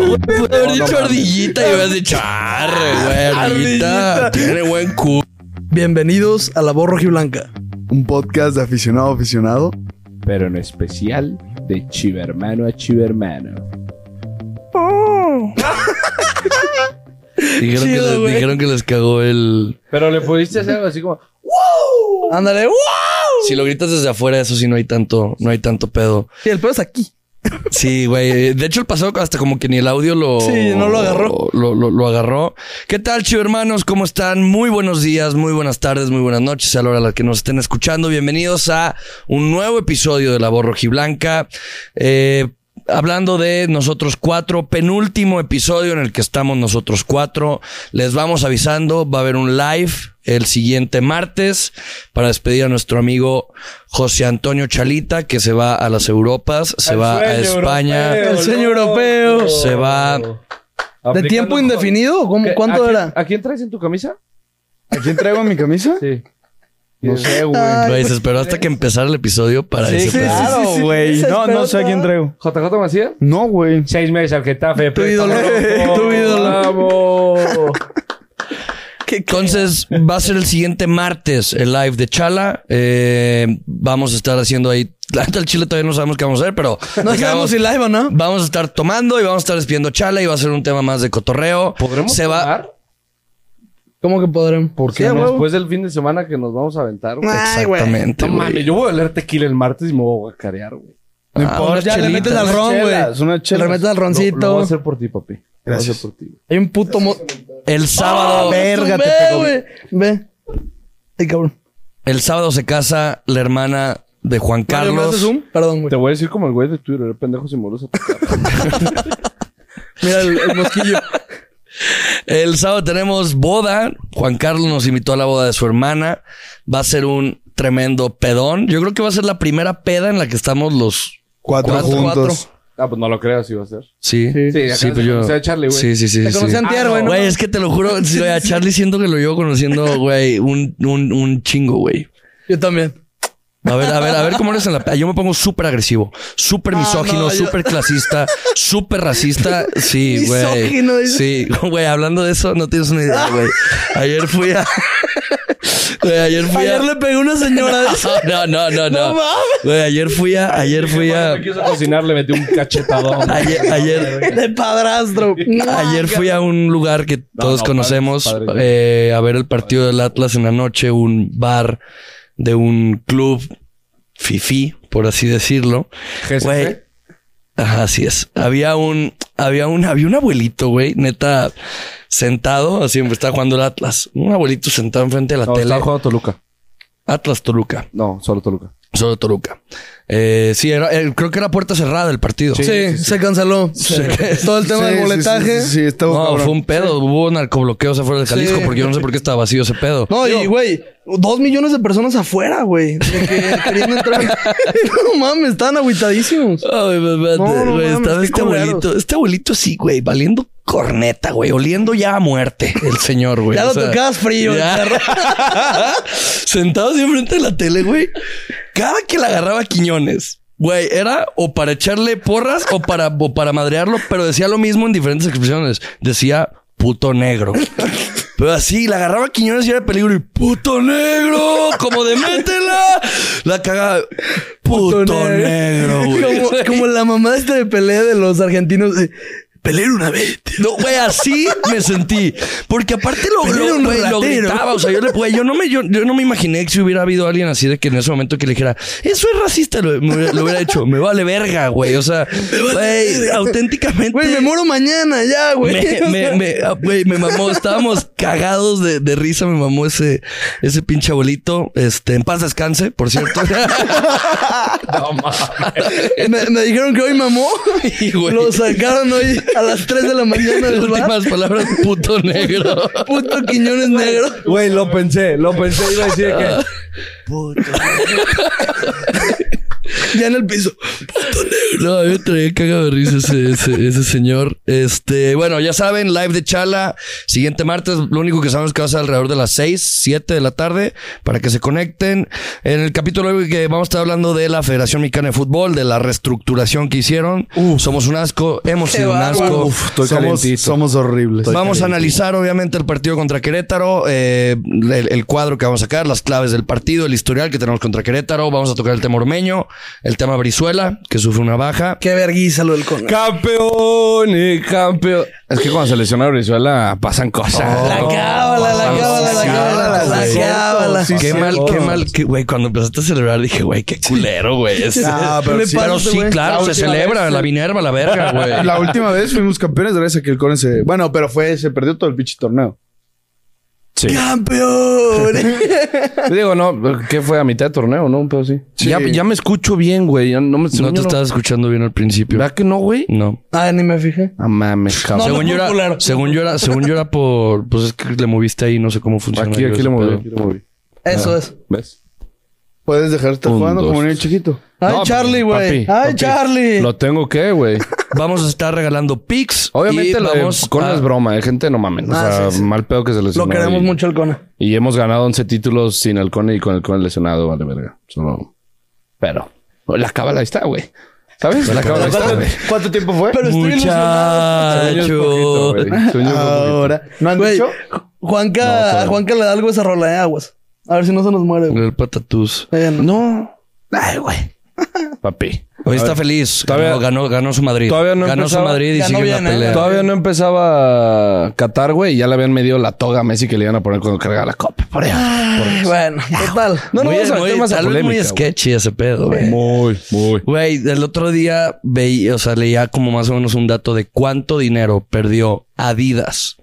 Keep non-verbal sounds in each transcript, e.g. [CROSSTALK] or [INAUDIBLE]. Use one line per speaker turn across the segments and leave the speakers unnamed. Puedo haber dicho ardillita y hubieras dicho arre, güey, [LAUGHS] ardillita.
Ardillita.
Tiene buen culo.
Bienvenidos a La Voz Rojiblanca.
Un podcast de aficionado a aficionado.
pero en especial de chivermano a chivermano.
Dijeron, que
Chido,
les,
güey.
dijeron que les cagó el.
Pero le pudiste hacer algo así como,
Ándale, ¡wow!
Si lo gritas desde afuera, eso sí no hay tanto, no hay tanto pedo.
Sí, el pedo es aquí.
Sí, güey. De hecho, el pasado hasta como que ni el audio lo.
Sí, no lo agarró.
Lo, lo- lo agarró. ¿Qué tal, chido hermanos? ¿Cómo están? Muy buenos días, muy buenas tardes, muy buenas noches a la hora a la que nos estén escuchando. Bienvenidos a un nuevo episodio de La Voz Rojiblanca. Eh, Hablando de nosotros cuatro, penúltimo episodio en el que estamos nosotros cuatro. Les vamos avisando, va a haber un live el siguiente martes para despedir a nuestro amigo José Antonio Chalita, que se va a las Europas, se
Al
va a
sueño
España.
europeo,
El sueño europeo.
Se va.
¿De
¿De tiempo indefinido? ¿O cómo- ¿Cuánto era?
¿A quién traes en tu camisa?
¿A quién traigo en mi camisa?
Sí.
No sé, güey.
Ay,
Güey, se esperó hasta que empezara el episodio para
Sí,
ese
sí,
plan.
sí, sí, sí.
No, no sé a quién
traigo.
¿JJ Macías?
No, güey.
Seis meses al Getafe. Tu
ídolo. [LAUGHS] Tu ídolo.
Vamos.
Entonces va a ser el siguiente martes el live de Chala. Eh, vamos a estar haciendo ahí. Hasta el Chile todavía no sabemos qué vamos a hacer, pero
No sabemos
digamos,
si live o no.
vamos a estar tomando y vamos a estar despidiendo Chala y va a ser un tema más de cotorreo.
¿Podremos
Se va.
tomar?
¿Cómo que podremos?
¿Por
Sí,
qué?
a
no?
huevo.
Después del fin de semana que nos vamos a aventar.
Ah.
güey.
Ay, güey.
Exactamente.
No
güey.
mames, yo voy a leer tequila el martes y me voy a guacarear, güey.
No
Ah,
importa.
unas
pues Ya le metes al
chelitas.
ron, güey.
chelas, unas
Le
chelas.
metes al
Lo, lo voy a
roncito.
hacer por ti, papi. Lo voy a hacer
Gracias.
por ti.
Hay un puto mo...
El sábado.
Verga,
Verga,
te
te
Ah, Ve,
pegó.
güey. Ve. Ay, cabrón.
El sábado se casa la hermana de Juan
¿Me haces
Carlos.
zoom? Perdón,
Te
güey.
voy a decir como el güey de Twitter, el pendejo si me vuelves a tocar.
Mira el, el mosquillo.
El sábado tenemos boda. Juan Carlos nos invitó a la boda de su hermana. Va a ser un tremendo pedón. Yo creo que va a ser la primera peda en la que estamos los
Cuatro,
Cuatro,
juntos.
Ah, pues no lo creas, iba a ser.
Sí.
Sí.
Sí, acá
pues
se
yo.
conocí a Charlie, güey.
Sí, sí, sí.
Te
sí. Ah,
conocí antier, güey, ¿no?
Güey, es que te lo juro. [LAUGHS] sí, güey, a Charlie siento que lo llevo conociendo, güey, un, un, un chingo, güey.
Yo también.
A ver, a ver, a ver cómo eres en la peda. Yo me pongo súper agresivo, súper misógino,
Ah, no, yo-
súper clasista, súper racista. Sí, güey.
Misógino, dice.
Sí, güey, hablando de eso, no tienes una idea, güey. Ayer fui a. Güey, ayer fui
Ayer
a.
le pegué una señora.
[LAUGHS] No, no, no, no.
No mames.
Güey, ayer fui a. Ayer fui a.
Me quiso cocinar, le metí un
[LAUGHS]
[LAUGHS]
cachetadón.
Ayer, ayer,
De padrastro.
Ayer fui a un lugar que todos
no,
conocemos
padres,
eh, a ver el partido del Atlas en la noche, un bar de un club fifi, por así decirlo.
GCC.
Güey. Ajá, así es. Había un, había un, había un abuelito, güey, neta, sentado, así pues, está jugando el Atlas. Un abuelito sentado enfrente de la
No,
tele.
estaba jugando Toluca.
Atlas Toluca,
No, solo Toluca.
solo Toluca. Eh, sí, era, eh, creo que era puerta cerrada el partido.
Sí, se canceló. Todo el tema
Sí,
del
sí,
boletaje.
Sí, sí, sí, estaba
No,
cabrón.
fue un pedo. Hubo narcobloqueos afuera del Jalisco
Sí.
porque yo no sé por qué estaba vacío ese pedo.
No, y
Digo,
güey, dos millones de personas afuera, güey. De
[LAUGHS]
que queriendo entrar. no mames, estaban agüitadísimos.
Ay, mamá,
No, no
güey,
mames,
estaba
qué
este
culeros.
abuelito, este abuelito sí, güey, valiendo corneta, güey, oliendo ya a muerte el señor, güey.
Ya
o
lo
sea,
tocabas frío, el
ya.
perro.
[LAUGHS] Sentado así enfrente de la tele, güey. Cada que la agarraba Quiñones, güey, era o para echarle porras o para, o para madrearlo, pero decía lo mismo en diferentes expresiones. Decía puto negro. Pero así, la agarraba Quiñones y era de peligro y puto negro, como de métela. La cagaba. Puto, negro,
[LAUGHS]
güey.
Como, como la mamá esta de pelea de los argentinos. eh, Pelear una vez. tío.
No, güey, así me sentí. Porque aparte lo,
Pero era
lo,
un
güey, lo
ratero.
gritaba. O sea, yo le güey, yo no me, yo, yo no me imaginé que si hubiera habido alguien así de que en ese momento que le dijera, eso es racista, lo, me hubiera, lo hubiera dicho, me vale verga, güey. O sea, güey, auténticamente.
Güey, me muero mañana ya, güey. [LAUGHS]
Me, me, me, ah, güey, me mamó, estábamos cagados de, de risa, me mamó ese, ese pinche abuelito. Este, en paz descanse, por
[LAUGHS]
cierto.
Me- me dijeron que hoy mamó.
Y, [LAUGHS] güey,
Lo sacaron hoy a las 3 de la mañana del bar.
últimas palabras, puto negro.
Puto Quiñones Negro.
Güey, lo pensé, lo pensé. Iba a decir que.
ya en el piso.
No, a mí me traía cagado de risa ese, ese- ese señor. Este, bueno, ya saben, live de Chala. Siguiente martes, lo único que sabemos es que va a ser alrededor de las 6, 7 de la tarde para que se conecten. En el capítulo de hoy que vamos a estar hablando de la Federación Mexicana de Fútbol, de la reestructuración que hicieron. Somos un asco, hemos
Qué
sido un
bárbaro.
asco.
Uf, estoy
somos,
calentito.
somos horribles.
Vamos a analizar obviamente el partido contra Querétaro, eh, el, el cuadro que vamos a sacar, las claves del partido, el historial que tenemos contra Querétaro, vamos a tocar el tema ormeño, el tema Brizuela, que sufre una baja.
Qué vergüenza lo del Cone.
Campeón, eh, campeón.
Es que cuando se lesiona Brizuela pasan cosas.
Oh.
La cábala, la
Sí,
cábala, la
sí,
cábala,
sí,
la
sí.
cábala.
Sí,
qué
sí,
mal,
sí.
qué mal, que- güey. Cuando empezaste a celebrar dije, güey, qué culero, güey. es-
Ah, pero
pero
[LAUGHS] sí.
sí,
güey.
claro,
La
se
última
celebra
vez,
la Minerva, la verga, güey.
La última vez fuimos campeones gracias a que el Cone se... Bueno, pero fue... Se perdió todo el pinche torneo.
Sí.
Campeón.
Digo, no, ¿qué fue a mitad de torneo, no? Un pedo así.
Sí.
Ya, ya me escucho bien, güey. Ya no me
No te
yo
estabas escuchando bien al principio.
¿Verdad que no, güey?
No.
[LAUGHS] Ah, ni me fijé.
Ah, mames, cabrón.
según,
no
yo
fue
era,
culero.
según yo era, según yo era por, pues es que le moviste ahí, no sé cómo funciona.
aquí,
yo
aquí
ese
le moví.
pedo.
aquí le moví.
Ah.
Eso es.
¿Ves?
Puedes dejar de estar
Un,
jugando
dos.
como un niño chiquito.
Ay,
No,
Charlie, güey. Ay,
papi, papi.
Charlie.
Lo tengo que, [LAUGHS] güey.
Vamos a estar regalando pics. y
Obviamente,
vamos
vamos con
a-
las bromas. Hay eh, gente, no mames.
Ah,
o sea,
sí, sí.
mal pedo que se lesionó.
Lo queremos
y-
mucho al Cone.
Y hemos ganado 11 títulos sin el Cone y con el Cone lesionado, vale, verga. Solo- Pero la cábala ahí está, güey. ¿Sabes? La cábala ahí está, güey.
¿Cuánto tiempo fue?
Pero estoy
Sueño es poquito,
Muchacho.
güey. Sueño es poquito.
Ahora. ¿No han
Güey,
dicho?
Juanca, a Juanca le da algo esa rola de aguas. A ver si no se nos muere, güey.
El patatús.
Eh, no.
No. Ay, güey. [LAUGHS] Papi.
Hoy está feliz.
Todavía-
ganó, ganó, ganó su Madrid.
Todavía no
ganó su
empezaba.
Madrid y
Ganó
sigue en
bien,
la
¿eh?
pelea.
Todavía no empezaba Qatar, güey, y ya le habían medido la toga a Messi que le iban a poner cuando cargaba la copa. Por allá.
Ay, Bueno, total.
No, no,
Muy-
vamos a meter
muy-
más a
tal vez
polémica,
muy
güey.
sketchy ese pedo, güey.
Muy, muy.
Güey, el otro día veía, o sea, leía como más o menos un dato de cuánto dinero perdió Adidas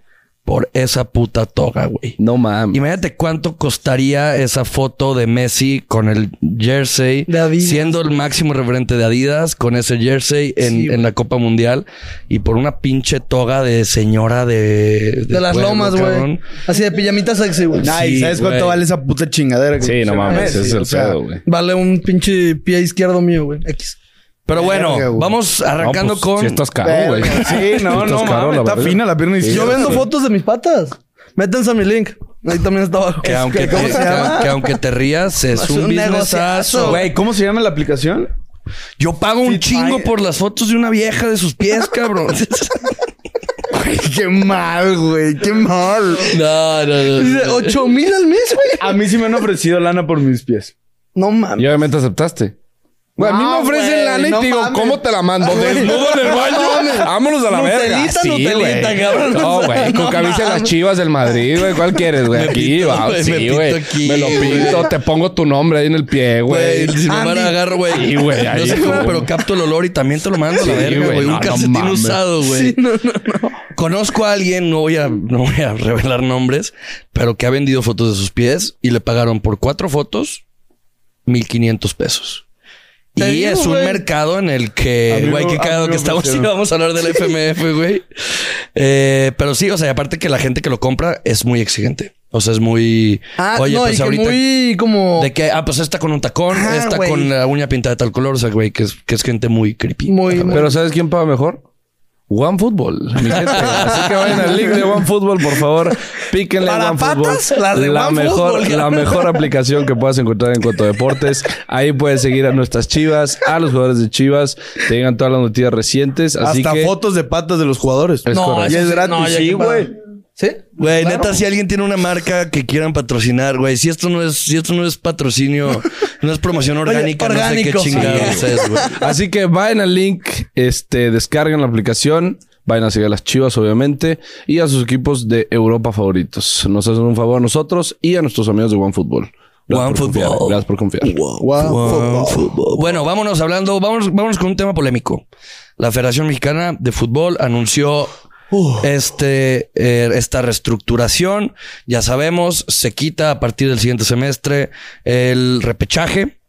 por esa puta toga, güey.
No mames.
Imagínate cuánto costaría esa foto de Messi con el jersey,
De Adidas.
siendo el máximo referente de Adidas con ese jersey en, en la Copa Mundial y por una pinche toga de señora de...
De las
pueblo,
lomas,
cabrón.
güey. Así de pijamita sexy, güey.
Nah,
Ay,
sí,
¿sabes cuánto
güey.
vale esa puta chingadera? que
Sí, no
se
mames.
merece?
Ese es
O
el
sea,
pedo, güey.
Vale un pinche pie izquierdo mío, güey. X.
Pero bueno,
Verga, güey.
vamos arrancando
No, pues,
con...
Si estás caro, güey.
verga, Sí, no,
[LAUGHS] Estás
no,
caro,
mames,
la
Está
verdad.
fina la pierna
Yo
izquierda.
vendo fotos de mis patas. Métanse a mi link. Ahí también está abajo.
Que
[LAUGHS]
aunque,
¿cómo
te,
se
que-
llama?
que aunque te rías, es,
Es
un,
un
businessazo.
negociazo.
Güey, ¿cómo se llama la aplicación?
Yo pago un
Fit
chingo
Mind.
por las fotos de una vieja de sus pies, cabrón.
[LAUGHS] Güey, qué mal, güey, qué mal.
no, no, no.
Dice, 8 mil al mes, güey.
A mí sí me han ofrecido lana por mis pies.
No mames.
Y obviamente aceptaste. Güey, a mí me
No,
ofrecen
güey,
lana y
no
te digo,
mames.
¿cómo te la mando? Desnudo en el baño. Vámonos a la
Nutelita,
verga.
Nutelita,
güey.
cabrón.
No, güey. Con
No
camisa de las
mames.
chivas del Madrid, güey. ¿Cuál quieres, güey?
Me
Aquí,
pito,
va.
güey, me
Sí,
pito
güey.
aquí,
Me lo pinto. Te pongo tu nombre ahí en el pie,
Güey,
güey.
si me van a agarrar, güey.
Sí, güey,
No
ahí
sé
es
cómo,
como-
pero capto el olor y también te lo mando a la
Sí,
verga,
güey,
güey. Un
no, no
calcetín
mames.
usado, güey.
Sí, no, no, no.
Conozco a alguien, no voy a, no voy a revelar nombres, pero que ha vendido fotos de sus pies y le pagaron por cuatro fotos 1500 pesos. Y
Te digo,
es un
güey.
mercado en el
A
que,
mí
güey,
no-
qué
a mí
cagado
no
que
me
estamos. Sí,
ofrecieron.
vamos a hablar del FMF, güey. Eh, pero sí, o sea, y aparte que la gente que lo compra es muy exigente. O sea, es muy.
Ah,
Oye,
no,
pues
y que
ahorita.
muy como...
De que, ah, pues esta con un tacón,
Ajá,
esta
güey.
con la uña pintada de tal color. O sea, güey, que es, que es gente muy creepy.
Muy, muy-
Pero ¿sabes quién paga mejor? One Football, mi gente. Así que vayan al link de One Football, por favor. Píquenle a
¿Para
One
patas?
Football.
Las de
la
One
mejor,
Football.
la mejor aplicación que puedas encontrar en cuanto a deportes. Ahí puedes seguir a nuestras Chivas, a los jugadores de Chivas. Te llegan todas las noticias recientes. Así
Hasta
que
fotos de patas de los jugadores.
Es correcto.
Y
eso
es
sí,
gratis,
no, ya
sí,
que para-
güey.
¿Sí?
Güey, neta, si alguien tiene una marca que quieran patrocinar, güey, si esto no es, si esto no es
[LAUGHS]
patrocinio, no es promoción orgánica, no
orgánico.
sé qué chingados
Sí.
es, güey.
Así que vayan al link, este, descarguen la aplicación, vayan a seguir a las Chivas, obviamente, y a sus equipos de Europa favoritos. Nos hacen un favor a nosotros y a nuestros amigos de OneFootball. Gracias por
OneFootball.
confiar, Gracias por confiar.
Wow,
Wow.
fútbol.
Bueno, vámonos hablando, vámonos, vámonos con un tema polémico. La Federación Mexicana de Fútbol anunció este, eh, esta reestructuración. Ya sabemos, se quita a partir del siguiente semestre el repechaje.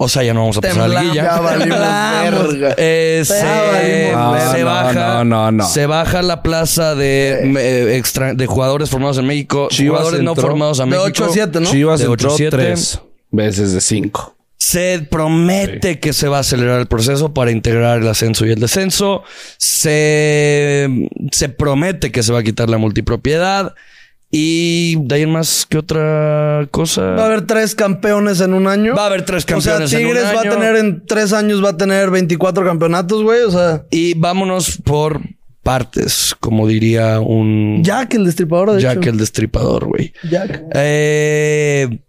O sea, ya no vamos a pasar a
Temblam-
liguilla.
Ya valimos verga.
Eh, se,
valimos
verga.
se
No, no,
baja,
no, no, no.
se baja la plaza de, eh, extra- de jugadores formados en México,
Chivas
jugadores no
entró
formados a
de
México.
8 a 7, ¿no?
Chivas
De
entró
8-7.
tres veces de cinco.
Se promete que se va a acelerar el proceso para integrar el ascenso y el descenso. Se, se promete que se va a quitar la multipropiedad. Y de ahí en más, ¿qué otra cosa?
Va a haber tres campeones en un año.
Va a haber tres campeones
O sea,
en un
Tigres va a
año.
tener en tres años, va a tener 24 campeonatos, güey. O sea,
Y vámonos por partes, como diría un
Jack el destripador, de
Jack
hecho.
el Destripador, güey.
Jack.
Eh,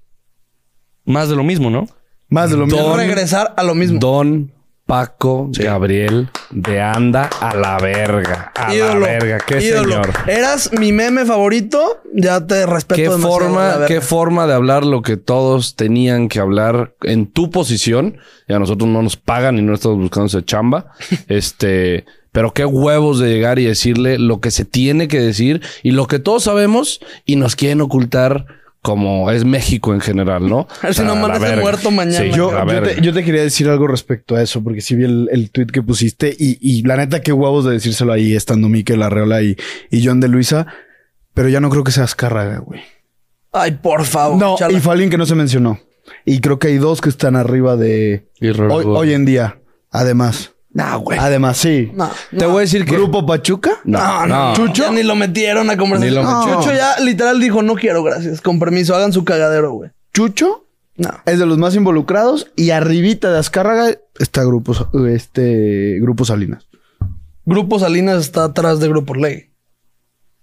más de lo mismo, ¿no?
Más de lo mismo.
Quiero regresar a lo mismo.
Don Paco Gabriel de Anda a la verga. A
ídolo.
la verga. Qué
ídolo.
señor.
Eras mi meme favorito. Ya te respeto
Qué
demasiado, la
forma,
verdad.
qué forma de hablar lo que todos tenían que hablar en tu posición. Y a nosotros no nos pagan y no estamos buscando
[LAUGHS]
esa chamba. este, pero qué huevos de llegar y decirle lo que se tiene que decir y lo que todos sabemos y nos quieren ocultar como es México en general, ¿no?
[LAUGHS] A ver si
O sea,
no
la
amanece
verga.
muerto mañana.
Sí,
Yo,
la
yo
verga.
te, yo te quería decir algo respecto a eso, porque sí vi el, el tweet que pusiste y, y la neta, qué huevos de decírselo ahí, estando Miquel Arreola y, y John de Luisa, pero ya no creo que sea Azcárraga, güey.
Ay, por favor.
Oh,
No,
chala.
y fue alguien que no se mencionó. Y creo que hay dos que están arriba de
Y Robert
hoy,
Gordon.
hoy en día. Además,
Nah, güey.
además, sí.
No,
Te voy a decir que...
Grupo Pachuca.
No, no,
Chucho.
ya ni lo metieron a conversación.
Ni lo
No.
metieron.
Chucho ya literal dijo, no quiero, gracias. Con permiso, hagan su cagadero, güey.
Chucho
No.
es de los más involucrados y arribita de Azcárraga está Grupo, Sa- este, grupo Salinas.
Grupo Salinas está atrás de Grupo Ley.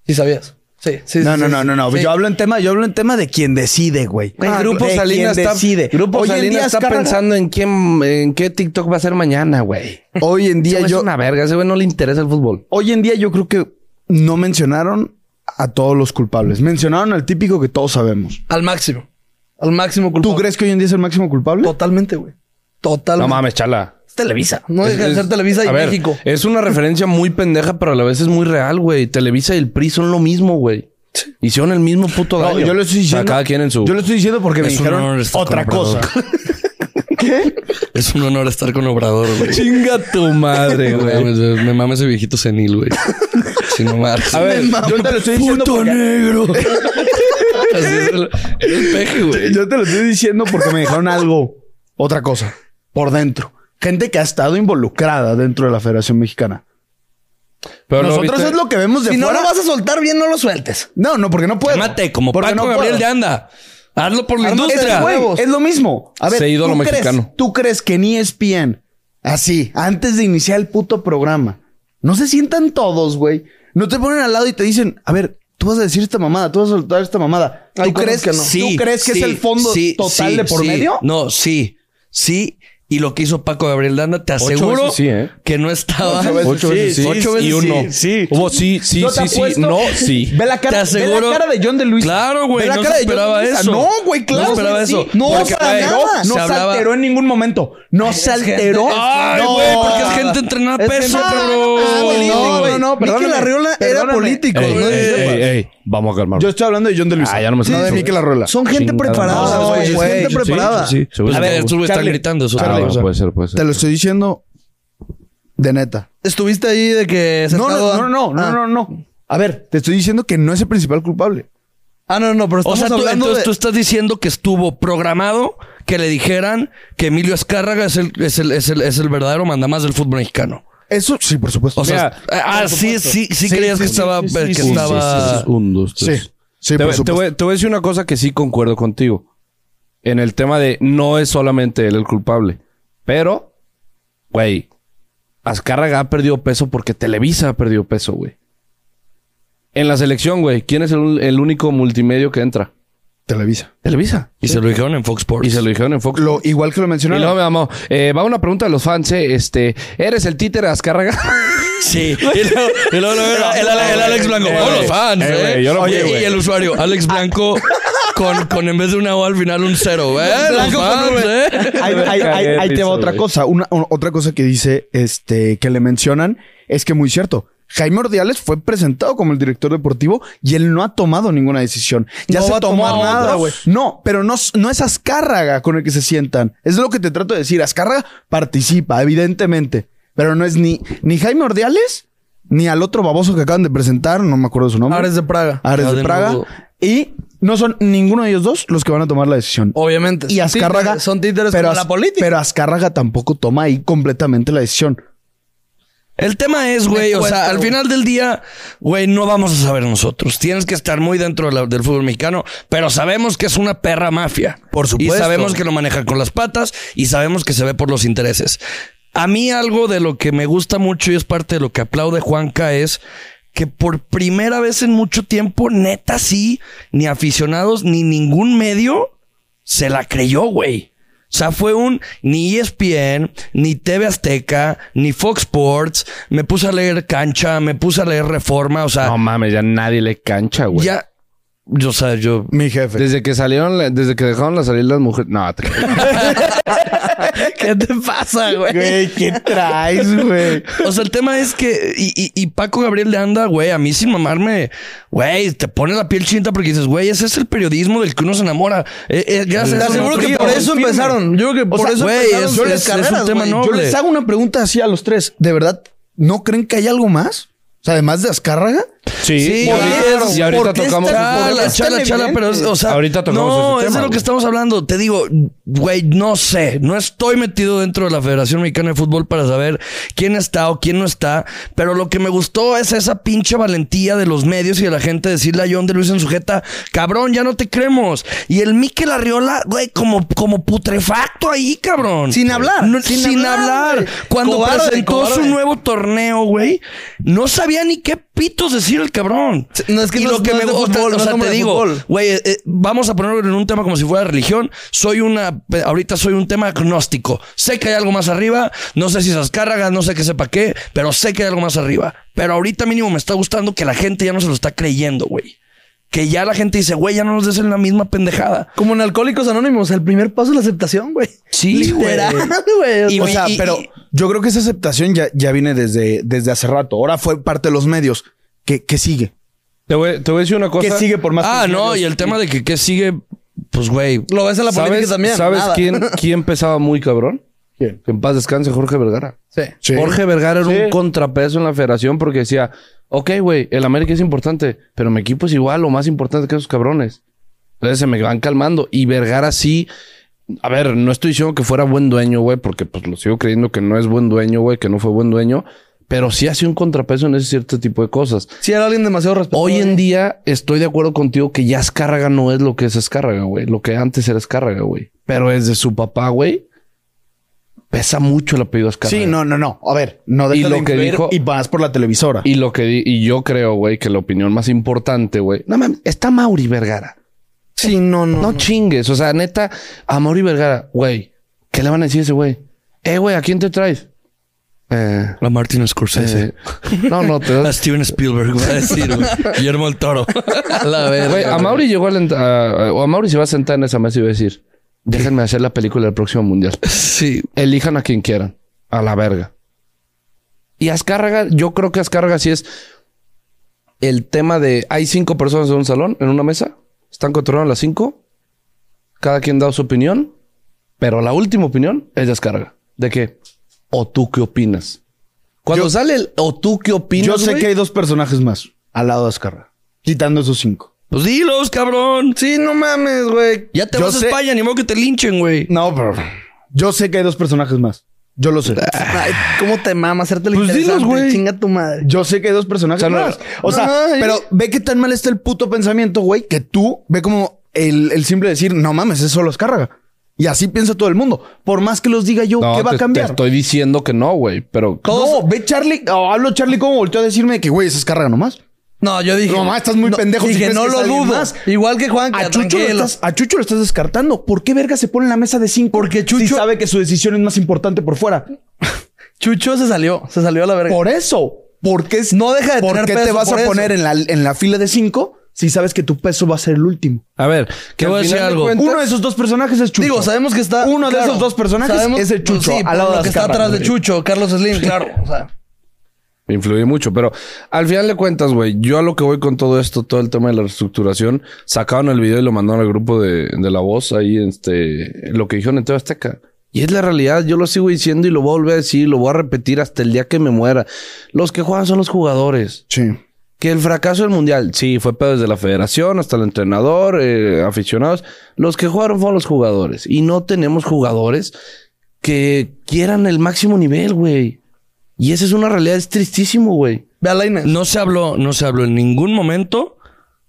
¿Sí sabías? Sí, sí.
No,
sí,
no,
sí,
no,
sí.
no, no.
Sí.
Yo hablo en tema, yo hablo en tema de quien decide, güey.
Güey,
Ah,
Grupo
de quien
Salinas está,
decide.
Grupo
Hoy en
Salinas
día
está
Azcárraga-
pensando en quién, en qué TikTok va a ser mañana, güey.
Hoy en
Ese
día
güey
yo,
es una verga, ese güey no le interesa el fútbol.
hoy en día yo creo que no mencionaron a todos los culpables. Mencionaron al típico que todos sabemos.
Al máximo. Al máximo
¿Tú
culpable.
crees que hoy en día es el máximo culpable?
Totalmente, güey. Totalmente.
No mames, chala.
Es Televisa. No
Es-
deja de
es-
ser Televisa y
a ver,
México.
eh,
Es una referencia muy pendeja, pero a la vez es muy real, güey. Televisa y el PRI son lo mismo, güey. Hicieron el mismo puto
No,
daño.
yo lo estoy
O sea,
diciendo.
cada quien en su...
Yo lo estoy diciendo porque me
Es un honor
dijeron
estar
otra
con Obrador.
cosa.
Es un honor estar con Obrador, güey.
Chinga tu madre,
No
güey.
mames, Me mama ese viejito senil, güey. Sin mamar.
A ver, yo te lo estoy diciendo
¡Puto
porque-
negro!
[LAUGHS]
Así es el, el peje, güey.
Yo te lo estoy diciendo porque me dijeron algo, otra cosa, por dentro. Gente que ha estado involucrada dentro de la Federación Mexicana.
Pero no
Nosotros
viste-
es lo que vemos de
Si no
fuera.
lo vas a soltar bien, no lo sueltes.
No, no, porque no puedo.
Mate, como
Porque
Paco
no
Gabriel
puedo.
de Anda. Hazlo por la
Ármate
industria.
de
Güey,
huevos.
es lo mismo. A ver,
Se ídolo
¿tú crees-
mexicano.
¿Tú crees que E ni ESPN, así, antes de iniciar el puto programa, no se sientan todos, güey? No te ponen al lado y te dicen, a ver, tú vas a decir esta mamada, tú vas a soltar esta mamada. ¿Tú
Ay, ¿cómo
crees
que
que
no?
no?
Sí,
¿Tú crees que
sí,
es el fondo
sí,
total
sí,
de por
sí.
medio?
No, sí. Sí. Y lo que hizo Paco Gabriel de Anda, te
Ocho
aseguro
veces sí, ¿eh?
que no estaba.
Ocho veces
Ocho
sí,
veces sí,
sí,
ocho veces
y uno.
sí, sí.
Hubo sí, sí,
Yo te
sí, sí.
apuesto-
No, sí.
Ve la cara,
Te aseguro-
ve la cara de John de Luis.
Claro, güey,
Ve la
no
cara
se
de John de
esperaba
Luisa.
eso.
No, güey,
No
claro.
esperaba
que sí.
eso.
No
Porque,
se alteró.
güey,
No
se
se
hablaba-
alteró en ningún momento. No se alteró.
Ay,
No.
güey, porque es gente
Ah,
entrenada a
Es gente
peso,
entrenada, güey.
bro.
No, no, no,
Mikel
perdóname.
Arriola era
Perdóname. Eh,
político,
Ey,
güey.
ey, ey, ey, Vamos a calmarnos.
Yo estoy hablando de John de Luis.
Ah, ya no me
No de
acuerdo.
Mikel Arreola.
Son gente
Chingada
preparada,
madre.
güey.
Sí,
Es gente
sí, sí,
preparada.
sí, sí.
Pues, a ver,
Charlie,
estos güeyes están
Charlie,
gritando. eso es
Ah,
otra
Charlie,
bueno,
cosa.
o sea,
puede ser, puede ser.
Te lo estoy diciendo de neta.
Estuviste ahí de que...
No, no,
sentado-
no, no, no,
Ah.
no, no. A ver, te estoy diciendo que no es el principal culpable.
Ah, no, no, pero
O
estamos
sea, tú,
hablando
entonces
de...
tú estás diciendo que estuvo programado que le dijeran que Emilio Azcárraga es el, es el, es el, es el verdadero mandamás del fútbol mexicano.
Eso sí, por supuesto.
O sea, ah, sí, sí, sí, creías que estaba. que
Un, dos,
estaba...
tres, un, dos, tres.
Sí, sí,
te,
por
voy- te voy, te voy a decir una cosa que sí concuerdo contigo. En el tema de no es solamente él el culpable. Pero, güey, Azcárraga ha perdido peso porque Televisa ha perdido peso, güey. En la selección, güey, ¿quién es el, el único multimedio que entra?
Televisa.
Televisa.
Y se lo dijeron en Fox Sports.
Y se lo dijeron en Fox.
Lo, igual que lo
y luego
mencionaron.
me llamó, eh, va una pregunta de los fans, eh, este, ¿eres el títere Azcárraga?
Sí. Y luego, y luego lo veo, el, el- el Alex Blanco.
Eh,
oh, los
güey.
fans,
Eh,
eh.
güey, yo lo
Oye,
fui,
y
güey.
el usuario, Alex Blanco, con, con en vez de una O al final un cero. Eh, los
Blanco con
fans, eh.
Ahí, ahí- ahí- ahí te va otra
Güey.
cosa. Una, o- otra cosa que dice, este, que le mencionan, es que muy cierto. Jaime Ordiales fue presentado como el director deportivo y él no ha tomado ninguna decisión. Ya
No va
se
a
tomó
tomar otra,
nada,
güey.
güey. No, pero no, no es Azcárraga con el que se sientan. Es lo que te trato de decir. Azcárraga participa, evidentemente. Pero no es ni, ni Jaime Ordiales, ni al otro baboso que acaban de presentar, no me acuerdo su nombre.
Ares de Praga.
Ares de
Cadena
Praga.
Lugo.
Y No son ninguno de ellos dos los que van a tomar la decisión.
Obviamente.
Y Azcárraga.
Títeres- son títeres
pero
para
Az-
la política.
Pero Azcárraga tampoco toma ahí completamente la decisión.
El tema es, güey, o sea,
cuento,
al
güey.
final del día, güey, no vamos a saber nosotros. Tienes que estar muy dentro de la- del fútbol mexicano, pero sabemos que es una perra mafia.
Por
Y
supuesto.
sabemos que lo maneja con las patas y sabemos que se ve por los intereses. A mí algo de lo que me gusta mucho y es parte de lo que aplaude Juanca es que por primera vez en mucho tiempo, neta sí, ni aficionados ni ningún medio se la creyó, güey. O sea, fue un ni E ESPN, ni TV Azteca, ni Fox Sports. Me puse a leer Cancha, me puse a leer Reforma. O sea,
[LAUGHS] No mames, ya nadie le cancha, güey.
ya. Yo, o sea, yo.
Mi jefe.
Desde que salieron, la- desde que dejaron la salir las mujeres. No, [LAUGHS] te-
[LAUGHS] ¿Qué te pasa, güey?
Güey, [LAUGHS] ¿qué traes, güey?
O sea, el tema es que. Y, y- y Paco Gabriel de Anda, güey, a mí sin mamarme, güey, te pone la piel chinta porque dices, güey, ese es el periodismo del que uno se enamora. Eh, eh, gracias.
Te
a eso
aseguro
no
que
fui,
por
güey.
eso empezaron. Yo creo que
O
por
sea,
eso
güey,
empezaron
es-
sus
es- es un
carreras,
tema
güey.
no-
Yo
Noble.
les hago una pregunta así a los tres. ¿De verdad no creen que hay algo más? O sea, además de Azcárraga.
Sí,
Sí,
y ahorita,
claro.
y ahorita
¿Por qué
tocamos.
está-
esos
Chala,
problemas.
chala, chala, pero es- o sea,
Ahorita tocamos
no,
ese
es de
tema,
lo que
güey.
estamos hablando. Te digo, güey, no sé, no estoy metido dentro de la Federación Mexicana de Fútbol para saber quién está o quién no está, pero lo que me gustó es esa pinche valentía de los medios y de la gente decirle a John de Luis en sujeta, cabrón, ya no te creemos. Y el Mikel Arriola, güey, como, como putrefacto ahí, cabrón.
Sin hablar,
No, sin,
sin
hablar.
hablar, güey.
Cuando
Cobarde,
presentó su
cobarde.
nuevo torneo, güey, no sabía ni qué pitos decir el cabrón.
No, es que
Y
no
lo
es-
que
no
me
es de
gusta,
fútbol,
o
no es
sea,
como
te
de
digo,
fútbol.
güey, eh, eh, vamos a ponerlo en un tema como si fuera religión. Soy una, pe- ahorita soy un tema agnóstico. Sé que hay algo más arriba, no sé si esas cargas, no sé qué sepa qué, pero sé que hay algo más arriba. Pero ahorita mínimo me está gustando que la gente ya no se lo está creyendo, güey. Que ya la gente dice, güey, ya no nos des en la misma pendejada.
Como en Alcohólicos Anónimos, el primer paso es la aceptación, güey.
Sí, güey.
Literal, güey.
Y,
o
güey,
sea,
y-
pero
y-
yo creo que esa aceptación ya, ya viene desde, desde hace rato. Ahora fue parte de los medios. ¿Qué, qué sigue?
Te voy, te voy a decir una cosa.
¿Qué sigue por más? que
ah,
los
no,
medios?
y el tema de que qué sigue, pues, güey.
Lo ves en la
¿Sabes,
política también.
¿sabes
nada. [LAUGHS]
quién, quién pesaba muy cabrón?
¿Quién?
Que en paz descanse Jorge Vergara.
Sí.
Sí.
Jorge Vergara era
Sí.
un contrapeso en la federación porque decía, ok, güey, el América es importante, pero mi equipo es igual o más importante que esos cabrones. Entonces se me van calmando. Y Vergara sí, a ver, no estoy diciendo que fuera buen dueño, güey, porque pues lo sigo creyendo que no es buen dueño, güey, que no fue buen dueño, pero sí hace un contrapeso en ese cierto tipo de cosas.
Si era alguien demasiado respetuoso.
Hoy en día estoy de acuerdo contigo que ya Escárraga no es lo que es Escárraga, güey. Lo que antes era Escárraga, güey. Pero es de su papá, güey. Pesa mucho el apellido Escárraga.
Sí, no, no, no. A ver, no
Y
dejes
lo
de
que
influir
dijo-
y vas por la televisora.
Y lo que di- y yo creo, güey, que la opinión más importante, güey. No mames, está Mauri Vergara.
Sí, no, no.
No chingues. O sea, neta, a Mauri Vergara, güey. ¿Qué le van a decir a ese güey? Eh, güey, ¿a quién te traes? Eh,
La Martin Scorsese.
eh, No, no,
[LAUGHS]
te
A
das.
Steven Spielberg, va a decir, güey. Guillermo el Toro. A la verga,
Güey, a
güey.
Mauri llegó a, la ent- a- a- o a Mauri se va a sentar en esa mesa y va a decir: Déjenme hacer la película del próximo mundial.
Sí.
elijan a quien quieran. A la verga. Y Azcárraga, yo creo que Azcárraga sí es el tema de... Hay cinco personas en un salón, en una mesa. Están controlando las cinco. Cada quien da su opinión. Pero la última opinión es de Azcárraga. De que, o tú qué opinas. Cuando
Yo-
sale el o tú qué opinas,
Yo sé
güey,
que hay dos personajes más al lado de Azcárraga, quitando esos cinco.
Pues dilos, cabrón.
Sí, no mames, güey.
Ya te
Yo
vas
sé-
a España, ni modo que te linchen, güey.
No, pero yo sé que hay dos personajes más. Yo lo sé.
Ay, ¿Cómo te mama hacerte lo
Pues dilos,
interesante?
güey.
Chinga tu madre.
Yo sé que hay dos personajes
O sea, no-
más. O sea,
Ay.
pero ve qué tan mal está el puto pensamiento, güey, que tú ve como el, el simple decir, no mames, es solo Azcárraga. Y así piensa todo el mundo. Por más que los diga yo,
No,
¿qué va
te-
a cambiar?
Te estoy diciendo que no, güey. Pero
No, ve Charlie, o hablo Charlie como volteó a decirme que, güey, es Azcárraga nomás.
No, yo dije.
No, ma, estás muy pendejo si
Dije,
crees
no
que es
lo
alguien
dudo.
más.
Igual que Juan,
A Chucho, lo estás, a Chucho lo estás descartando. ¿Por qué verga se pone en la mesa de cinco?
Porque Chucho-
Sí sabe que su decisión es más importante por fuera.
Chucho se salió. Se salió a la verga.
Por eso. ¿Por qué,
No deja de
¿por
tener
qué te
peso
vas
por
a
eso.
poner en la, en la fila de cinco si sabes que tu peso va a ser el último?
A ver,
Te
al
voy a decir
final de
algo.
cuentas-
Uno de esos dos personajes es Chucho.
Digo, sabemos que está.
Uno de
claro,
esos dos personajes
sabemos-
es el Chucho.
Sí,
al lado
por lo
de
que está
Azcárraga,
atrás de
güey.
Chucho, Carlos
[LAUGHS]
Slim, claro. O sea,
Influye mucho, pero al final de cuentas, güey, yo a lo que voy con todo esto, todo el tema de la reestructuración, sacaron el video y lo mandaron al grupo de, de La Voz, ahí, este, lo que dijeron en TV Azteca. Y es la realidad, yo lo sigo diciendo y lo voy a volver a decir, lo voy a repetir hasta el día que me muera. Los que juegan son los jugadores.
Sí.
Que el fracaso del mundial, sí, fue pedo desde la federación hasta el entrenador, eh, aficionados. Los que jugaron fueron los jugadores. Y no tenemos jugadores que quieran el máximo nivel, güey. Y esa es una realidad, es tristísimo, güey.
Ve a Lainez.
No se habló, no se habló en ningún momento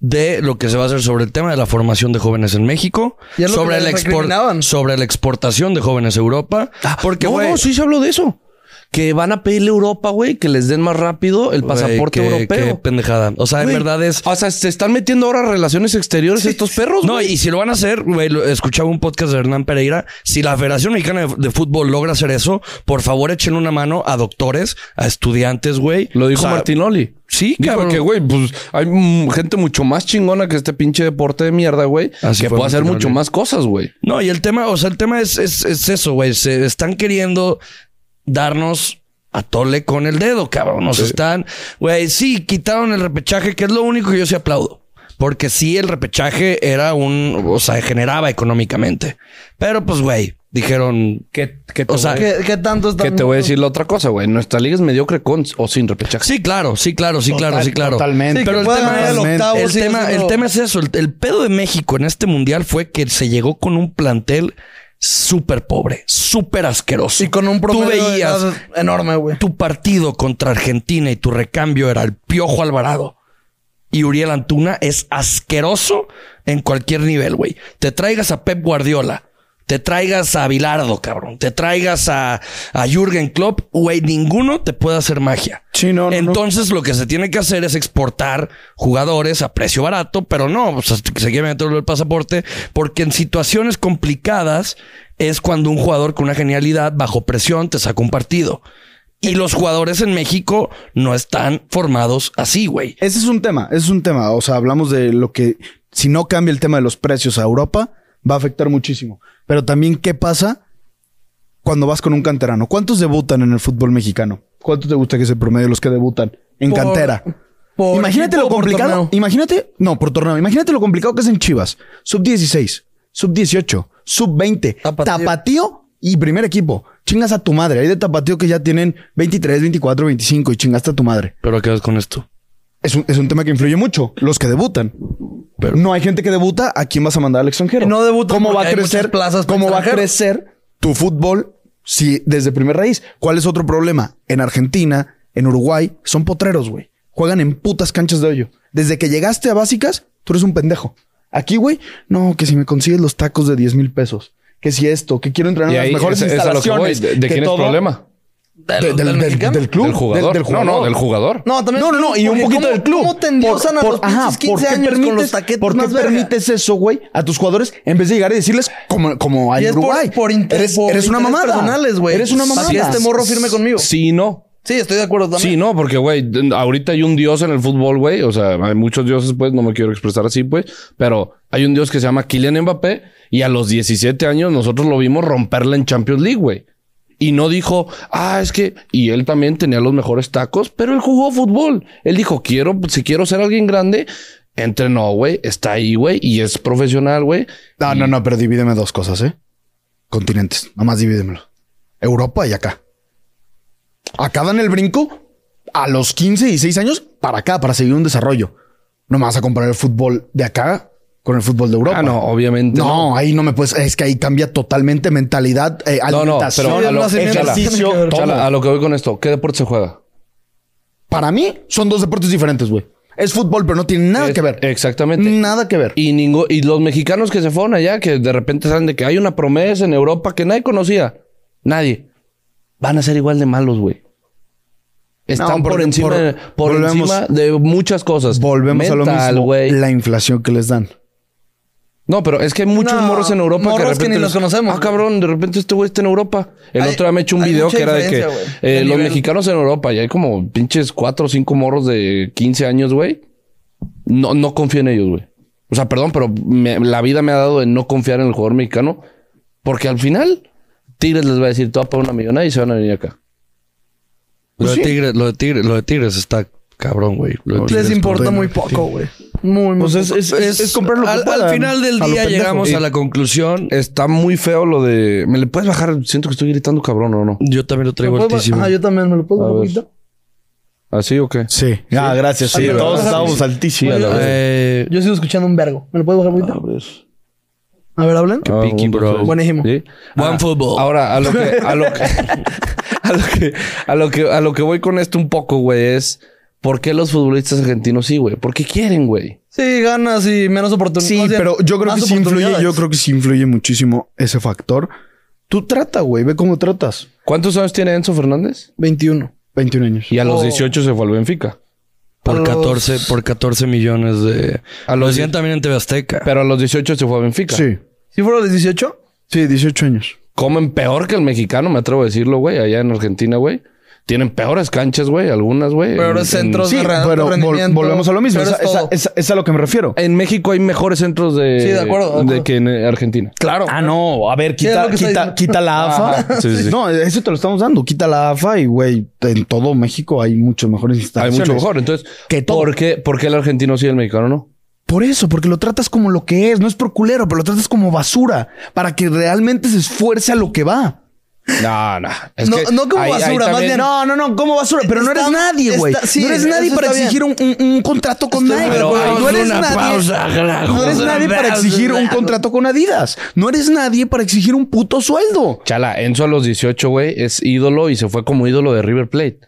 de lo que se va a hacer sobre el tema de la formación de jóvenes en México,
Y es lo
sobre
que
la
les
expor-
recriminaban.
sobre la exportación de jóvenes a Europa, porque
no,
güey,
no, sí se habló de eso. Que van a pedirle a Europa, güey, que les den más rápido el
güey,
pasaporte
qué- Qué
europeo.
pendejada. O sea, en
Güey,
verdad es
O sea, se están metiendo ahora relaciones exteriores estos perros,
No,
güey.
y si lo van a hacer, güey, lo- escuchaba un podcast de Hernán Pereira. Si la Federación Mexicana de, de Fútbol logra hacer eso, por favor echen una mano a doctores, a estudiantes, güey.
Lo dijo
O sea,
Martinoli.
Sí,
Dijo
cabrón.
que, güey, pues hay mm, gente mucho más chingona que este pinche deporte de mierda, güey.
Así
Que
fue
puede hacer
Martinoli.
mucho más cosas, güey.
No, y el tema, o sea, el tema es, es, es eso, güey. Se están queriendo darnos a tole con el dedo, cabrón. Nos están, güey, sí, quitaron el repechaje, que es lo único que yo sí aplaudo. Porque sí, el repechaje era un, o sea, generaba económicamente. Pero pues, güey, dijeron,
Que, te,
o sea,
voy,
¿Qué, qué tanto está?
que te voy a decir la otra cosa, güey. Nuestra liga es mediocre con o sin repechaje.
Sí, claro, sí, claro, sí, claro, sí, claro.
Totalmente.
Sí,
Pero
que
el
pueda
tema
ganar
es-
el
Totalmente.
octavo.
El
Ah, sigue
tema,
siendo-
el tema es eso. El, el pedo de México en este mundial fue que se llegó con un plantel súper pobre, súper asqueroso.
Y con un
Tú
promedio de
veías
edad enorme, güey.
tu partido contra Argentina y tu recambio era el Piojo Alvarado. Y Uriel Antuna es asqueroso en cualquier nivel, güey. Te traigas a Pep Guardiola, te traigas a Bilardo, cabrón, te traigas a, a Jürgen Klopp, güey, ninguno te puede hacer magia.
Sí, no, no, no.
Entonces lo que se tiene que hacer es exportar jugadores a precio barato, pero no, o sea, se quiere meter el pasaporte, porque en situaciones complicadas es cuando un jugador con una genialidad bajo presión te saca un partido. Y los jugadores en México no están formados así, güey.
Ese es un tema, ese es un tema. O sea, hablamos de lo que, si no cambia el tema de los precios a Europa, va a afectar muchísimo. Pero también, ¿qué pasa cuando vas con un canterano? ¿Cuántos debutan en el fútbol mexicano? ¿Cuánto te gusta que es el promedio de los que debutan en
Por-
cantera?
por
imagínate
equipo
lo
o por
complicado.
torneo.
Imagínate, no, por torneo. Imagínate lo complicado que es en Chivas. Sub 16, sub 18, sub 20,
Tapatío.
tapatío y primer equipo. Chingas a tu madre. Hay de tapatío que ya tienen 23, 24, 25 y chingaste a tu madre.
Pero ¿qué vas con esto?
Es un, es un tema que influye mucho. Los que debutan. Pero no hay gente que debuta. ¿A quién vas a mandar al extranjero?
Y no debutan
¿Cómo va
porque
a
hay
crecer?
muchas plazas para
¿Cómo va a
extranjeros?
crecer tu fútbol si desde primer raíz? ¿Cuál es otro problema? En Argentina, en Uruguay, son potreros, güey. Juegan en putas canchas de hoyo. Desde que llegaste a básicas, tú eres un pendejo. Aquí, güey, no, que si me consigues los tacos de 10 mil pesos. Que si esto, que quiero entrenar
Y
en las
ahí
mejores
es, es a lo que voy.
instalaciones.
¿De,
que
de quién es el
todo-
problema?
de- del, del-
mexicano?
del club.
del
del-
jugador.
del
No, no, del jugador.
No, también.
No, no, no, y un
porque
poquito
cómo-
del club.
¿Cómo te endiosan a los pinches 15
¿por qué
años
permites,
con los taquetes
¿Por qué
más verga?
permites eso, güey, a tus jugadores en vez de llegar y decirles como, como hay
Y es
en
por-
Uruguay?
por inter-
eres,
por
eres una
intereses
mamada.
personales, güey.
Eres una mamada.
Así este morro firme conmigo. Sí,
Sí, y no.
estoy de acuerdo también.
Sí, no, porque, güey, ahorita hay un dios en el fútbol, güey. O sea, hay muchos dioses, pues, no me quiero expresar así, pues. Pero hay un dios que se llama Kylian Mbappé y a los 17 años nosotros lo vimos romperla en Champions League, güey. Y no dijo, ah, es que... Y él también tenía los mejores tacos, pero él jugó fútbol. Él dijo, quiero, si quiero ser alguien grande, entrenó, güey, está ahí, güey, y es profesional, güey.
No, no, no, pero divídeme dos cosas, ¿eh? Continentes, nomás divídemelo. Europa y acá. Acá dan el brinco a los 15 y 6 años para acá, para seguir un desarrollo. No me vas a comparar el fútbol de acá con el fútbol de Europa.
Ah, no, obviamente
No, ahí no me puedes. Es que ahí cambia totalmente mentalidad, eh,
No, no,
alimentación,
pero a lo,
nacimiento
Chala,
tiene que ver.
todo.
Chala, a lo que voy con esto, ¿qué deporte se juega?
Para mí son dos deportes diferentes, güey. Es fútbol, pero no tiene nada
Es-
que ver.
exactamente.
Nada que ver.
Y, ningo- y los mexicanos que se fueron allá, que de repente saben de que hay una promesa en Europa que nadie conocía. Nadie. Van a ser igual de malos, güey. Están
No,
por
porque
encima,
por-
de- por
volvemos-
encima de muchas cosas.
Volvemos a lo
Mental,
mismo.
güey.
La inflación que les dan.
No, pero es que hay muchos
No,
morros en Europa que de
morros
repente
que ni los conocemos,
Ah,
güey.
cabrón, de repente este güey está en Europa. El
Hay-
otro día me he hecho un
hay
video
mucha
que era de que
diferencia, güey,
eh,
de
los
nivel.
mexicanos en Europa y hay como pinches cuatro o cinco morros de 15 años, güey. No, no confío en ellos, güey. O sea, perdón, pero me- la vida me ha dado de no confiar en el jugador mexicano porque al final Tigres les va a decir, tú vas a pagar una millonada y se van a venir acá.
Pues
Lo de Tigres, lo de Tigres, lo de Tigres está cabrón, güey. Lo de Tigres
Les importa
punto de
muy poco, güey. Muy, muy
Pues es-
poco.
Pues es- comprar lo que
al, al
puedan,
final del
a lo
día
pendejo.
llegamos
Y-
a la conclusión. eh,
Está muy feo lo de... ¿Me le puedes bajar? Siento que estoy gritando cabrón o no.
pues,
Yo también lo traigo
¿Me puedo-
altísimo.
Ah, yo también me lo puedo
A
un
ver.
poquito.
¿Así o qué?
Sí. Ah, gracias. Sí,
¿verdad?
todos
Sí,
estábamos
sí.
altísimos.
Oye,
Eh,
Yo sigo escuchando un vergo. ¿Me lo puedes bajar un poquito? A ver, hablan.
Ah, piqui,
un, dos,
bro.
tres.
Buenísimo. Ah,
¿Sí?
One football.
Ahora, a lo que, a lo que, [LAUGHS] a lo que, a lo que, a lo que voy con esto un poco, güey, es por qué los futbolistas argentinos sí, güey. Porque quieren, güey.
Sí, ganas y menos oportunidades.
Sí,
O sea,
pero yo creo
más
que sí influye,
oportunidades.
yo creo que sí influye muchísimo ese factor. Tú trata, güey, ve cómo tratas.
¿Cuántos años tiene Enzo Fernández?
21.
21 años.
Y a los
Oh.
18 se fue al Benfica.
Por
a los-
14, por 14 millones de.
A
lo
los-
decían también en TV Azteca.
Pero a los 18 se fue a Benfica.
Sí.
¿Sí fueron los 18?
Sí, 18 años.
Comen peor que el mexicano, me atrevo a decirlo, güey, allá en Argentina, güey. Tienen peores canchas, güey, algunas, güey.
Pero
En-
ahora es centro.
Sí,
de re-
pero vol-
rendimiento,
volvemos a lo mismo.
pero
Esa-
es
esa-
todo.
esa- Es a lo que me refiero.
En, en México hay mejores centros de,
Sí, de acuerdo, de acuerdo.
que en eh, Argentina.
Claro.
Ah, no. A ver,
Sí, es
quita,
lo que estoy
quita,
diciendo.
quita la AFA.
Ajá, sí, sí, sí.
No, eso te lo estamos dando. Quita la AFA y, güey, en todo México hay muchos mejores
Hay
instalaciones.
mucho mejor. Entonces,
Que todo.
¿por, qué, ¿por qué el argentino sí y el mexicano no?
Por eso, porque lo tratas como lo que es. No es por culero, pero lo tratas como basura. Para que realmente se esfuerce a lo que va.
No, no. Es
No-
que
no como
ahí- ahí
basura, más
también-
bien-
No, no, no, como basura. Pero no eres
Está-
nadie, güey.
está- sí,
no eres nadie
eso
para
está
exigir un, un- un contrato con
Estoy de
nadie.
Pero
güey.
haz
No eres
una
nadie.
pausa, carajo.
No eres nadie para exigir un contrato con Adidas. No eres nadie para exigir un puto sueldo.
Chala, Enzo a los 18, güey, es ídolo y se fue como ídolo de River Plate.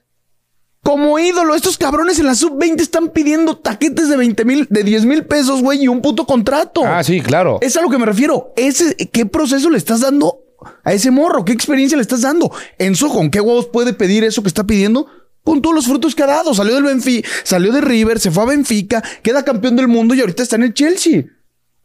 Como ídolo, estos cabrones en la sub-20 están pidiendo taquetes de 20 mil, de 10 mil pesos, güey, y un puto contrato.
Ah, sí, claro.
Es a lo que me refiero. Ese, ¿Qué proceso le estás dando a ese morro? ¿Qué experiencia le estás dando? Enzo, ¿con qué huevos puede pedir eso que está pidiendo? Con todos los frutos que ha dado. Salió del Benfica, salió de River, se fue a Benfica, queda campeón del mundo y ahorita está en el Chelsea.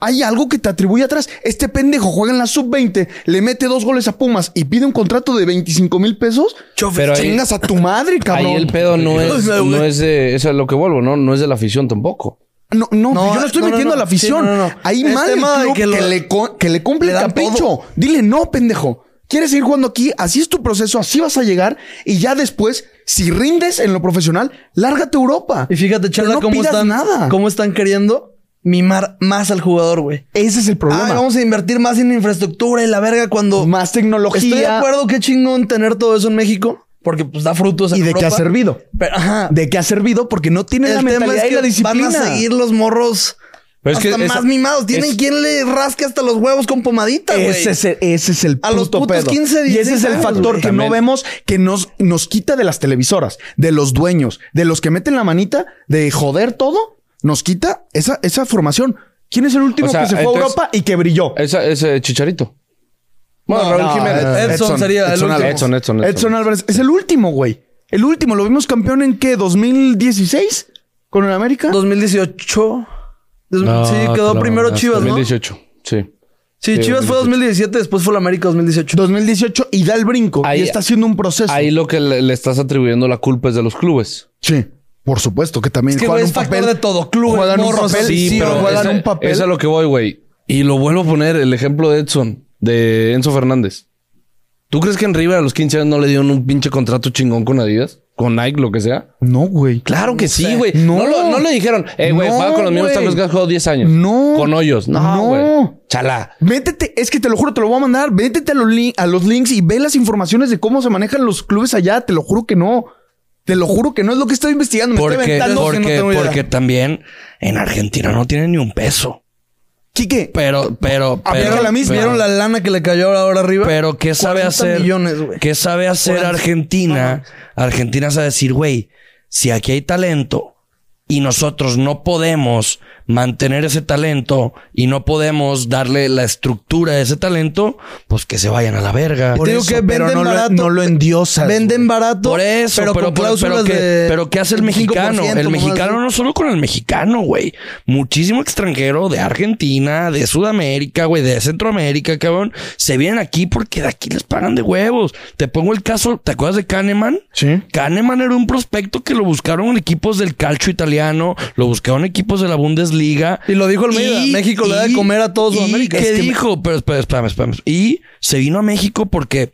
Hay algo que te atribuye atrás. Este pendejo juega en la sub-20, le mete dos goles a Pumas y pide un contrato de 25 mil pesos.
Pero ahí-
Chingas a tu madre, cabrón.
Ahí el pedo no es, no es de... Eso es lo que vuelvo, ¿no? No es de la afición tampoco.
No, no,
No,
yo no estoy
no, no,
metiendo
no.
a la afición.
Sí, no, no, no.
Hay
Es
mal el
tema de
club que,
que lo-
le, co- que le cumple
le
el
dan
capricho.
todo.
Dile, no, pendejo. Quieres seguir jugando aquí, así es tu proceso, así vas a llegar. Y ya después, si rindes en lo profesional, lárgate a Europa.
Y fíjate,
Pero
Charla,
no
cómo
pidas
están.
nada.
Cómo están queriendo mimar más al jugador, güey.
Ese es el problema.
Ah, vamos a invertir más en infraestructura y la verga cuando.
Más tecnología.
Estoy de acuerdo, qué chingón tener todo eso en México. Porque pues da frutos. en
¿Y de qué
Europa.
ha servido?
Pero, ajá.
¿De qué ha servido? Porque no tiene la mentalidad y la disciplina.
van a seguir los morros
Pero es que
hasta
esa-
más mimados. Tienen
es-
quien le rasque hasta los huevos con pomadita, güey.
Ese es, el, ese es el
A los
puto
putos
pedo.
15,
y ese es el
16
factor
años,
que
güey.
no vemos que nos, nos quita de las televisoras, de los dueños, de los que meten la manita, de joder todo, nos quita esa, esa formación. ¿Quién es el último
O sea,
que se fue
entonces-
a Europa y que brilló?
Esa, ese Chicharito. Bueno,
No,
Raúl
no,
Jiménez.
Edson sería el último.
Álvarez.
Edson, Edson, Edson.
Álvarez. Es el último, güey. El último. ¿Lo vimos campeón en qué? ¿2016? ¿Con el América?
2018. Dos-
No,
sí,
te
quedó
la
primero
mandaste.
Chivas, ¿no?
2018, sí.
Sí,
Sí,
Chivas fue
2018.
2017, después fue la América 2018.
2018 y da el brinco.
Ahí-
y está haciendo un proceso.
Ahí lo que le, le estás atribuyendo la culpa es de los clubes.
Sí, por supuesto que también
Es que, güey, es factor de todo. Clubes,
juegan un
morros,
papel,
sí,
pero
pero
juegan
ese-
un papel.
Es a lo que voy, güey. Y lo vuelvo a poner el ejemplo de Edson, de Enzo Fernández. ¿Tú crees que en River a los 15 años no le dieron un pinche contrato chingón con Adidas? Con Nike, lo que sea.
No, güey.
Claro que sí,
sé.
güey.
No.
No. lo- no le dijeron, eh, güey,
No,
juega con los mismos
güey.
tacos que has jugado 10 años.
No.
Con hoyos. No,
No.
güey. Chala.
Métete, es que te lo juro, te lo voy a mandar. Métete a los, lin- a los links y ve las informaciones de cómo se manejan los clubes allá. Te lo juro que no. Te lo juro que no es lo que estoy investigando. Me estoy
Porque,
aventando que no
porque,
tengo idea.
porque también en Argentina no tienen ni un peso.
Quique,
Pero, pero,
A
pero.
ver, Ah, la misma.
pero-
¿Vieron la lana que le cayó ahora arriba?
Pero ¿qué sabe
40
hacer?
millones, güey.
¿Qué sabe hacer
40.
Argentina? Argentina sabe decir, güey, si aquí hay talento y nosotros no podemos mantener ese talento y no podemos darle la estructura a ese talento, pues que se vayan a la verga.
por
digo
eso,
que
pero
venden
no,
barato.
Lo, no lo endiosas.
Venden barato.
Por eso, pero,
con
pero, pero,
cláusulas
que-
de
pero ¿qué hace el mexicano?
25%,
El
mamás,
mexicano
güey.
no solo con el mexicano, güey. Muchísimo extranjero de Argentina, de Sudamérica, güey, de Centroamérica, cabrón. Se vienen aquí porque de aquí les pagan de huevos. Te pongo el caso, ¿te acuerdas de Kahneman?
Sí.
Kahneman era un prospecto que lo buscaron equipos del calcio italiano, lo buscaron equipos de la Bundesliga.
Y lo dijo Almeida, México le da de comer a todos
y
Sudamérica.
¿Qué
Es que-
dijo? Pero espérame, espérame, espérame. Y se vino a México porque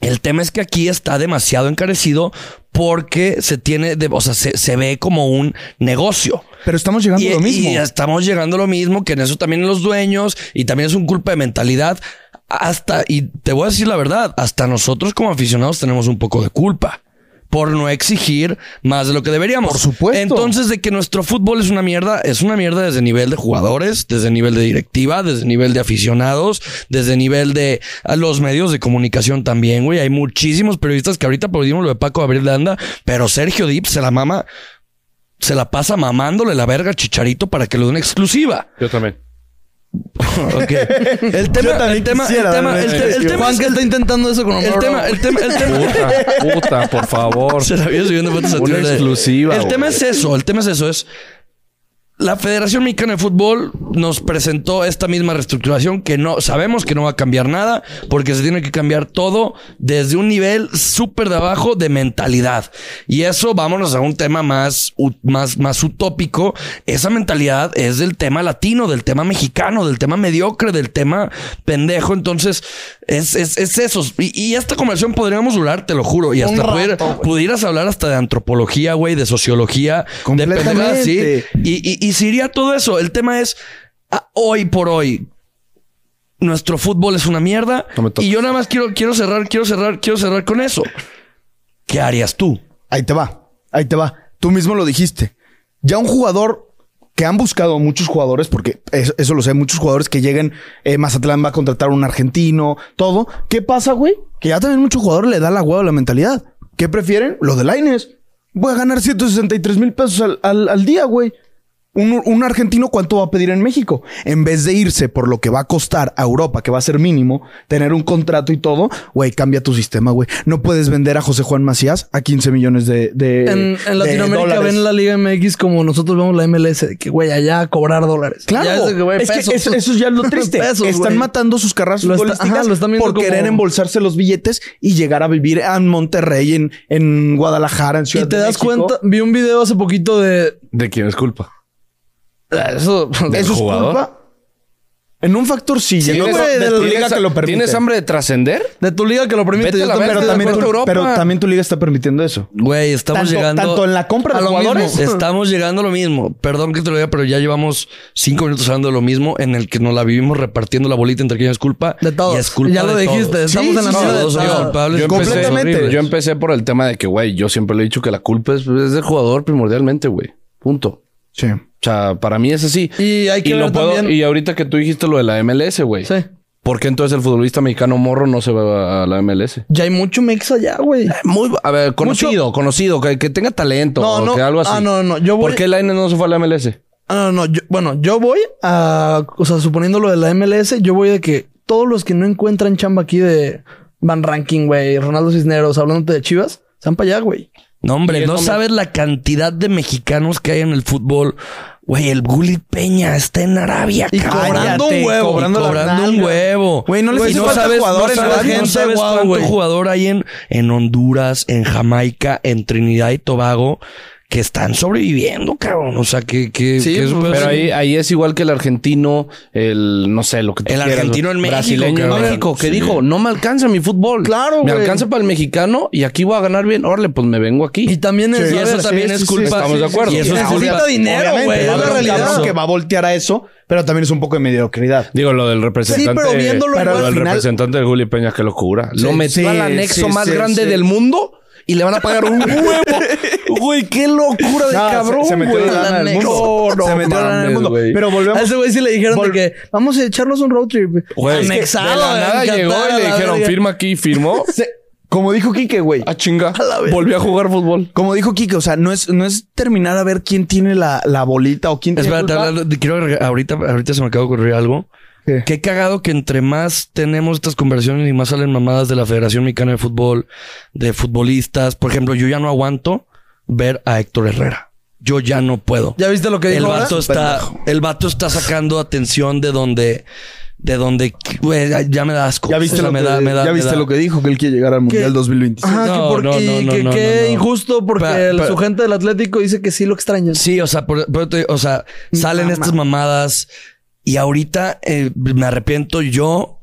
el tema es que aquí está demasiado encarecido porque se tiene, de, o sea, se, se ve como un negocio.
Pero estamos llegando
Y,
a lo mismo.
y estamos llegando a lo mismo, que en eso también los dueños y también es un culpa de mentalidad. Hasta, y te voy a decir la verdad, hasta nosotros como aficionados tenemos un poco de culpa. por no exigir más de lo que deberíamos.
Por supuesto.
Entonces, de que nuestro fútbol es una mierda, es una mierda desde nivel de jugadores, desde nivel de directiva, desde nivel de aficionados, desde nivel de a los medios de comunicación también, güey. Hay muchísimos periodistas que ahorita perdimos lo de Paco Abril de Anda, pero Sergio Dip se la mama, se la pasa mamándole la verga a Chicharito para que lo den exclusiva. [LAUGHS]
Yo también.
Ok. El tema, el tema, el
quisiera
tema, el
darme
te- el tema,
Juan
es
que
que-
está intentando eso con
el
Omar
tema, el tema, el tema.
Puta, puta, por favor.
[LAUGHS] Se la vio subiendo fotos a
Una
Twitter.
exclusiva,
El
güey.
tema es eso, el tema es eso, es... La Federación Mexicana de Fútbol nos presentó esta misma reestructuración que no sabemos que no va a cambiar nada porque se tiene que cambiar todo desde un nivel súper de abajo de mentalidad. Y eso vámonos a un tema más, u- más, más utópico. Esa mentalidad es del tema latino, del tema mexicano, del tema mediocre, del tema pendejo. Entonces es, es, es eso. Y, y esta conversación podríamos durar, te lo juro. Y
Un
hasta
rato,
poder-
güey.
pudieras hablar hasta de antropología, güey, de sociología, de pendejadas así.
Completamente.
Y, y, y se iría todo eso. El tema es, ah, hoy por hoy, nuestro fútbol es una mierda.
No me toques.
y yo nada más quiero, quiero cerrar, quiero cerrar, quiero cerrar con eso. ¿Qué harías tú?
Ahí te va, ahí te va. Tú mismo lo dijiste. Ya un jugador que han buscado muchos jugadores, porque eso, eso lo sé, muchos jugadores que lleguen, eh, Mazatlán va a contratar un argentino, todo. ¿Qué pasa, güey? Que ya también muchos jugadores le da la hueva a la mentalidad. ¿Qué prefieren? Lo de Laines. Voy a ganar 163 mil pesos al, al- al día, güey. Un, un argentino, ¿cuánto va a pedir en México? En vez de irse por lo que va a costar a Europa, que va a ser mínimo, tener un contrato y todo, güey, cambia tu sistema, güey. No puedes vender a José Juan Macías a 15 millones de. de-
En, en
de
Latinoamérica
dólares.
ven la Liga MX como nosotros vemos la MLS, de que güey, allá a cobrar dólares. Ya
Claro,
es de que, güey,
es
pesos.
que eso, eso ya es lo triste.
[LAUGHS] Pesos,
están
güey.
matando sus carreras
Lo está-
futbolísticas
ajá, lo están viendo
por
como-
querer embolsarse los billetes y llegar a vivir en Monterrey, en, en Guadalajara, en Ciudad
Y te
de
das
México.
cuenta, vi un video hace poquito de
¿De quién es culpa?
eso.
Eso es
jugador?
culpa. En un factor sí, y en
¿Tienes-
otro de tu liga que lo permite.
¿Tienes hambre de trascender?
De tu liga que lo permite.
Vete a la
Pero
Vete
también,
de
tu,
Europa.
pero también tu liga está permitiendo eso.
[LAUGHS] Güey, estamos
Tanto-
llegando.
tanto en la compra de
a lo
[LAUGHS]
jugadores.
mismo. Estamos llegando a lo mismo. Perdón que te lo diga, pero ya llevamos cinco minutos hablando de lo mismo en el que nos la vivimos repartiendo la bolita entre quien es culpa.
De todos.
Y es culpa
Ya lo
de
dijiste,
todos.
estamos en la mierda de
todos somos
todos.
culpables.
Yo empecé,
Completamente.
horrible. yo empecé por el tema de que, güey, yo siempre le he dicho que la culpa es, es del jugador primordialmente, güey. Punto.
Sí.
O sea, para mí es así.
Y hay que
lo
ver también-
Y ahorita que tú dijiste lo de la MLS, güey.
Sí.
¿Por qué entonces el futbolista mexicano morro no se va a la MLS?
Ya hay mucho mex allá, güey.
Muy, a ver,
Mucho-
conocido, conocido, que, que tenga talento
No,
o
no.
que algo así.
Ah, no, no, yo voy-
¿Por qué Lainez no se fue a la MLS?
Ah, no, no. Yo, bueno, yo voy a. O sea, suponiendo lo de la MLS, yo voy de que todos los que no encuentran chamba aquí de Van Ranking, güey, Ronaldo Cisneros, hablándote de Chivas, están para allá, güey.
No,
Y
hombre,
es
no
hombre.
sabes la cantidad de mexicanos que hay en el fútbol. Güey, el Gullit Peña está en Arabia.
Y
cabrón.
cobrando un huevo.
Y Cobrando,
Cobrando las
un
nalgas.
huevo.
Güey, no les
y
hizo
no
falta
sabes,
jugador
no
en
sabes,
Arabia,
no
en
sabes
Taiwán,
cuánto
güey.
jugador hay en, en Honduras, en Jamaica, en Trinidad y Tobago que están sobreviviendo, cabrón. O sea, que... que,
Sí,
que es-
pues,
Pero ahí, ahí es igual que el argentino, el no sé, lo que tú
El
quieras,
argentino
güey.
en México,
Brasileño en
cabrón.
México, que
Sí.
dijo, no me alcanza mi fútbol.
Claro,
Me
güey.
alcanza para el mexicano y aquí voy a ganar bien. Órale, pues me vengo aquí.
Y también es.
Y
a
eso
ver,
también
sí,
es
sí,
culpa.
sí, sí,
Estamos de
sí,
acuerdo.
sí,
Y eso es
necesita
culpa.
dinero, güey.
Obviamente,
Es
va a
la
haber un
realidad.
cabrón que va a voltear a eso, pero también es un poco de mediocridad.
Digo, lo del representante.
Sí, pero viéndolo
lo
igual
del
al final-
representante de Juli Peña, qué locura. lo
Sí,
metió
sí,
al
sí,
anexo más
sí,
grande
sí.
del mundo y le van a pagar un huevo. Güey, qué locura de
No, se-
cabrón.
se metió
güey.
la lana del
No,
mundo.
no
Se metió la lana del
mames,
mundo.
güey.
Pero volvemos-
A ese güey sí le dijeron de que vamos a echarnos un road trip.
Güey,
Anexado.
de la
en
nada
Qatar,
llegó y
a
le
la
dijeron,
verga.
firma aquí, firmó.
Se- como dijo Quique, güey.
[LAUGHS] A chinga.
la verga.
Volvió a jugar fútbol.
Como dijo Quique, o sea, no es, no es terminar a ver quién tiene la, la bolita o quién tiene
Espérate,
culpa.
hablando- quiero agregar- ahorita, ahorita se me acaba de ocurrir algo.
¿Qué?
Qué cagado que entre más tenemos estas conversaciones y más salen mamadas de la Federación Mexicana de Fútbol, de futbolistas. Por ejemplo, yo ya no aguanto ver a Héctor Herrera. Yo ya no puedo.
¿Ya viste lo que
el
dijo? ahora?
vato está, el vato está sacando atención de donde, de donde, güey, ya me da asco.
Ya viste,
O sea,
lo,
me
que,
da- me da-
ya
me
viste
da-
lo que dijo, que él quiere llegar al Mundial 2026.
Ajá,
No,
que por,
no,
y
no, no,
que
no,
qué
no.
injusto porque
Pa-
el-
pa-
su gente del Atlético dice que sí lo extraña.
Sí, o sea, por- por- te- o sea, salen
Mamá.
estas mamadas y ahorita eh, me arrepiento yo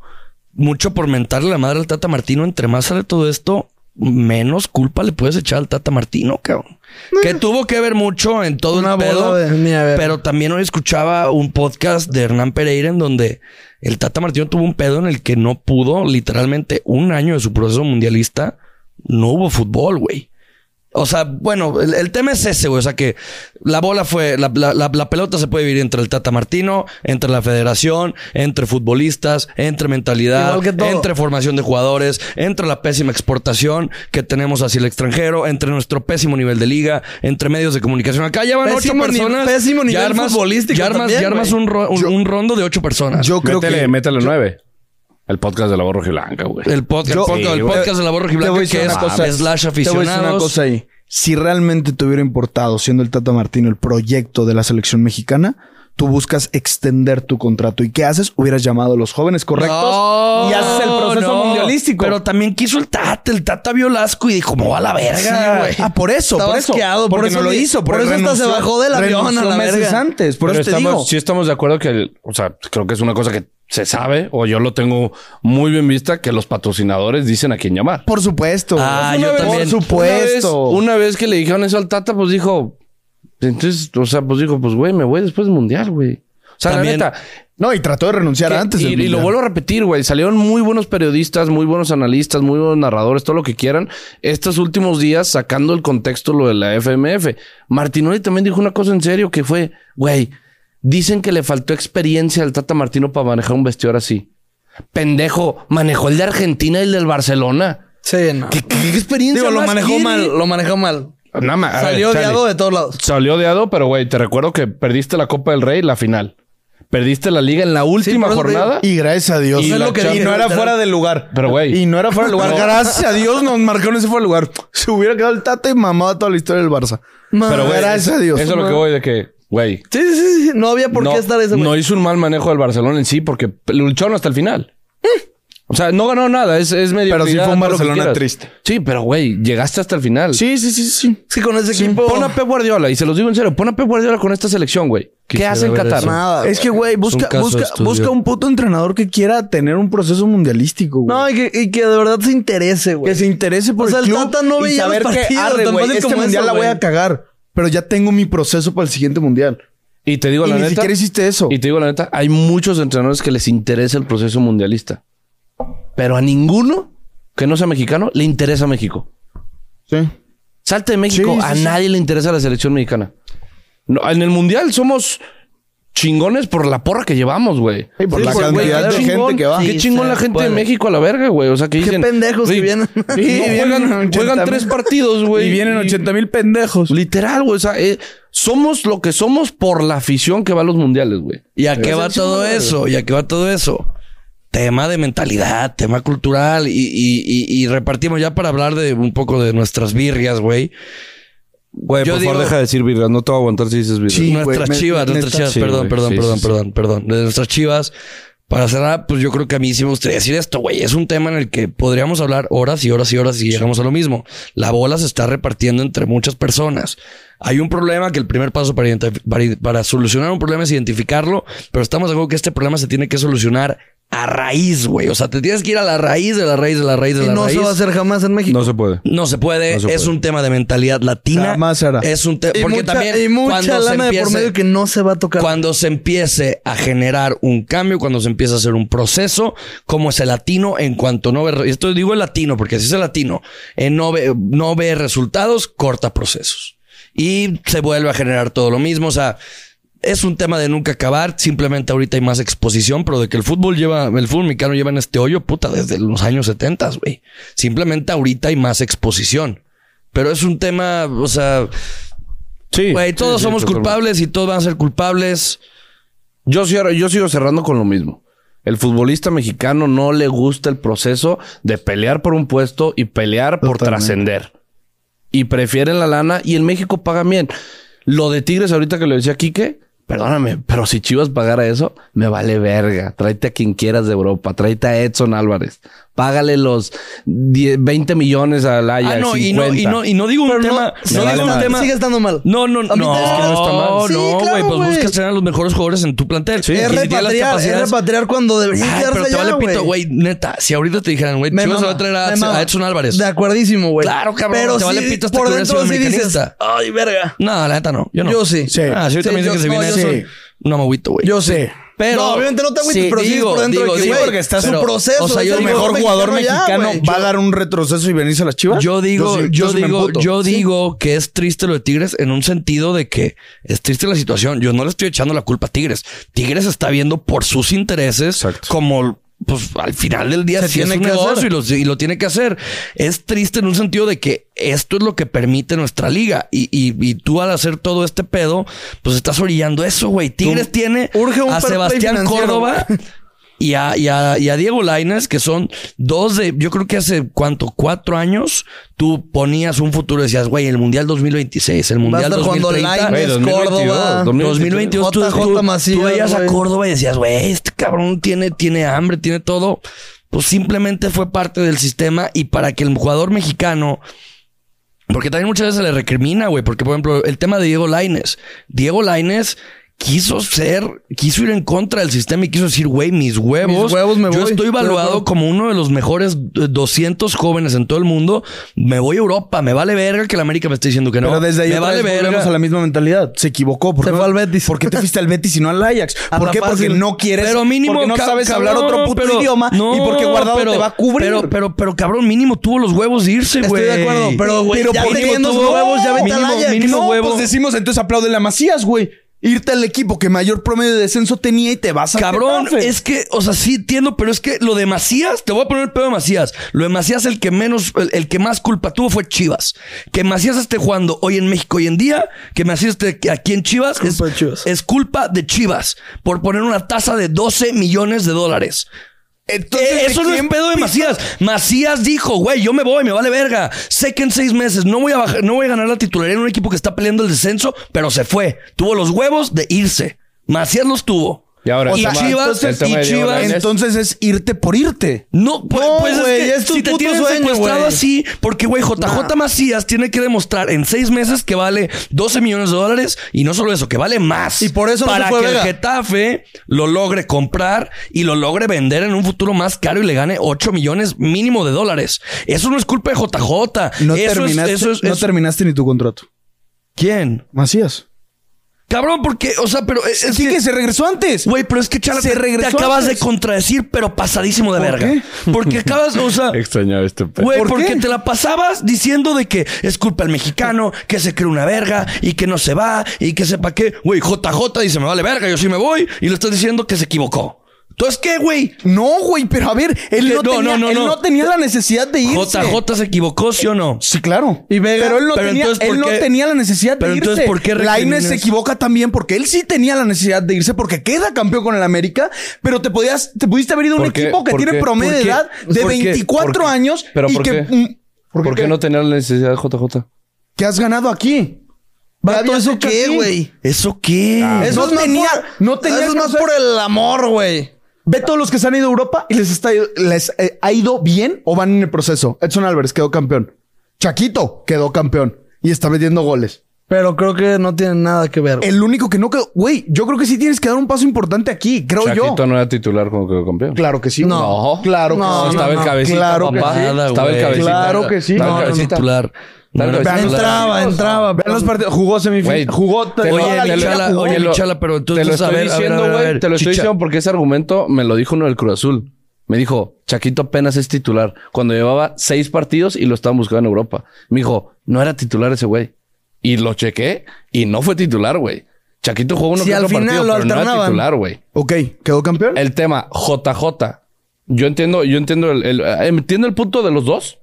mucho por mentarle la madre al Tata Martino. Entre más sale todo esto, menos culpa le puedes echar al Tata Martino, cabrón. Que tuvo que ver mucho en todo
Una
el
bola
pedo.
de nieve.
Pero también hoy escuchaba un podcast de Hernán Pereira en donde el Tata Martino tuvo un pedo en el que no pudo, literalmente un año de su proceso mundialista, no hubo fútbol, güey. O sea, bueno, el, el tema es ese, güey. O sea, que la bola fue. La, la- la- la pelota se puede dividir entre el Tata Martino, entre la federación, entre futbolistas, entre mentalidad,
Igual que todo.
entre formación de jugadores, entre la pésima exportación que tenemos hacia el extranjero, entre nuestro pésimo nivel de liga, entre medios de comunicación. Acá llevan ocho
Pésimo ni-
personas.
pésimo nivel
ya armas,
futbolístico
Ya armas,
también,
ya armas
güey.
un, ro- un-
Yo-
un rondo de ocho personas.
Yo creo
métele,
que.
métele nueve. El podcast de la borra blanca, güey.
el podcast,
Yo-
el podcast-
Sí,
el
güey.
podcast de la borra
Te voy a
blanca
decir
que es
una cosa.
slash
Te voy a decir
aficionados.
una cosa ahí. Si realmente te hubiera importado, siendo el Tata Martino, el proyecto de la selección mexicana, tú buscas extender tu contrato. ¿Y qué haces? Hubieras llamado a los jóvenes correctos
No,
y haces el proceso
no.
mundialístico.
Pero también quiso el Tata. El Tata vio el asco y dijo, me voy a la verga, güey.
ah, por eso,
Estaba
por eso.
asqueado, por
porque
eso
no lo
ni-
hizo.
por
porque
eso hasta se
renunció-
bajó del avión a
renunció
la
meses
verga.
antes. Por
Pero
eso te
estamos,
digo.
sí estamos de acuerdo que, el- o sea, creo que es una cosa que se sabe, o yo lo tengo muy bien vista, que los patrocinadores dicen a quién llamar.
Por supuesto.
Ah, yo también.
Por supuesto.
Una vez, una vez que le dijeron eso al Tata, pues dijo, entonces, o sea, pues dijo, pues güey, me voy después del mundial, güey. O sea,
También-
la neta,
No, y trató de renunciar
que-
antes.
y,
del
y lo
Mundial.
vuelvo a repetir, güey. Salieron muy buenos periodistas, muy buenos analistas, muy buenos narradores, todo lo que quieran. Estos últimos días, sacando el contexto lo de la FMF, Martinoli también dijo una cosa en serio que fue, güey, dicen que le faltó experiencia al Tata Martino para manejar un vestidor así. Pendejo, manejó el de Argentina y el del Barcelona.
Sí, no.
¿Qué, qué experiencia?
Digo, lo
más
manejó
quiere?
mal, lo manejó mal.
Nada más, a
Salió
ver, chale.
odiado de todos lados.
Salió odiado, pero güey, te recuerdo que perdiste la Copa del Rey, la final. Perdiste la liga en la última
por eso te digo.
jornada.
Y gracias a Dios.
Y
Y,
Eso es la lo que
Champions- dije,
no era
literal.
fuera del lugar.
Pero, güey.
Y no era fuera del lugar.
No.
Gracias a Dios nos marcaron ese fuera del lugar. Se hubiera quedado el Tata y mamado toda la historia del Barça.
Pero, güey,
gracias a Dios.
Eso es lo que voy de que, güey.
Sí, sí, sí, sí. No había por
no,
qué estar ese güey.
no hizo un mal manejo del Barcelona en sí porque lucharon hasta el final.
Mm.
O sea, no ganó nada, es, es medio.
Pero sí fue un Barcelona triste.
Sí, pero güey, llegaste hasta el final.
Sí, sí, sí, sí.
Es que con ese equipo.
Pon a Pep Guardiola, y se los digo en serio, pon a Pep Guardiola con esta selección, güey. ¿Qué
Quisiera
hace en
ver
Qatar?
eso.
Nada.
Es que, güey, busca,
caso de
busca,
estudio.
busca un puto entrenador que quiera tener un proceso mundialístico, güey.
No, y que, y que de verdad se interese, güey.
que se interese por
O sea,
el
el
club
Tata no
y
veía
saber
los
que
partidos,
arre,
tan
güey,
fácil
este
como
mundial
eso,
la voy
güey.
a cagar, pero ya tengo mi proceso para el siguiente mundial.
Y te digo
Y
la
ni
neta.
siquiera hiciste eso.
Y te digo la neta, hay muchos entrenadores que les interesa el proceso mundialista. Pero a ninguno que no sea mexicano le interesa México.
Sí.
Salte de México.
Sí, sí,
a
sí.
nadie le interesa la selección mexicana. No, en el mundial somos chingones por la porra que llevamos, güey.
Y por
Sí,
la
güey,
cantidad
qué
de gente que va.
Qué
Sí,
chingón
se
la gente
puede.
de México a la verga, güey. O sea, que dicen.
pendejos que
"Güey,
vienen".
[LAUGHS] no,
Sí,
vienen
juegan,
80,000.
juegan tres partidos, güey.
Y vienen 80 mil pendejos.
Literal, güey. O sea, eh, somos lo que somos por la afición que va a los mundiales, güey.
¿Y a qué va todo eso? ¿Y a qué va todo eso? Tema de mentalidad, tema cultural y, y- y- y repartimos ya para hablar de un poco de nuestras birrias, güey.
Güey,
Yo por favor, digo- deja
de decir virgas. No te voy a aguantar si dices virgas.
Sí,
nuestras
güey, me-
chivas,
me
nuestras
está-
chivas,
Sí,
perdón,
güey,
perdón,
sí,
perdón,
sí, sí.
perdón, perdón. De nuestras chivas. Para cerrar, pues yo creo que a mí sí me gustaría decir esto, güey. Es un tema en el que podríamos hablar horas y horas y horas y llegamos a lo mismo. La bola se está repartiendo entre muchas personas. Hay un problema que el primer paso para, identif- para, i- para solucionar un problema es identificarlo, pero estamos de acuerdo que este problema se tiene que solucionar a raíz, güey. O sea, te tienes que ir a la raíz de la raíz de la raíz de
y
la
no
raíz.
se va a hacer jamás en México.
No se puede.
No se puede,
No se
es
puede.
un tema de mentalidad latina.
Jamás será.
Es un tema
Y
porque
mucha,
también
y mucha
cuando se
lana de por
empiece-
medio que no se va a tocar.
cuando se empiece a generar un cambio, cuando se empiece a hacer un proceso, como es el latino en cuanto no ve, y esto digo el latino porque si es el latino, en no ve, no ve resultados, corta procesos y se vuelve a generar todo lo mismo, o sea, es un tema de nunca acabar, simplemente ahorita hay más exposición, pero de que el fútbol lleva, el fútbol mexicano lleva en este hoyo, puta, desde los años 70, güey. Simplemente ahorita hay más exposición. Pero es un tema, o sea,
Sí.
güey, todos
Sí, sí,
somos
totalmente.
culpables y todos van a ser culpables.
Yo, cierro- yo sigo cerrando con lo mismo. El futbolista mexicano no le gusta el proceso de pelear por un puesto y pelear por
Totalmente.
trascender. Y prefieren la lana y en México pagan bien. Lo de Tigres ahorita que lo decía Quique, perdóname, pero si Chivas pagara eso, me vale verga. Tráete a quien quieras de Europa, tráete a Edson Álvarez. Págale los 10, 20 millones al Ajax.
Ah, no, y no, y no, y no digo un
Pero no,
tema.
sigue,
No, digo
estando,
un tema.
sigue estando mal.
No, no, no.
A mí
No,
también.
no,
Sí,
güey.
claro,
pues
güey.
buscas tener a los mejores jugadores en tu plantel. Y
es
si tienes las
repatriar, es
capacidades-
repatriar cuando debería
Ay,
quedarse
pero te
allá,
vale pito,
güey.
güey. Neta, si ahorita te dijeran, güey,
Me
Chivas se va
mama,
a traer
me
a,
mama.
a Edson Álvarez.
De acuerdísimo, güey.
Claro, cabrón,
Pero
te vale
sí,
pito hasta
por
que hubiera
dentro
sido
sí dices,
americanista.
ay, verga.
No, la neta no. Yo no.
Yo sí.
Sí.
Ah, sí, yo
Sí,
también
yo-
dije que se
no,
viene
yo
Edson.
sí.
No me agüito, güey.
Yo
Sí.
sé.
Pero.
No, obviamente no te agüites, pero sigues por dentro de que, güey, porque estás
pero,
un proceso,
O sea,
es
yo
el
el
digo-
mejor
mejor
jugador
mexicano ya,
mexicano
güey.
va a
Yo-
dar un retroceso y venirse a las chivas.
Yo digo,
sí-
yo,
sí me
digo,
emputo.
yo digo que es triste lo de Tigres en un sentido de que es triste la situación. Yo no le estoy echando la culpa a Tigres. Tigres está viendo por sus intereses
Exacto.
como pues al final del día
Se
sí es
tiene
un
que hacer.
negocio y lo, y lo tiene que hacer. Es triste en un sentido de que esto es lo que permite nuestra liga. Y, y- y tú al hacer todo este pedo, pues estás orillando eso, güey. Tigres tiene
urge un
a
fair play
Sebastián
financiero,
Córdoba y a, y a- y a Diego Laines, que son dos de, yo creo que hace cuánto, cuatro años, tú ponías un futuro y decías, güey, el Mundial 2026, el Mundial
estar jugando
2030.
Lainez,
Güey, dos-
Córdoba,
2022.
2022 tú,
JJ
tú- tú
Macías,
veías a
güey.
Córdoba y decías, güey, este cabrón tiene, tiene hambre, tiene todo. Pues simplemente fue parte del sistema y para que el jugador mexicano porque también muchas veces se le recrimina, güey. Porque, por ejemplo, el tema de Diego Laines. Diego Laines quiso ser, quiso ir en contra del sistema y quiso decir, güey, mis huevos.
Mis huevos, me
yo
voy.
estoy
Pero,
evaluado
pero-
como uno de los mejores eh, 200 jóvenes en todo el mundo. Me voy a Europa. Me vale verga que la América me esté diciendo que no.
Pero desde ahí
me
otra
vale
vez volvemos a la misma mentalidad. Se equivocó. ¿Por
Se
qué
fue
no-
al Betis.
¿Por qué te fuiste al Betis y no al Ajax?
A
¿Por
la
qué? Porque
fácil.
no quieres.
Pero mínimo
porque no
ca-
sabes hablar
cabrón,
otro puto
pero-
idioma
no,
y porque guardado te va a cubrir.
Pero, pero, pero cabrón, mínimo tuvo los huevos de irse,
Estoy
güey.
de acuerdo, pero, güey,
Pero
ya
por
teniendo
mínimo-
los huevos, ya vete al
mínimo-
Ajax.
mínimo
no,
huevo.
pues decimos, entonces aplaude la Macías, güey. Irte al equipo que mayor promedio de descenso tenía y te vas a
Cabrón, es que, o sea, sí entiendo, pero es que lo de Macías, te voy a poner el pedo de Macías. Lo de Macías, el que menos, el, el que más culpa tuvo fue Chivas. Que Macías esté jugando hoy en México hoy en día, que Macías esté aquí en Chivas, es,
Culpa de Chivas.
es culpa de Chivas por poner una tasa de 12 millones de dólares. Eh, eso no es pedo de Macías. Macías dijo, güey, yo me voy, me vale verga. Sé que en seis meses no voy a bajar, no voy a ganar la titularidad en un equipo que está peleando el descenso, pero se fue. Tuvo los huevos de irse. Macías los tuvo.
Y ahora,
y
el tema-
Chivas,
el tema
y
de Diego
Chivas.
Lainez.
Entonces es irte por irte.
No, pues,
No,
pues
güey,
es que
es tu
si te
puto
tienen
sueño,
secuestrado
güey.
así, porque güey, JJ Macías tiene que demostrar en seis meses que vale 12 millones de dólares y no solo eso, que vale más.
Y por eso no
para
se fue
que
Vega.
el Getafe lo logre comprar y lo logre vender en un futuro más caro y le gane 8 millones mínimo de dólares. Eso no es culpa de JJ.
No,
eso es-
terminaste,
eso es-
no
eso-
terminaste ni tu contrato.
¿Quién?
Macías.
Cabrón, porque, o sea, pero es, es
Sí
que-
que se regresó antes.
Güey, pero es que Chala,
Se
te- te
regresó
acabas
antes.
de contradecir, pero pasadísimo de verga.
[LAUGHS]
Porque acabas, o sea,
Extrañaba este pedo.
Güey,
¿Por
porque
qué?
te la pasabas diciendo de que es culpa del mexicano, que se cree una verga y que no se va y que sepa qué. Güey, JJ dice, me vale verga, yo sí me voy. Y le estás diciendo que se equivocó. Entonces, ¿qué, güey?
No, güey, pero a ver, él
Que-
no,
no,
tenía,
no, no,
él
no.
no tenía la necesidad de irse.
JJ se equivocó, ¿sí o no?
Sí, claro.
Y Vega-
pero él no,
pero
tenía,
entonces, ¿por
él no
qué-
tenía la necesidad de
pero
irse.
entonces, ¿por qué
Lainez
recriminas?
se equivoca también porque él sí tenía la necesidad de irse porque queda campeón con el América, pero te podías, te pudiste haber ido a un
¿Por qué?
equipo que
¿Por
tiene
qué?
promedio de
¿Por qué?
edad de
¿Por qué?
24
¿Por qué?
años
¿Pero
y
por
que
qué?
mm,
¿Por, qué, no tenía la necesidad de JJ?
que has ganado aquí.
Vato,
habías
¿eso
hecho
qué,
aquí?
güey?
¿Eso qué?
No
Eso es más
tenía-
por-
no tenía
eso es
que
más
hacer-
por el amor, güey.
Ve todos los que se han ido a Europa y les, está, les eh, ha ido bien o van en el proceso. Edson Álvarez quedó campeón. Chaquito quedó campeón y está metiendo goles.
Pero creo que no tiene nada que ver.
El único que no quedó, güey, yo creo que sí tienes que dar un paso importante aquí, creo
Chaquito
yo.
no era titular cuando quedó campeón.
Claro que sí.
No.
güey. Claro que
No,
sí.
estaba el cabecita,
Claro que sí.
Papada,
Estaba el
güey.
cabecita.
Claro que sí.
Estaba
No,
el
no, no.
cabecita.
titular. No
Claro,
era
vean
titular.
entraba, entraba.
Vean los partidos. Jugó
Güey,
semifinal. Jugó.
te lo-
Oye,
te lo-
Michala,
te lo-
oye, Michala, pero entonces,
te lo
a
estoy
ver, a ver,
diciendo,
a ver, a
güey,
ver,
Te lo estoy
chicha.
diciendo porque ese argumento me lo dijo uno del Cruz Azul. Me dijo, Chaquito apenas es titular. Cuando llevaba seis partidos y lo estaban buscando en Europa. Me dijo, no era titular ese güey. Y lo chequé y no fue titular, güey. Chaquito jugó uno
Si
que
al
otro
final
partido,
lo
pero no era
alternaban.
titular, güey.
Ok, quedó campeón.
El tema JJ. Yo entiendo, yo entiendo el, el- eh, entiendo el punto de los dos.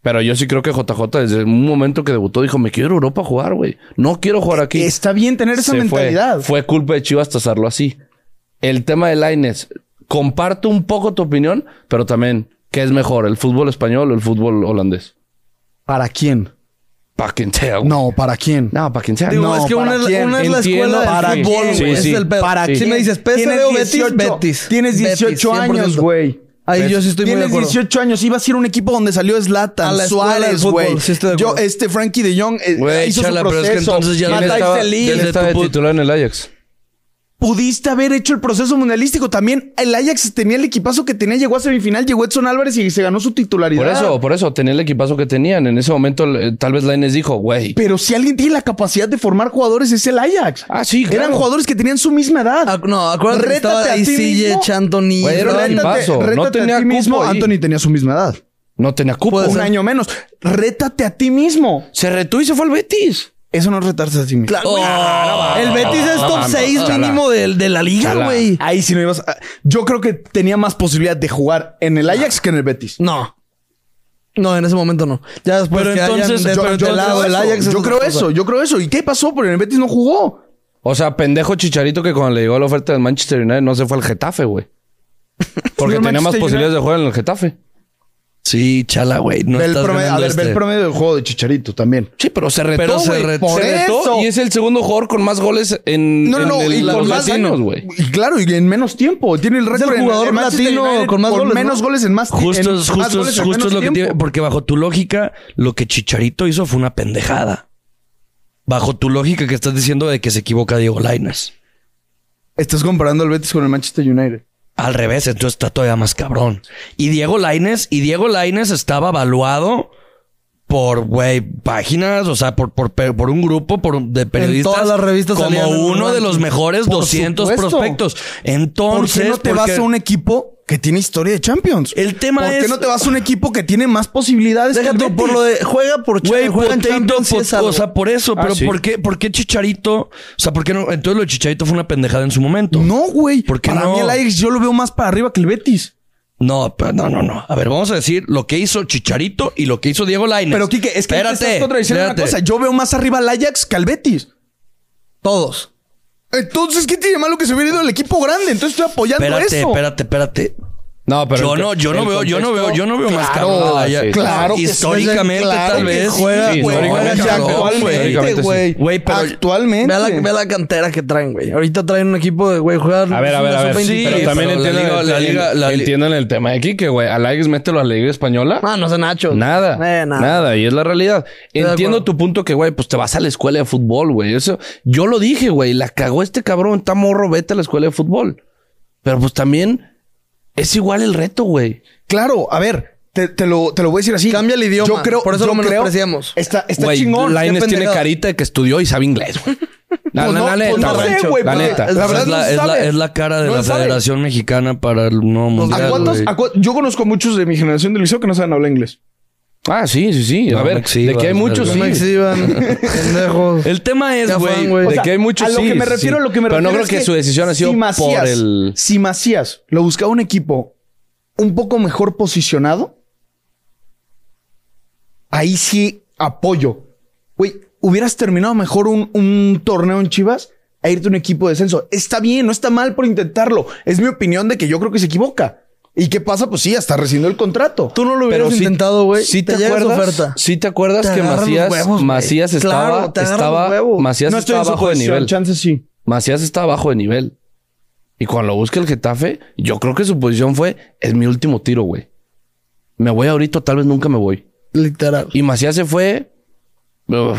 Pero yo sí creo que JJ desde un momento que debutó dijo, me quiero ir a Europa a jugar, güey. No quiero jugar aquí.
Está bien tener esa
Se fue.
mentalidad.
Fue, culpa de Chivas tasarlo así. El tema de Laines, comparto un poco tu opinión, pero también, ¿qué es mejor, el fútbol español o el fútbol holandés?
¿Para quién?
Pa' quien sea, güey.
No, ¿para quién?
No, pa' quien sea.
Digo,
No,
es que
¿para
una, es la-
quién?
una es la
Entiendo,
escuela
¿para
del fútbol,
quién?
güey.
Sí,
Ese
sí.
es el pedo.
¿Para
Si
quién?
me dices PSV o
Tienes
Betis,
18,
Betis.
Tienes 18
Betis, 100%.
años, güey.
Ahí
¿Ves?
yo sí estoy muy de
pues, Tienes
acuerdo.
18 años. Ibas a ir a un equipo donde salió
A la
Zlatan,
escuela del
Suárez,
fútbol,
güey.
sí estoy de
Yo,
acuerdo.
este Frankie de Jong eh,
Güey,
hizo
chala,
su
pero es que
proceso.
entonces ya
Matai
estaba-
Celí.
¿Quién
desde
estaba
tu
de
pu-
titular en el Ajax?
Pudiste haber hecho el proceso mundialístico. También el Ajax tenía el equipazo que tenía, llegó a semifinal, llegó Edson Álvarez y se ganó su titularidad.
Por eso, por eso, tenía el equipazo que tenían. En ese momento, eh, tal vez Lainez dijo, güey.
Pero si alguien tiene la capacidad de formar jugadores, es el Ajac.
Ah, sí,
Eran
claro.
jugadores que tenían su misma edad.
Ah,
Ac- Ah, no, acuérdate que
Rétate
estaba
a
ahí
ti
Sille,
mismo.
Chantoni.
Güey, era
Rodri.
un equipazo. No
rétate
tenía
a ti mismo.
cupo ahí.
Anthony tenía su misma edad.
No tenía cupo.
Un año menos. Rétate a ti mismo.
Se retó y se fue al Betis.
Eso no es retarse a ti mismo.
Claro,
Oh,
güey. el Betis es
no
top
mames,
6
ojalá.
mínimo del- de, la liga,
Ojalá.
güey.
Ahí sí no ibas. a- Yo creo que tenía más posibilidad de jugar en el Ajax que en el Betis.
No. No, en ese momento no. Ya después
Pero
que hayan
entonces-
de-
Yo-
pero
yo
del lado
creo
del
eso.
Ajax es
yo
otra
creo
cosa.
eso, yo creo eso. ¿Y qué pasó? Pero en el Betis no jugó.
O sea, pendejo Chicharito que cuando le llegó la oferta del Manchester United no se fue al
[LAUGHS]
Getafe, güey. Porque
Fue al
tenía más
Manchester
posibilidades de jugar en el Getafe.
Sí, chala, güey. No
Ve el
estás
promedio- a
ganando
ver, ve
este.
el promedio del juego de Chicharito también.
Sí, pero se retó.
Pero se
güey.
retó.
Por
retó
eso.
y es el segundo jugador con más goles en,
No, no,
en
no.
el-
y
los
con más
latinos,
años,
güey.
Y claro, y en menos tiempo. Tiene el
el
récord en-
jugador
en Manchester
latino
United
con más goles,
menos
¿no?
goles en más en
Justo, es-
más
justo,
goles
es-
en
justo
menos
es lo que tiene.
tiempo.
Porque bajo tu lógica, lo que Chicharito hizo fue una pendejada. Bajo tu lógica que estás diciendo de que se equivoca Diego Lainez.
Estás comparando al Betis con el Manchester United.
Al revés, entonces está todavía más cabrón. Y Diego Laines, y Diego Laines estaba evaluado por, güey, páginas, o sea, por, por, por un grupo por, de periodistas.
todas las revistas
Como
salían en un
uno de
ranking.
los mejores
Por
200
supuesto.
prospectos.
¿Por
Entonces,
qué no te
porque-
vas a un equipo que tiene historia de Champions?
El tema
¿Por
es-
qué no te vas a un equipo que tiene más posibilidades?
Deja
que el
tú por
Betis?
lo de juega por Ch-
Güey,
juega en
potato,
Champions, sí
pot-
es algo.
o sea, por eso,
Ah,
pero
sí.
¿por, qué, ¿por qué Chicharito? O sea, ¿por qué no? Entonces lo de Chicharito fue una pendejada en su momento.
No, güey.
¿Por qué
Para
no?
mí el Ajax yo lo veo más para arriba que el Betis.
No, pero no, no, no. A ver, vamos a decir lo que hizo Chicharito y lo que hizo Diego Lainez.
Pero, Kike, es que
espérate,
te estás contradiciendo una
espérate.
cosa. Yo veo más arriba al Ajax que al Betis.
todos.
Entonces, ¿qué tiene de malo que se hubiera ido el equipo grande? Entonces estoy apoyando
Espérate,
eso.
espérate, espérate.
No, pero.
yo
el-
no, yo no
el
veo, yo no veo, yo no veo más
Claro,
cabrón. a la-
sí, sí.
claro que
históricamente
sí, claro
tal
que
vez.
juega,
Sí,
güey,
históricamente
juega
sí.
actualmente,
Históricamente sí.
güey.
Güey, pero-
actualmente.
Ve a, la, ve a la cantera que traen, güey. Ahorita traen un equipo de, güey, jugar.
A ver, a ver, a ver.
sub-23,
Sí, pero también
pero la
entiendan,
liga-
el,
la liga- la li-
entiendan el tema de Quique, güey. Al Ajax mételo a la Liga Española.
Ah, no sé, Nacho. [LAUGHS]
Nada,
Eh,
nada.
nada.
y es la realidad.
de
Entiendo
acuerdo.
tu punto que, güey, pues te vas a la escuela de fútbol, güey. Eso, yo lo dije, güey, la cagó este cabrón, está morro, vete a la escuela de fútbol. Pero pues también es igual el reto, güey.
Claro, a ver, te, te lo, te lo voy a decir así.
Cambia el idioma,
Yo creo,
por eso
yo
lo
creo-
menospreciamos.
Está, está
Güey,
chingón.
Lainez
qué
tiene
pendejada.
carita de que estudió y sabe inglés, güey.
Pues
La, la-
no,
la
pues
neta,
no
güey.
sé, güey,
la
porque-
neta.
La
O sea,
verdad
es, la,
no
es la-
sabe.
es la cara de
No
la
sabe.
Federación Mexicana para el nuevo mundial.
¿A cuántos-
güey.
a cu- yo conozco muchos de mi generación del liceo que no saben hablar inglés.
Ah, sí, sí, sí.
No
a
me
ver,
exhibas,
de que hay muchos,
verga.
No me
sí.
exhiban, pendejos.
El tema es,
Ya
güey.
fan, güey.
De
O sea,
que hay muchos,
a lo
sí,
que me
sí,
refiero,
sí.
a lo que me
Pero
refiero
no creo
es
que, su decisión ha sido
si Macías-
por el...
Si Macías lo buscaba un equipo un poco mejor posicionado, ahí sí apoyo. Güey, hubieras terminado mejor un, un torneo en Chivas a irte a un equipo de descenso. Está bien, no está mal por intentarlo. Es mi opinión de que yo creo que se equivoca. ¿Y qué pasa? Pues sí, hasta rescindió el contrato.
Tú no lo hubieras
sí-
intentado, güey.
Sí, te,
llega esa
acuerdas.
oferta.
Sí, te acuerdas
Te
que
agarran los
Macías,
huevos, güey.
Macías estaba,
Claro, te agarran
estaba,
Ah,
los huevos.
Macías
no
estaba
en su
bajo de
posición,
nivel.
Chance sí.
Macías está bajo de nivel. Y cuando lo busca el Getafe, yo creo que su posición fue: es mi último tiro, güey. Me voy ahorita, tal vez nunca me voy.
Literal.
Y Macías se fue.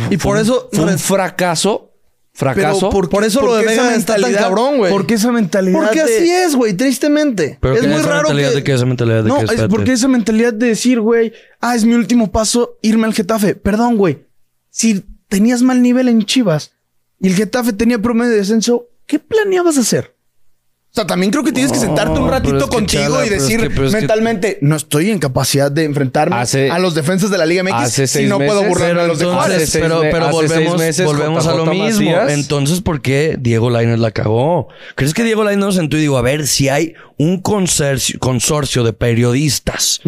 Y por eso-
Fue un fracaso. Fracaso.
por, por eso lo de
qué esa
Vega está tan
mentalidad?
cabrón, güey.
¿Por qué esa mentalidad?
Porque
de-
así es, güey, tristemente.
Pero
es
que
muy
esa
raro
mentalidad
que...
de que esa mentalidad de
no,
que
es
espérate.
porque esa mentalidad de decir, güey, ah, es mi último paso irme al Getafe. Perdón, güey. Si tenías mal nivel en Chivas y el Getafe tenía promedio de descenso, ¿qué planeabas hacer? O sea, también creo que tienes que sentarte un
pero
ratito
es que,
contigo
chala,
y
pero es
decir
que- pero es que-
mentalmente, no estoy en capacidad de enfrentarme
Hace-
a los defensas de la Liga MX
hace
si
seis
no puedo
meses,
burlarme a los de
pero
Juárez.
Entonces,
seis
pero,
me-
pero
hace
volvemos,
seis meses
volvemos a lo
JJ
mismo.
Macías.
Entonces, ¿por qué Diego Lainez la cagó? ¿Crees que Diego Lainez no se sentó y digo, a ver, si hay un consorcio, consorcio de periodistas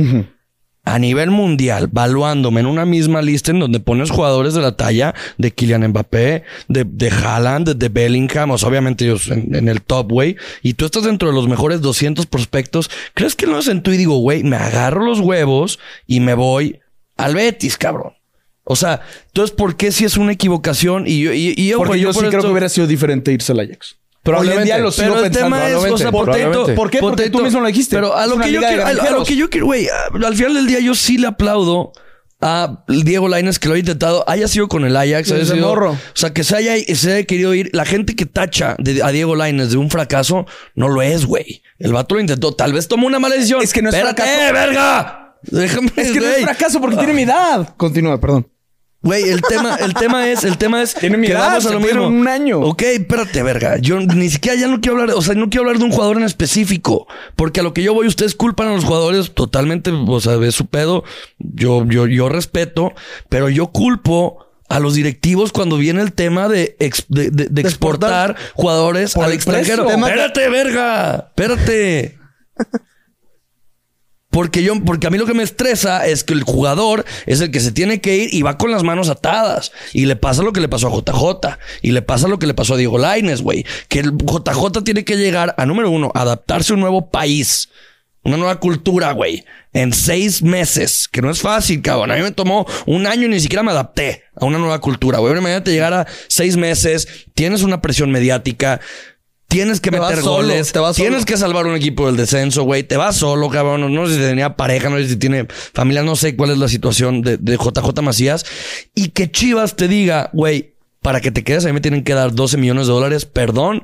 a nivel mundial, valuándome en una misma lista en donde pones jugadores de la talla de Kylian Mbappé, de, de Haaland, de, de Bellingham, o sea, obviamente ellos en, en el top, güey, y tú estás dentro de los mejores 200 prospectos, ¿crees que no sentó y digo, güey, me agarro los huevos y me voy al Betis, cabrón? O sea, entonces, ¿por qué si es una equivocación? Y yo, y, y, ojo,
Porque yo, sí
por
creo
esto-
que hubiera sido diferente irse al Ajax.
Probablemente.
Hoy en día lo sigo
pero el
pensando.
tema es, o sea,
probablemente,
Potato,
probablemente.
¿Por qué? Porque tú mismo lo dijiste.
Pero a
Es
lo
una
que yo
liga de
quiero, a lo- a lo
granjeros.
que yo quiero, güey, a- al final del día yo sí le aplaudo a Diego Lainez que lo haya intentado, haya sido con el Ajax, haya
Desde
sido-
morro.
O sea, que se haya, se haya querido ir. La gente que tacha de- a Diego Lainez de un fracaso, no lo es, güey. El vato lo intentó. Tal vez tomó una mala decisión.
Es que no es
Espérate,
fracaso.
¡eh, verga! Déjame,
Es que no es
güey.
fracaso porque tiene mi edad.
Continúa, perdón.
Güey, el tema, el tema es, el tema es
Tiene mi
que
edad,
vamos a
se
lo
fueron
mismo.
un año.
Ok, espérate, verga. Yo ni siquiera ya no quiero hablar, o sea, no quiero hablar de un jugador en específico. Porque a lo que yo voy, ustedes culpan a los jugadores totalmente, o sea, es su pedo. Yo, yo, yo respeto, pero yo culpo a los directivos cuando viene el tema de, ex- de, de- de exportar jugadores
Por
al
el
extranjero.
precio.
Espérate, verga. Espérate. Porque yo, porque a mí lo que me estresa es que el jugador es el que se tiene que ir y va con las manos atadas. Y le pasa lo que le pasó a JJ. Y le pasa lo que le pasó a Diego Laines, güey. Que el JJ tiene que llegar a, número uno, adaptarse a un nuevo país. Una nueva cultura, güey. En seis meses. Que no es fácil, cabrón. A mí me tomó un año y ni siquiera me adapté a una nueva cultura, güey. Ahora Imagínate llegar a seis meses. Tienes una presión mediática. Tienes que
Te vas
meter
solo,
goles.
te vas solo.
Tienes que salvar un equipo del descenso, güey. Te vas solo, cabrón. No, sé si tenía pareja, no sé si tiene familia, no sé cuál es la situación de, de JJ Macías. Y que Chivas te diga, güey, para que te quedes, a mí me tienen que dar 12 millones de dólares, perdón,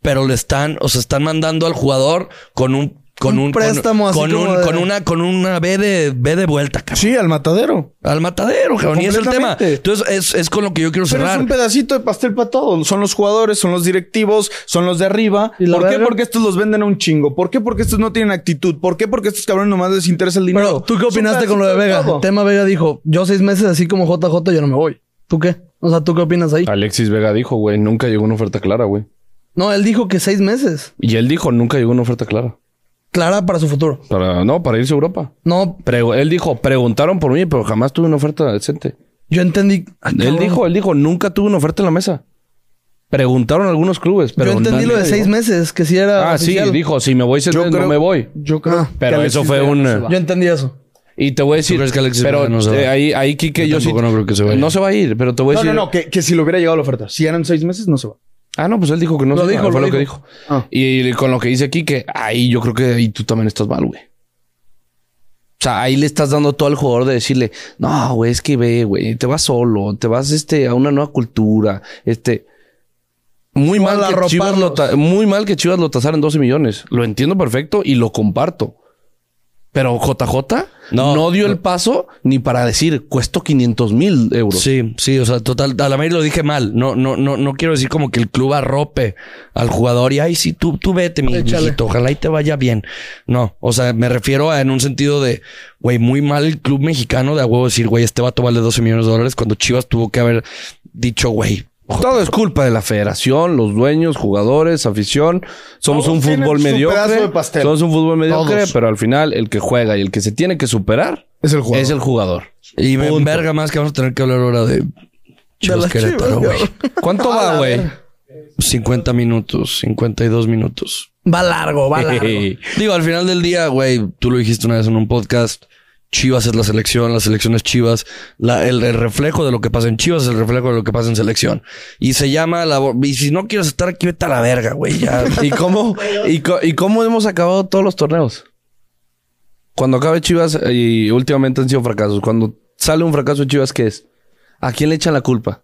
pero le están, o sea, están mandando al jugador con un, con
Un
un, con-
préstamo, así
con,
como
un-
de-
con una, con una B de, B de vuelta, cabrón.
Sí, al matadero.
Al matadero, cabrón. Y es el tema.
Completamente.
Entonces, es, es con lo que yo
Pues
quiero
Pero es
cerrar.
un pedacito de pastel para todos. Son los jugadores, son los directivos, son los de arriba.
¿Y la
¿Por qué?
verga?
Porque estos los venden a un chingo. ¿Por qué? Porque estos no tienen actitud. ¿Por qué? Porque estos cabrones nomás les interesa el dinero.
Pero, ¿tú qué
Es un
opinaste con lo de
pedacito
Vega?
todo.
Tema Vega dijo, yo seis meses así como JJ, yo no me voy. ¿Tú qué? O sea, ¿tú qué opinas ahí?
Alexis Vega dijo, güey, nunca llegó una oferta clara, güey.
No, él dijo que seis meses.
Y él dijo, nunca llegó una oferta clara.
Clara para su futuro.
Para, no, para irse a Europa.
No,
Pregu- él dijo, preguntaron por mí, pero jamás tuve una oferta decente.
yo entendí. Ah,
Él
cabrón.
dijo, él dijo, nunca tuve una oferta en la mesa. Preguntaron a algunos clubes, pero
yo entendí
nadie
lo de
llegó.
seis meses, que si era.
Ah,
oficial.
sí, dijo, si me voy, se
Yo creo-
no me voy.
Yo creo.
Ah,
Pero
que
eso
Alexis
fue
Vega
un...
no se va.
Yo entendí eso.
Y te voy a decir,
crees que Alexis
pero
Vega no se va?
eh, ahí, ahí Kike,
Yo
yo, sí-
tampoco no creo que se vaya.
No se va a ir, pero te
Pues
voy a
No, no,
decir.
no, que, que si lo hubiera llegado la oferta. Si eran seis meses, no se va.
Ah, no, pues él dijo que no
Lo
se
dijo,
va, fue
lo
lo que
dijo.
dijo.
Ah.
Y, con lo que dice Kike, ahí yo creo que ahí tú también estás mal, güey. O sea, ahí le estás dando todo al jugador de decirle, no, güey, es que ve, güey, te vas solo, te vas este, a una nueva cultura, este. Muy
O
mal,
al
que Chivas lo
arroparlos.
ta- muy mal que Chivas lo tasara en 12 millones. Lo entiendo perfecto y lo comparto. Pero JJ
No.
no, dio el paso ni para decir, cuesto 500 mil euros.
Sí, sí, o sea, total, a la mayoría lo dije mal. No, no, no, no quiero decir como que el club arrope al jugador y ay, sí, tú, tú vete, mi
Échale.
hijito, ojalá y te vaya bien. No, o sea, me refiero a en un sentido de, güey, muy mal el club mexicano de a huevo decir, güey, este vato vale 12 millones de dólares cuando Chivas tuvo que haber dicho, güey,
Todo es culpa de la federación, los dueños, jugadores, afición. Somos
Todos
un fútbol
tienen su
mediocre.
pedazo de pastel.
Somos un fútbol mediocre,
Todos.
pero al final el que juega y el que se tiene que superar
Es el jugador.
es el jugador.
y me
Punto.
verga más que vamos a tener que hablar ahora de Chivas
las
Querétaro,
Chivas,
güey.
[LAUGHS]
¿Cuánto va, güey?
50 minutos, 52 minutos.
Va largo,
[LAUGHS]
va largo.
Digo, al final del día, güey, tú lo dijiste una vez en un podcast. Chivas es la selección, la selección es Chivas. La- el, el reflejo de lo que pasa en Chivas es el reflejo de lo que pasa en selección. Y se llama la. bo- Y si no quieres estar aquí, vete a la verga, güey.
[LAUGHS]
Ya.
¿Y cómo, y, co- y cómo hemos acabado todos los torneos? Cuando acabe Chivas, eh, y últimamente han sido fracasos. Cuando sale un fracaso de Chivas, ¿qué es? ¿A quién le echan la culpa?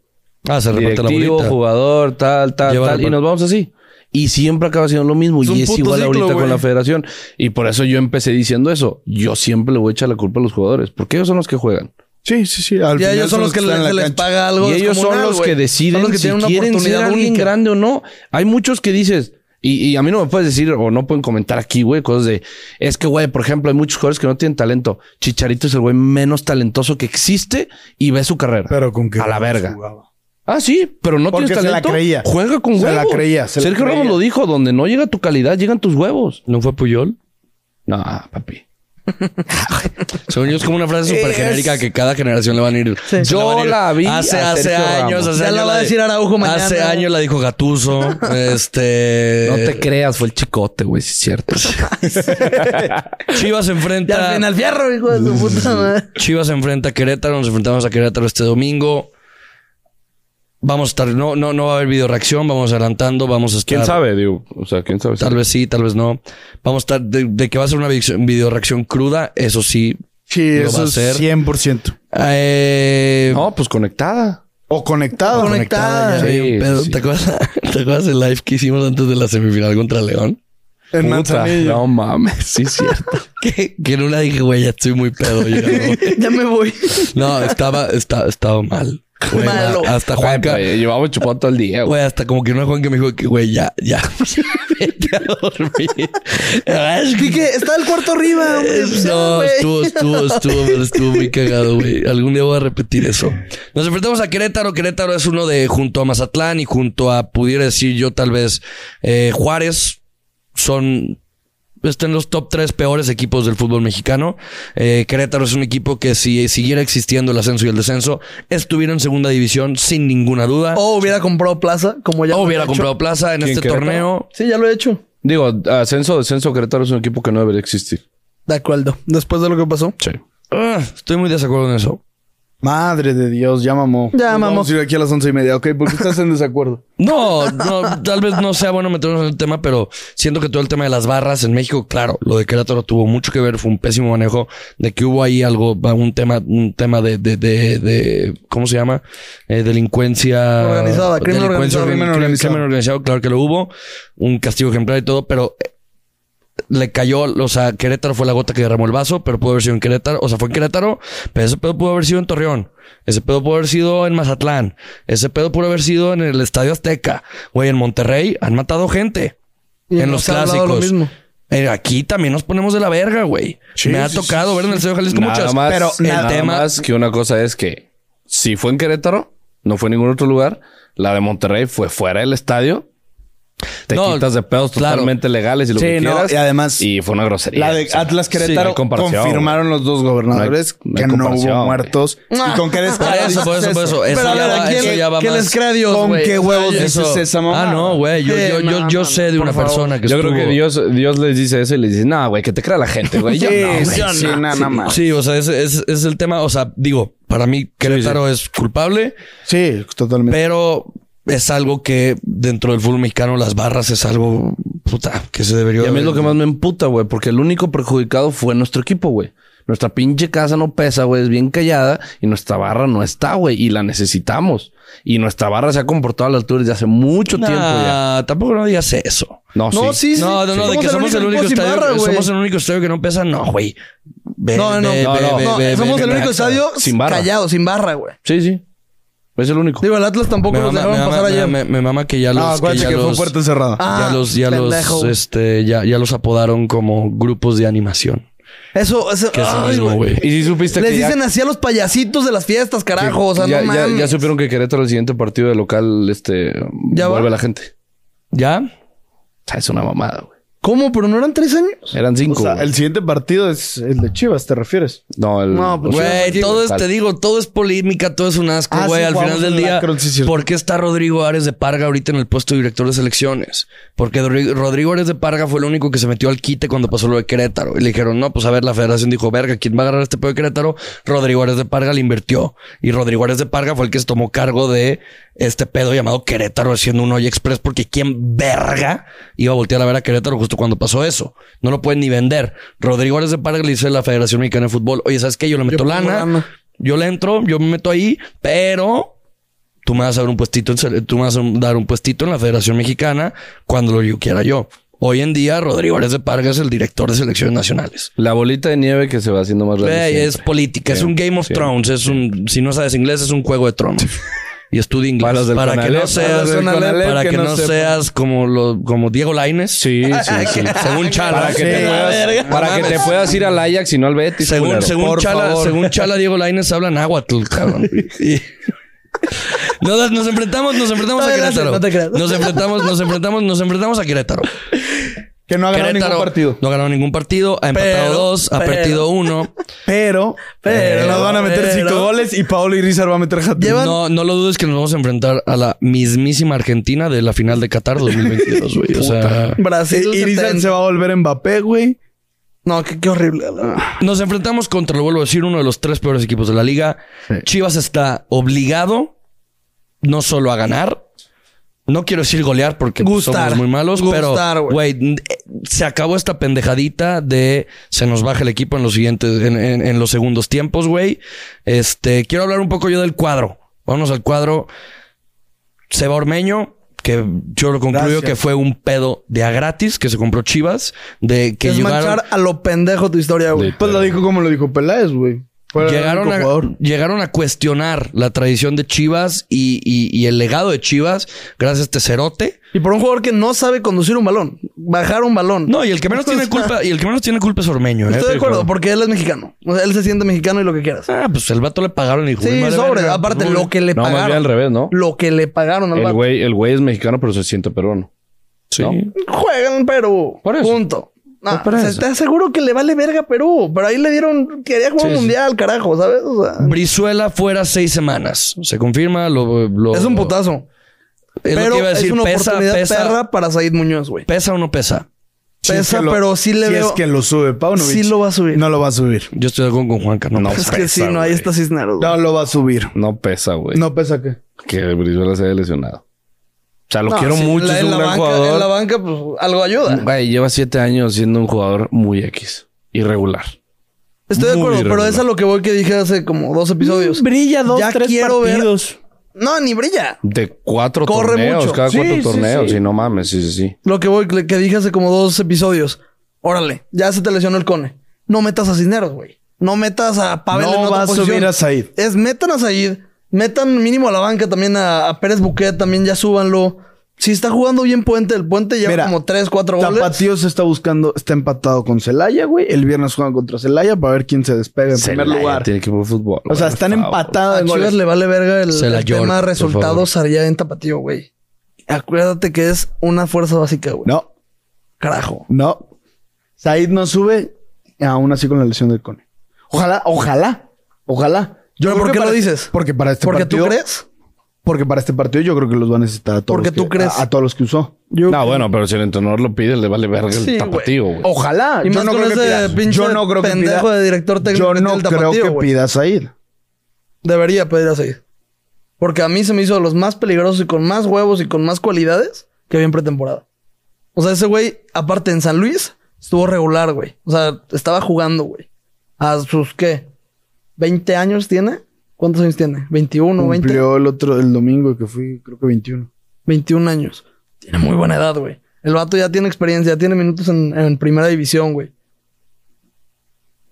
Ah, se reparte la
Directivo,
bolita.
jugador, tal, tal,
Lleva
tal.
la-
Y nos vamos así. Y siempre acaba siendo lo mismo.
Es un
y es
puto
igual
ciclo,
ahorita
güey.
con la federación. Y por eso yo empecé diciendo eso. Yo siempre le voy a echar la culpa a los jugadores. Porque ellos son los que juegan.
Sí, sí, sí. Al
Ya
final
ellos son los que
están
les,
en la
se les
cancha.
paga algo.
y ellos son
descomunal,
los
güey.
que deciden
Son los que
si
tienen una
quieren ser
oportunidad
alguien
única.
grande o no. Hay muchos que dices... Y, y a mí no me puedes decir o no pueden comentar aquí, güey, cosas de... Es que, güey, por ejemplo, hay muchos jugadores que no tienen talento. Chicharito es el güey menos talentoso que existe y ve su carrera.
Pero con que
A la verga.
jugaba.
Ah, sí, pero no
Porque
tienes
se la
talento.
creía.
Juega con
Se la
huevos.
creía, se la
Sergio
creía.
Ramos lo dijo: donde no llega tu calidad, llegan tus huevos.
¿No fue Puyol?
No, papi.
[LAUGHS] Según yo, es como una frase súper genérica que cada generación le van a ir.
Sí.
se la van a
Yo
ir.
la vi
Hace,
a
hace
Sergio
años.
Ramos.
Hace
Ya
años
la va a
di-
decir Araujo mañana.
Hace años la dijo
[LAUGHS]
Gatuso. este.
No te creas, fue el chicote, güey, si es cierto.
Chivas
Y al
enfrenta.
final, fierro, hijo de su puta madre. [LAUGHS]
Chivas enfrenta a Querétaro, nos enfrentamos a Querétaro este domingo. Vamos a estar, no, no, no va a haber video reacción, vamos adelantando, vamos a estar.
¿Quién sabe? Digo, o sea, ¿quién sabe?
Tal vez sí, tal vez no. Vamos a estar de, de que va a ser una video reacción cruda, eso sí,
Sí,
Lo va
eso
a
es
hacer.
100%.
Eh,
No, pues conectada.
O conectado.
Conectada.
hay un
sí,
pedo.
sí.
¿Te, acuerdas, [LAUGHS] ¿Te acuerdas el live que hicimos antes de la semifinal contra León?
En
Puta,
Manzanillo.
no mames, sí
[LAUGHS]
es cierto.
Que, que en una dije, güey, ya estoy muy pedo. ya no.
ya me voy. [LAUGHS]
No, estaba, esta- estaba mal. Güey,
Malo.
Hasta
Güey,
Juanca.
güey, Llevamos chupando todo el día, güey.
Güey, hasta como que una Juanca me dijo que, güey, ya, ya. [LAUGHS] Vete a
[LAUGHS]
dormir. Es que-
Quique, está el cuarto arriba. hombre, pues, ya,
No,
güey.
estuvo, estuvo, estuvo, pero estuvo muy cagado, güey. Algún día voy a repetir eso. Nos enfrentamos a Querétaro. Querétaro es uno de junto a Mazatlán y junto a, pudiera decir yo, tal vez eh, Juárez. Son están los top tres peores equipos del fútbol mexicano. Eh, Querétaro es un equipo que si siguiera existiendo el ascenso y el descenso, estuviera en segunda división sin ninguna duda. O,
O hubiera comprado plaza, como Oh, ya. lo he
hubiera
hecho.
comprado plaza en
¿Quién,
este
Querétaro?
torneo.
Sí, ya lo he hecho.
Digo, ascenso, descenso, Querétaro es un equipo que no debería existir.
De acuerdo. Después de lo que pasó.
Sí.
Ah, estoy muy desacuerdo en eso.
Madre de Dios, ya mamó.
Ya
Nos
mamó.
Vamos a ir aquí a las once y media, ok, porque estás en desacuerdo.
No, no, tal vez no sea bueno meternos en el tema, pero siento que todo el tema de las barras en México, claro, lo de Querétaro tuvo mucho que ver, fue un pésimo manejo de que hubo ahí algo, un tema, un tema de, de, de, de- ¿cómo se llama? Eh, delincuencia
Organizada, crimen
delincuencia,
organizado.
crimen
Crimen organizado.
crimen organizado, claro que lo hubo, un castigo ejemplar y todo, pero eh, le cayó, o sea, Querétaro fue la gota que derramó el vaso, pero pudo haber sido en Querétaro, o sea, fue en Querétaro, pero ese pedo pudo haber sido en Torreón, ese pedo pudo haber sido en Mazatlán, ese pedo pudo haber sido en el Estadio Azteca, güey, en Monterrey han matado gente.
Y
en los
nos ha hablado
clásicos.
lo mismo.
Eh, aquí también nos ponemos de la verga, güey. Me ha tocado ver en el Estadio Jalisco
Nada
muchas.
más, eh,
pero el
nada
tema
más que una cosa es que si fue en Querétaro, no fue en ningún otro lugar. La de Monterrey fue fuera del estadio. Te
No,
quitas de pedos
claro.
totalmente legales y lo
Sí,
que
no,
quieras.
y además-
Y fue una grosería.
[LAUGHS] La de
o sea,
Atlas
sí, no
Querétaro
hay comparación,
confirmaron los dos gobernadores
No hay- no hay
que no
comparación,
hubo
güey.
muertos. Y con qué les
Por Ah, eso, por eso, por eso.
dices
Eso
Pero a
ya
ver, ¿a
va-
quién-
eso ya va
quién
más. Ah,
les crea a Dios,
¿Con
güey?
qué huevos dices
Eso-
esa mamá?
Ah, no, güey. Yo,
Eh,
yo, yo, yo
mamá,
sé de
por
una
favor.
persona que
Yo creo
estuvo-
que Dios, Dios les dice eso y les dice, no, güey, que te crea la gente,
[LAUGHS]
güey. Yo no, güey".
Sí, sí, nada más.
Sí, o sea, ese ese- ese es el tema. O sea, digo, para mí Querétaro es culpable,
Sí, totalmente.
pero es algo que dentro del fútbol mexicano las barras es algo puta que se debería.
Y a mí es lo
haber-
que más me emputa, güey, porque el único perjudicado fue nuestro equipo, güey. Nuestra pinche casa no pesa, güey, es bien callada y nuestra barra no está, güey, y la necesitamos. Y nuestra barra se ha comportado a la altura desde hace mucho
Nah,
tiempo ya.
Tampoco no digas eso.
No,
No,
sí.
sí, sí.
no, no, no, de que somos el único
equipo sin
estadio,
barra, güey.
somos el único estadio que no pesa, no, güey. Ve,
No, no,
ve,
no.
ve,
no,
ve,
No,
ve,
somos
ve,
el
ve,
único
ve.
estadio
Sin barra.
callado, sin barra, güey.
Sí, sí. Es el único.
Digo, el Atlas tampoco
Me mama,
nos
me
dejaron
mama,
pasar Ah,
me- me-
ayer.
me mama que ya los
No, acuérdate
ya
que fue
los-
puerta cerrada.
ya
Ah,
los, ya los,
pendejo.
este, ya, ya los apodaron como grupos de animación.
Eso, eso.
Que es lo
ay,
mismo,
güey.
güey.
Y si supiste
Les
que ya-
dicen así a los payasitos de las fiestas, carajo. O sea,
ya,
no
ya-
mames.
ya supieron que Querétaro el siguiente partido de local, este,
¿Ya va?
vuelve la gente.
¿Ya?
O sea, es una mamada, güey.
¿Cómo? ¿Pero no eran tres años?
Eran cinco.
O sea,
güey.
el siguiente partido es el de Chivas, ¿te refieres?
No, el...
No, pues,
Güey, todo es,
Tal.
te digo, todo es polémica, todo es un asco,
Ah,
güey.
sí,
Al
jugamos
final del
en
día,
la Croix, sí, cierto.
¿por qué está Rodrigo Ares de Parga ahorita en el puesto de director de selecciones? Porque Rodri- Rodrigo Ares de Parga fue el único que se metió al quite cuando pasó lo de Querétaro. Y le dijeron, no, pues a ver, la federación dijo, verga, ¿quién va a agarrar este pedo de Querétaro? Rodrigo Ares de Parga le invirtió. Y Rodrigo Ares de Parga fue el que se tomó cargo de este pedo llamado Querétaro haciendo un hoy express porque quién verga iba a voltear a ver a Querétaro justo cuando pasó eso. No lo pueden ni vender. Rodrigo Ares de Parga le dice a la Federación Mexicana de Fútbol, oye, ¿sabes qué? Yo le meto
pongo
lana,
lana.
yo le entro, yo me meto ahí, pero tú me vas a dar un puestito, en sele- tú me vas a dar un puestito en la Federación Mexicana cuando lo yo quiera yo. Hoy en día, Rodrigo Ares de Parga es el director de selecciones nacionales.
La bolita de nieve que se va haciendo más grande.
Güey,
siempre.
es política, es un
Siempre,
Game of
siempre.
Thrones, es un, si no sabes inglés, es un juego de
[LAUGHS]
tronos. Y estudia inglés
Para los del
para que
Conalep,
no
para
seas,
los del Conalep
para
que
que
no
no
sepan.
seas como lo, como Diego Laines.
Sí,
[LAUGHS]
sí, sí.
Según Chala.
Para que,
Sí. Ah,
te, puedas, para que te puedas ir al Ajax y no al Betis.
Según,
culero.
según,
Por
Chala,
favor.
según Chala, Diego Laines habla náhuatl,
[LAUGHS]
cabrón. Y- Nos, nos enfrentamos, nos enfrentamos
No,
a
gracias,
Querétaro.
no te creas.
nos enfrentamos, nos enfrentamos, nos enfrentamos a Querétaro.
Que no ha ganado
Querétaro
ningún partido.
no ganó ningún partido, ha empatado
Pero,
dos, ha
pero.
perdido uno.
Pero,
Pero,
nos van a meter
pero.
cinco goles y Paolo Irizar va a meter hat
No, no lo dudes que nos vamos a enfrentar a la mismísima Argentina de la final de Qatar 2022, güey. O sea,
Brasil.
Irizar
70.
se va a volver Mbappé, güey.
No, qué, qué horrible. la-
nos enfrentamos contra, lo vuelvo a decir, uno de los tres peores equipos de la liga. Chivas está obligado no solo a ganar, No quiero decir golear porque pues,
Gustar.
somos muy malos,
Gustar,
pero
güey.
güey, n- eh, se acabó esta pendejadita de se nos baja el equipo en los siguientes, en, en- en los segundos tiempos, güey. Este, quiero hablar un poco yo del cuadro. Vámonos al cuadro. Seba Ormeño, que yo lo concluyo
Gracias.
que fue un pedo de a gratis que se compró Chivas, de que
es
llegaron,
manchar a lo pendejo tu historia, güey.
Pues lo dijo
como lo dijo Peláez, güey.
llegaron, a, llegaron a cuestionar la tradición de Chivas y, y- y el legado de Chivas gracias a este cerote.
Y por un jugador que no sabe conducir un balón, bajar un balón.
No, y el que menos
O sea,
tiene
[LAUGHS]
culpa, y el que menos tiene culpa es Ormeño, ¿eh?
Pues, Estoy
Te
de acuerdo,
digo.
porque él es mexicano. O sea, él se siente mexicano y lo que quieras.
Ah, pues el vato le pagaron y dijo,
Sí,
"Madre
sobre.
verga,
Aparte,
pues,
lo que le
No, más bien al
pagaron.
revés, ¿no?
Lo que le pagaron al
El
vato.
güey, el güey es mexicano, pero se siente peruano.
Sí.
¿no?
Juegan en Perú.
Por eso.
Punto. No,
por
o sea,
eso.
te aseguro que le vale verga a Perú. Pero ahí le dieron... Quería jugar
Sí,
un
sí.
mundial, carajo, ¿sabes? O sea,
Brizuela fuera seis semanas. Se confirma, lo, lo-
es un putazo.
Es lo
pero
que iba a decir,
es una
pesa,
oportunidad
pesa,
perra para Said Muñoz, güey.
pesa o no pesa.
Pesa, pero sí le
si
veo-
es que lo sube Paunovic.
Sí lo va a subir.
No lo va a subir.
Yo estoy de acuerdo con Juanca, no.
[LAUGHS]
No.
pesa.
es que sí,
pesa,
no, ahí
güey.
está Cisneros. güey.
No lo va a subir.
No pesa, güey.
No pesa qué.
Que Brizuela se haya lesionado. O sea, lo
No,
quiero
sí,
mucho,
la-
es
en
un
la
gran
banca- En la
jugador.
banca, pues, algo ayuda.
Güey, lleva siete años siendo un jugador muy X. Irregular.
Estoy de
Muy
acuerdo, pero
irregular.
es a lo que voy que dije hace como dos episodios.
Brilla dos,
Ya
tres
quiero ver-
partidos.
No, ni brilla.
De cuatro
Corre
torneos,
mucho.
cada
Sí,
cuatro
sí,
torneos.
sí.
Y no mames, sí, sí, sí.
Lo que voy, que que dije hace como dos episodios. Órale, ya se te lesionó el cone. No metas a Cisneros, güey. No metas a Pavel
No
en otra
va a
posición.
subir a Said.
Es metan a Said. Metan mínimo a la banca también a, a Pérez Buquet. También ya súbanlo. Si está jugando bien Puente, el Puente lleva
Mira,
como tres, cuatro goles.
Tapatío se está buscando, está empatado con Celaya, güey. El viernes juegan contra Celaya para ver quién se despega en primer
Celaya
lugar.
Tiene equipo de fútbol.
O sea,
güey,
están
por favor.
empatados
A
en
Chivas
goles.
le vale verga el,
Se la
el
llora,
tema de
por
resultados allá en Tapatío, güey. Acuérdate que es una fuerza básica, güey.
No,
Carajo.
no. Said no sube, aún así con la lesión del Cone. Ojalá, ojalá, ojalá.
Pero
creo
¿por
que
qué lo
para-
dices?
Porque para este
Porque
partido.
tú crees.
Porque para este partido yo creo que los va a necesitar a todos.
Porque
los que-
tú crees.
A, a todos los que usó.
Yo-
No, bueno, pero si el entrenador lo pide, le vale verga el
Sí, güey.
tapatío, güey.
Ojalá.
Y
yo
más
no
con
creo que
ese
pida.
pinche
Yo no creo que
pendejo
pida-
de director técnico
Yo
que tiene
no
el
creo
Tapatío,
que
güey.
pida Said.
Debería pedir a seguir. Porque a mí se me hizo de los más peligrosos y con más huevos y con más cualidades que había en pretemporada. O sea, ese güey, aparte en San Luis, estuvo regular, güey. O sea, estaba jugando, güey. A sus, ¿qué? ¿20 años tiene? ¿Cuántos años tiene? ¿21, 20?
Cumplió el otro, el domingo que fui, creo que 21.
21 años. Tiene muy buena edad, güey. El vato ya tiene experiencia, ya tiene minutos en, en primera división, güey.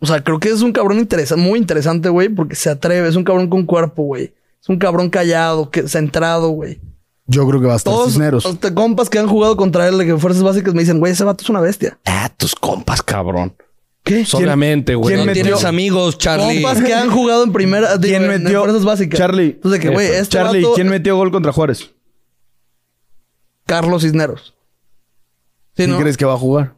O sea, creo que es un cabrón interesa- muy interesante, güey, porque se atreve. Es un cabrón con cuerpo, güey. Es un cabrón callado, que, centrado, güey.
Yo creo que va a estar
Todos
Cisneros.
los te- compas que han jugado contra él de fuerzas básicas me dicen, güey, ese vato es una bestia.
Ah, tus compas, cabrón.
¿Qué?
Pues, obviamente, güey.
quién
No
metió-
tienes amigos, Charlie.
Compas que han jugado en primera digo,
¿Quién
en- en
metió-
fuerzas básicas.
Charlie.
Entonces, de que, güey, este
Charlie,
vato-
¿quién metió gol contra Juárez?
Carlos Cisneros. Sí,
¿Quién
¿no?
crees que va a jugar?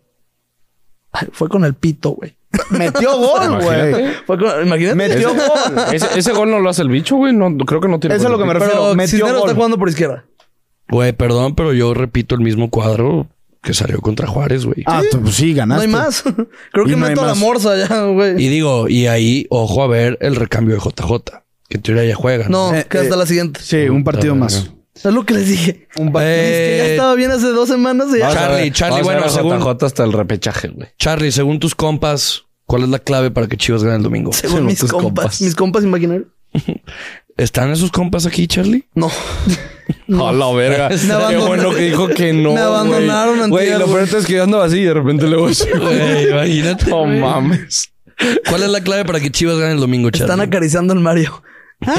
Ay, Fue con el pito, güey.
Metió gol, güey.
Fue con- Imagínate.
Metió gol.
Ese, ese gol no lo hace el bicho, güey. No, creo que no tiene.
Eso es lo que me refiero.
Pero
metió
Cisneros
gol.
está jugando por izquierda.
Güey, perdón, pero yo repito el mismo cuadro que salió contra Juárez, güey.
Ah, tú- pues sí,
No
ganaste.
hay más. [LAUGHS] Creo
Y
que
no hay
meto a la
más.
morsa ya, güey.
Y digo, y ahí, ojo a ver el recambio de JJ, que en teoría ya juega.
No,
Eh,
que hasta
eh.
la siguiente.
Sí, un partido más.
Es lo que les dije.
Un partido.
Es que ya
Eh,
estaba bien hace dos semanas y ya.
Vas a Charlie, Charlie, bueno, según-
JJ hasta el repechaje, güey.
Charlie, según tus compas, ¿cuál es la clave para que Chivas gane el domingo?
Según mis
tus
compas,
compas.
Mis compas imaginarios.
¿Están esos compas aquí, Charlie?
[LAUGHS] No.
A la verga. Qué
abandonaron.
bueno que dijo que no.
Me abandonaron antier,
güey. Güey, lo
güey.
peor es que yo ando así y de repente le voy a decir,
Güey, imagínate.
No mames.
¿Cuál es la clave para que Chivas gane el domingo, Charlie?
Están acariciando al Mario. ¡Ay,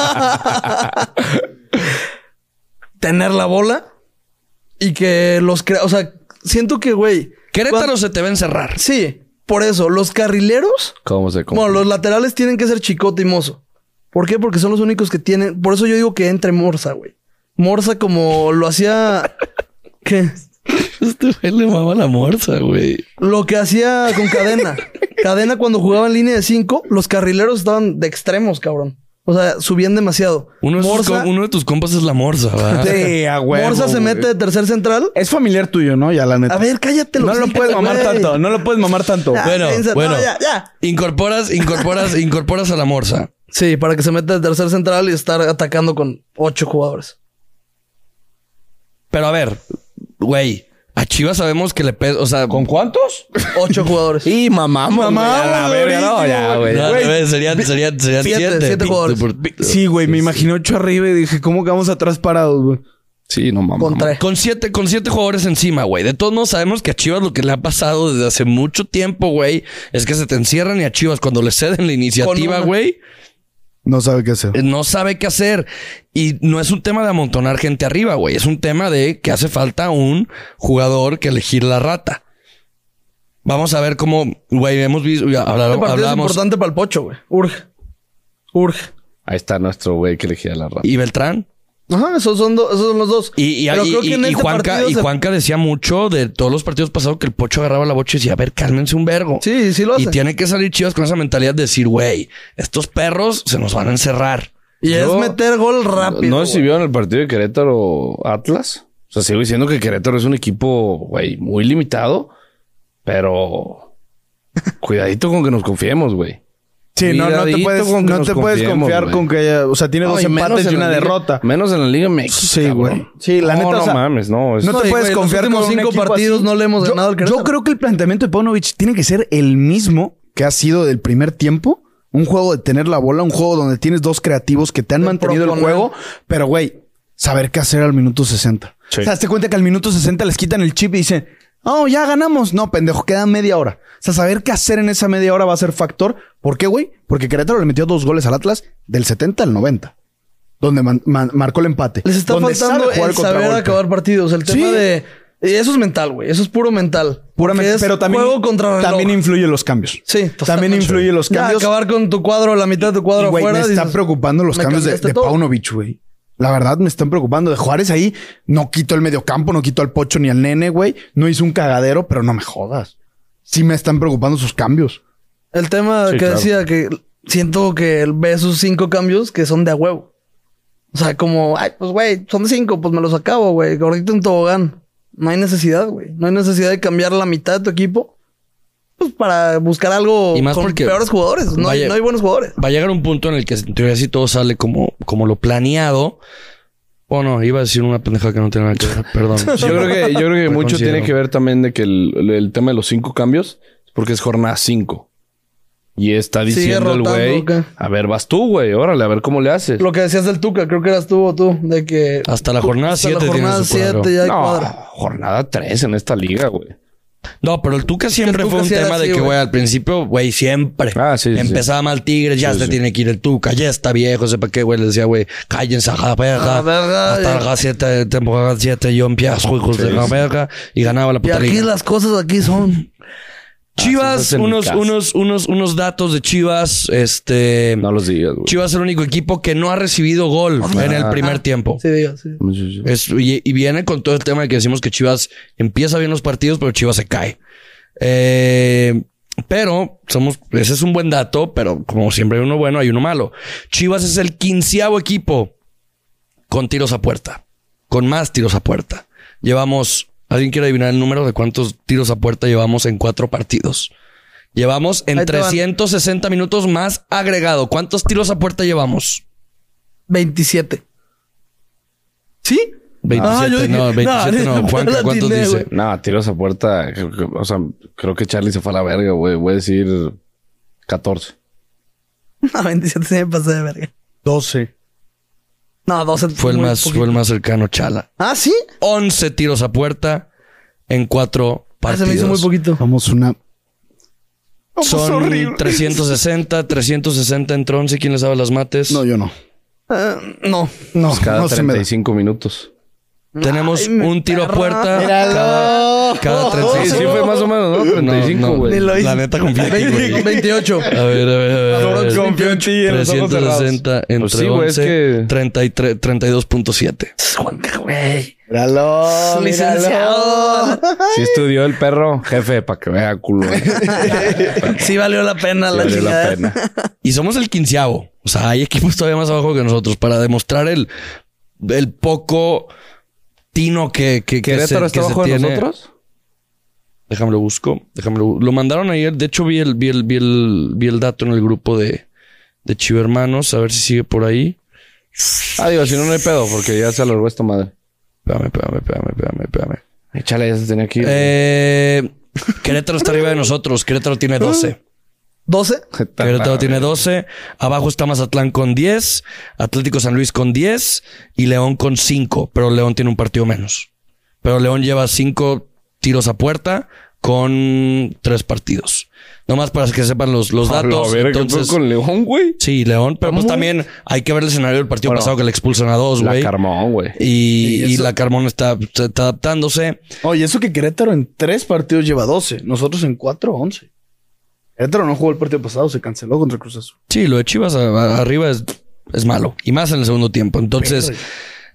perro! Tener la bola y que los crea. O sea, siento que, güey.
Querétaro
cuan-
se te va a encerrar.
Sí, por eso. Los carrileros
¿Cómo se
Bueno, los laterales tienen que ser Chicote y Mozo. ¿Por qué? Porque son los únicos que tienen. Por eso yo digo que entre Morsa, güey. Morsa como lo
[LAUGHS]
hacía. ¿Qué?
[LAUGHS] Este güey le mama la morsa, güey.
Lo que hacía con Cadena. Cadena cuando jugaba en línea de 5, los carrileros estaban de extremos, cabrón. O sea, subían demasiado.
Uno de, sus
Morsa,
com- uno de tus compas es la morsa,
[LAUGHS]
¿verdad?
Sí, a huevo,
Morsa se
güey.
mete de tercer central.
Es familiar tuyo, ¿no? Ya la neta.
A ver, cállate.
no
los
lo
hijos,
puedes mamar
güey.
tanto. No lo puedes mamar tanto.
Ya,
Bueno,
piensa- no,
bueno.
ya, ya.
Incorporas,
[LAUGHS]
incorporas, incorporas a la morsa.
Sí, para que se meta de tercer central y estar atacando con ocho jugadores.
Pero a ver, güey, a Chivas sabemos que le pesa. O sea,
¿Con cuántos?
Ocho jugadores.
Y mamá, mamá.
Mamá,
La verga, no, ya, güey.
no, al revés, serían, serían, serían
siete,
siete.
siete jugadores.
Por-
Sí, güey, me imaginé ocho arriba y dije, ¿cómo quedamos atrás parados, güey?
Sí, no mamá.
Con tres.
Con siete, con siete jugadores encima, güey. De todos modos, sabemos que a Chivas lo que le ha pasado desde hace mucho tiempo, güey, es que se te encierran y a Chivas cuando le ceden la iniciativa,
una.
güey,
No sabe qué hacer.
eh, no sabe qué hacer. Y no es un tema de amontonar gente arriba, güey. Es un tema de que hace falta un jugador que elegir la rata. Vamos a ver cómo, güey, hemos visto, ya hablar-
Este partido es
hablábamos.
importante para el pocho, güey. Urge. Urge.
Ahí está nuestro güey que elegía la rata.
Y Beltrán.
Ajá, esos son, do- esos son los dos.
Y, y,
Pero
y-
creo que
y-
en
y
este
Juanca,
partido
y
se-
Juanca decía mucho de todos los partidos pasados que el pocho agarraba la bocha y decía, a ver, cálmense un vergo.
Sí, sí lo
Y
hace.
tiene que salir Chivas con esa mentalidad de decir, güey, estos perros se nos van a encerrar.
Y
Yo-
es meter gol rápido.
¿No
güey.
si vieron el partido de Querétaro Atlas? O sea, sigo diciendo que Querétaro es un equipo, güey, muy limitado, pero cuidadito con que nos confiemos, güey.
Sí, no, no te
Cuidadito
puedes,
con que
no
nos
te puedes
confiemos,
confiar
güey.
con que haya, o sea, tiene dos
Ay, menos
empates
en
y una
la Liga-
derrota.
menos en la Liga México.
Sí, güey.
cabrón.
Sí, la
No,
neta,
No
o sea,
mames, no. es-
No te
Ay,
puedes
güey, los
confiar
últimos
con un
cinco
equipo
partidos
así.
no le hemos
Yo-
ganado al Querétaro.
Yo creo que el planteamiento de Ponovich tiene que ser el mismo que ha sido del primer tiempo. Un juego de tener la bola, un juego donde tienes dos creativos que te han
De
mantenido el
proponer.
juego, pero güey, saber qué hacer al minuto 60.
Sí.
O sea, hazte cuenta que al minuto 60 les quitan el chip y dicen, oh, ya ganamos. No, pendejo, queda media hora. O sea, saber qué hacer en esa media hora va a ser factor. ¿Por qué, güey? Porque Querétaro le metió dos goles al Atlas del 70 al 90, donde man- man- marcó el empate.
Les está
Donde sabe
faltando
jugar
el saber
contragolpe.
acabar partidos. El
Sí.
tema de... y Eso es mental, güey. Eso es puro mental.
Puramente,
Porque es
pero también,
juego contra reloj.
también influye los cambios.
Sí,
también
totalmente.
influye los
Ya,
cambios.
acabar con tu cuadro, la mitad de tu
Y,
cuadro
güey,
afuera.
me están
dices,
preocupando los
"Me
cambios de,
cambiaste
de
todo".
Paunovic, güey. La verdad me están preocupando. De Juárez ahí no quito el mediocampo, no quito al Pocho ni al Nene, güey. No hizo un cagadero, pero no me jodas. Sí me están preocupando sus cambios.
El tema
Sí,
que
claro.
decía que siento que él ve sus cinco cambios que son de a huevo. O sea, como, ay, pues güey, son cinco, pues me los acabo, güey. Gordito en tobogán. No hay necesidad, güey. No hay necesidad de cambiar la mitad de tu equipo. Pues para buscar algo
Y más
con
porque-
peores jugadores. No, hay-
Vaya-
no hay buenos jugadores.
Va a llegar un punto en el que en teoría si todo sale como, como lo planeado. O no, iba a decir una pendeja que no tiene nada que ver. Perdón.
Yo creo que, yo creo que
Lo
mucho
considero.
tiene que ver también de que el, el- el tema de los cinco cambios, porque es jornada cinco. Y está
Sigue
diciendo el
rotando,
güey,
¿o qué?
a ver, vas tú, güey, órale, a ver cómo le haces.
Lo que decías del Tuca, creo que eras tú o tú, de que.
Hasta la jornada
hasta
7
la jornada 7 ya hay
No,
cuadro.
jornada tres en esta liga, güey.
No, pero el Tuca siempre
El Tuca
fue un
sí era
tema de
así,
que,
güey.
güey, al principio, güey, siempre.
Ah, sí, sí,
Empezaba mal Tigres, ya
Sí,
se
sí.
tiene que ir el Tuca, ya está viejo, sepa qué, güey. Le decía, güey, cállense a la verga.
A la verga,
Hasta
ya.
la 7, temporada 7, yo empiezo, hijos de la verga. Y ganaba la
Y
puta
aquí
liga. Ah,
las cosas aquí son.
Ah,
Chivas,
sí, estás en mi
unos,
casa.
unos, unos, unos datos de Chivas. Este.
No los digas, güey.
Chivas es el único equipo que no ha recibido gol en el primer tiempo.
Sí, digo, sí.
Sí, sí, sí.
Es- y, y viene con todo el tema de que decimos que Chivas empieza bien los partidos, pero Chivas se cae. Eh, pero somos, ese es un buen dato, pero como siempre hay uno bueno, hay uno malo. Chivas es el quinceavo equipo con tiros a puerta, con más tiros a puerta. Llevamos, ¿alguien quiere adivinar el número de cuántos tiros a puerta llevamos en cuatro partidos? Llevamos en
Ahí te van.
360 minutos más agregado. ¿Cuántos tiros a puerta llevamos?
27. ¿Sí? [LAUGHS] Ah,
27, no, 27 no. Juanca,
la
¿cuántos
atiné,
dice?
güey.
No, tiros a puerta. creo que- O sea, creo que Charlie se fue a la verga, güey. Voy a decir 14.
No, 27 se me pasé de verga.
12.
No, 12
Fue el
muy
más,
poquito.
fue el más cercano, Chala.
Ah, sí.
11 tiros a puerta en cuatro
Ah,
partidos.
se me hizo muy poquito.
Vamos una...
Son 360, 360 entre 11. ¿Quién les daba las mates?
No, yo no.
Ah, no.
No,
Cada
no se me da.
35 minutos.
Tenemos
Ay, mi
un tiro a
perra.
puerta
Míralo.
cada, cada
Sí,
35.
sí fue más o menos, ¿no? 35, güey.
Ni lo hice.
La neta confía en ti, güey.
28.
A ver, a ver, a ver. A ver.
Confío en ti, en los ojos cerrados.
360 entre
Pues sí, güey, es
11,
que-
33, 32.7.
Juanca, güey.
Míralo,
Ah,
míralo.
Licenciado.
Sí estudió el perro, jefe, para que vea [LAUGHS] culo. güey. Sí
Sí valió la pena la
valió la
chingada.
pena.
Y somos el quinceavo. O sea, hay equipos [LAUGHS] todavía más abajo que nosotros para demostrar el, el poco tino que, que, que se,
¿Querétaro está
que se
abajo de
tiene.
nosotros?
Déjame lo busco. Déjame lo, lo mandaron ayer. De hecho, vi el, vi el, vi el, vi el dato en el grupo de, de Chivermanos. A ver si sigue por ahí.
Ah, digo, si no, no hay pedo, porque ya se alargó esta madre. Espérame, espérame, espérame, espérame, espérame. Échale, ya se tenía aquí. [LAUGHS]
Eh, Querétaro está arriba de nosotros. Querétaro tiene
[LAUGHS]
12.
¿12?
Querétaro tiene 12. Abajo está Mazatlán con 10. Atlético San Luis con 10. Y León con 5. Pero León tiene un partido menos. Pero León lleva 5 tiros a puerta con 3 partidos. Nomás para que sepan los, los
[LAUGHS] A la
datos.
verga, ¿qué pedo
Entonces,
con León, güey?
Sí, León. Pero pues
¿Cómo?
también hay que ver el escenario del partido
Bueno,
pasado que le expulsan a dos,
La
güey.
Carmón, güey.
Y, y la Carmón está, está adaptándose.
Oye, eso que Querétaro en tres partidos lleva 12. Nosotros en cuatro, 11. Querétaro no jugó el partido pasado, se canceló contra Cruz Azul.
Sí, lo de Chivas a- a- arriba es, es malo. Y más en el segundo tiempo. Entonces,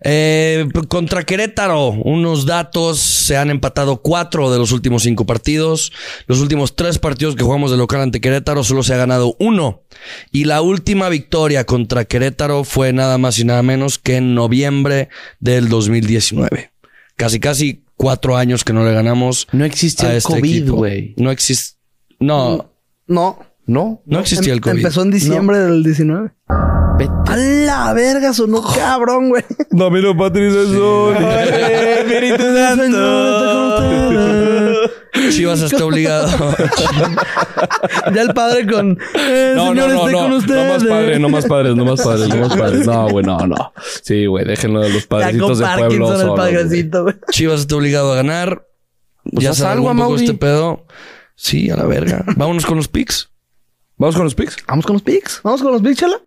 eh, p- contra Querétaro, unos datos. Se han empatado cuatro de los últimos cinco partidos. Los últimos tres partidos que jugamos de local ante Querétaro solo se ha ganado uno. Y la última victoria contra Querétaro fue nada más y nada menos que en noviembre del 2019. Casi, casi cuatro años que no le ganamos.
No existe
a
el
este
COVID,
equipo.
güey.
No existe. No,
No.
No.
no existía
Em-
el COVID.
Empezó en diciembre del 19.
Vete.
A la verga, sonó
Oh.
cabrón, güey.
No, mira, Patricio
[LAUGHS] Espíritu Santo.
Chivas está
[LAUGHS]
obligado.
Ya el padre con. eh,
No, no,
señor,
no,
esté
no,
con
no
ustedes.
más padres, no más padres, no más padres, no más padres. No, güey, no, no. Sí, güey, déjenlo de los
Ya con
padrecitos de pueblo
Parkinson el
solos, güey.
padrecito, güey.
Chivas está obligado a ganar. ya
Pues haz
se
algo,
algo un poco
Amauri.
este pedo. Sí, a la verga. Vámonos con los picks.
Vamos con los picks.
Vamos con los pics. Vamos con los pics, chala.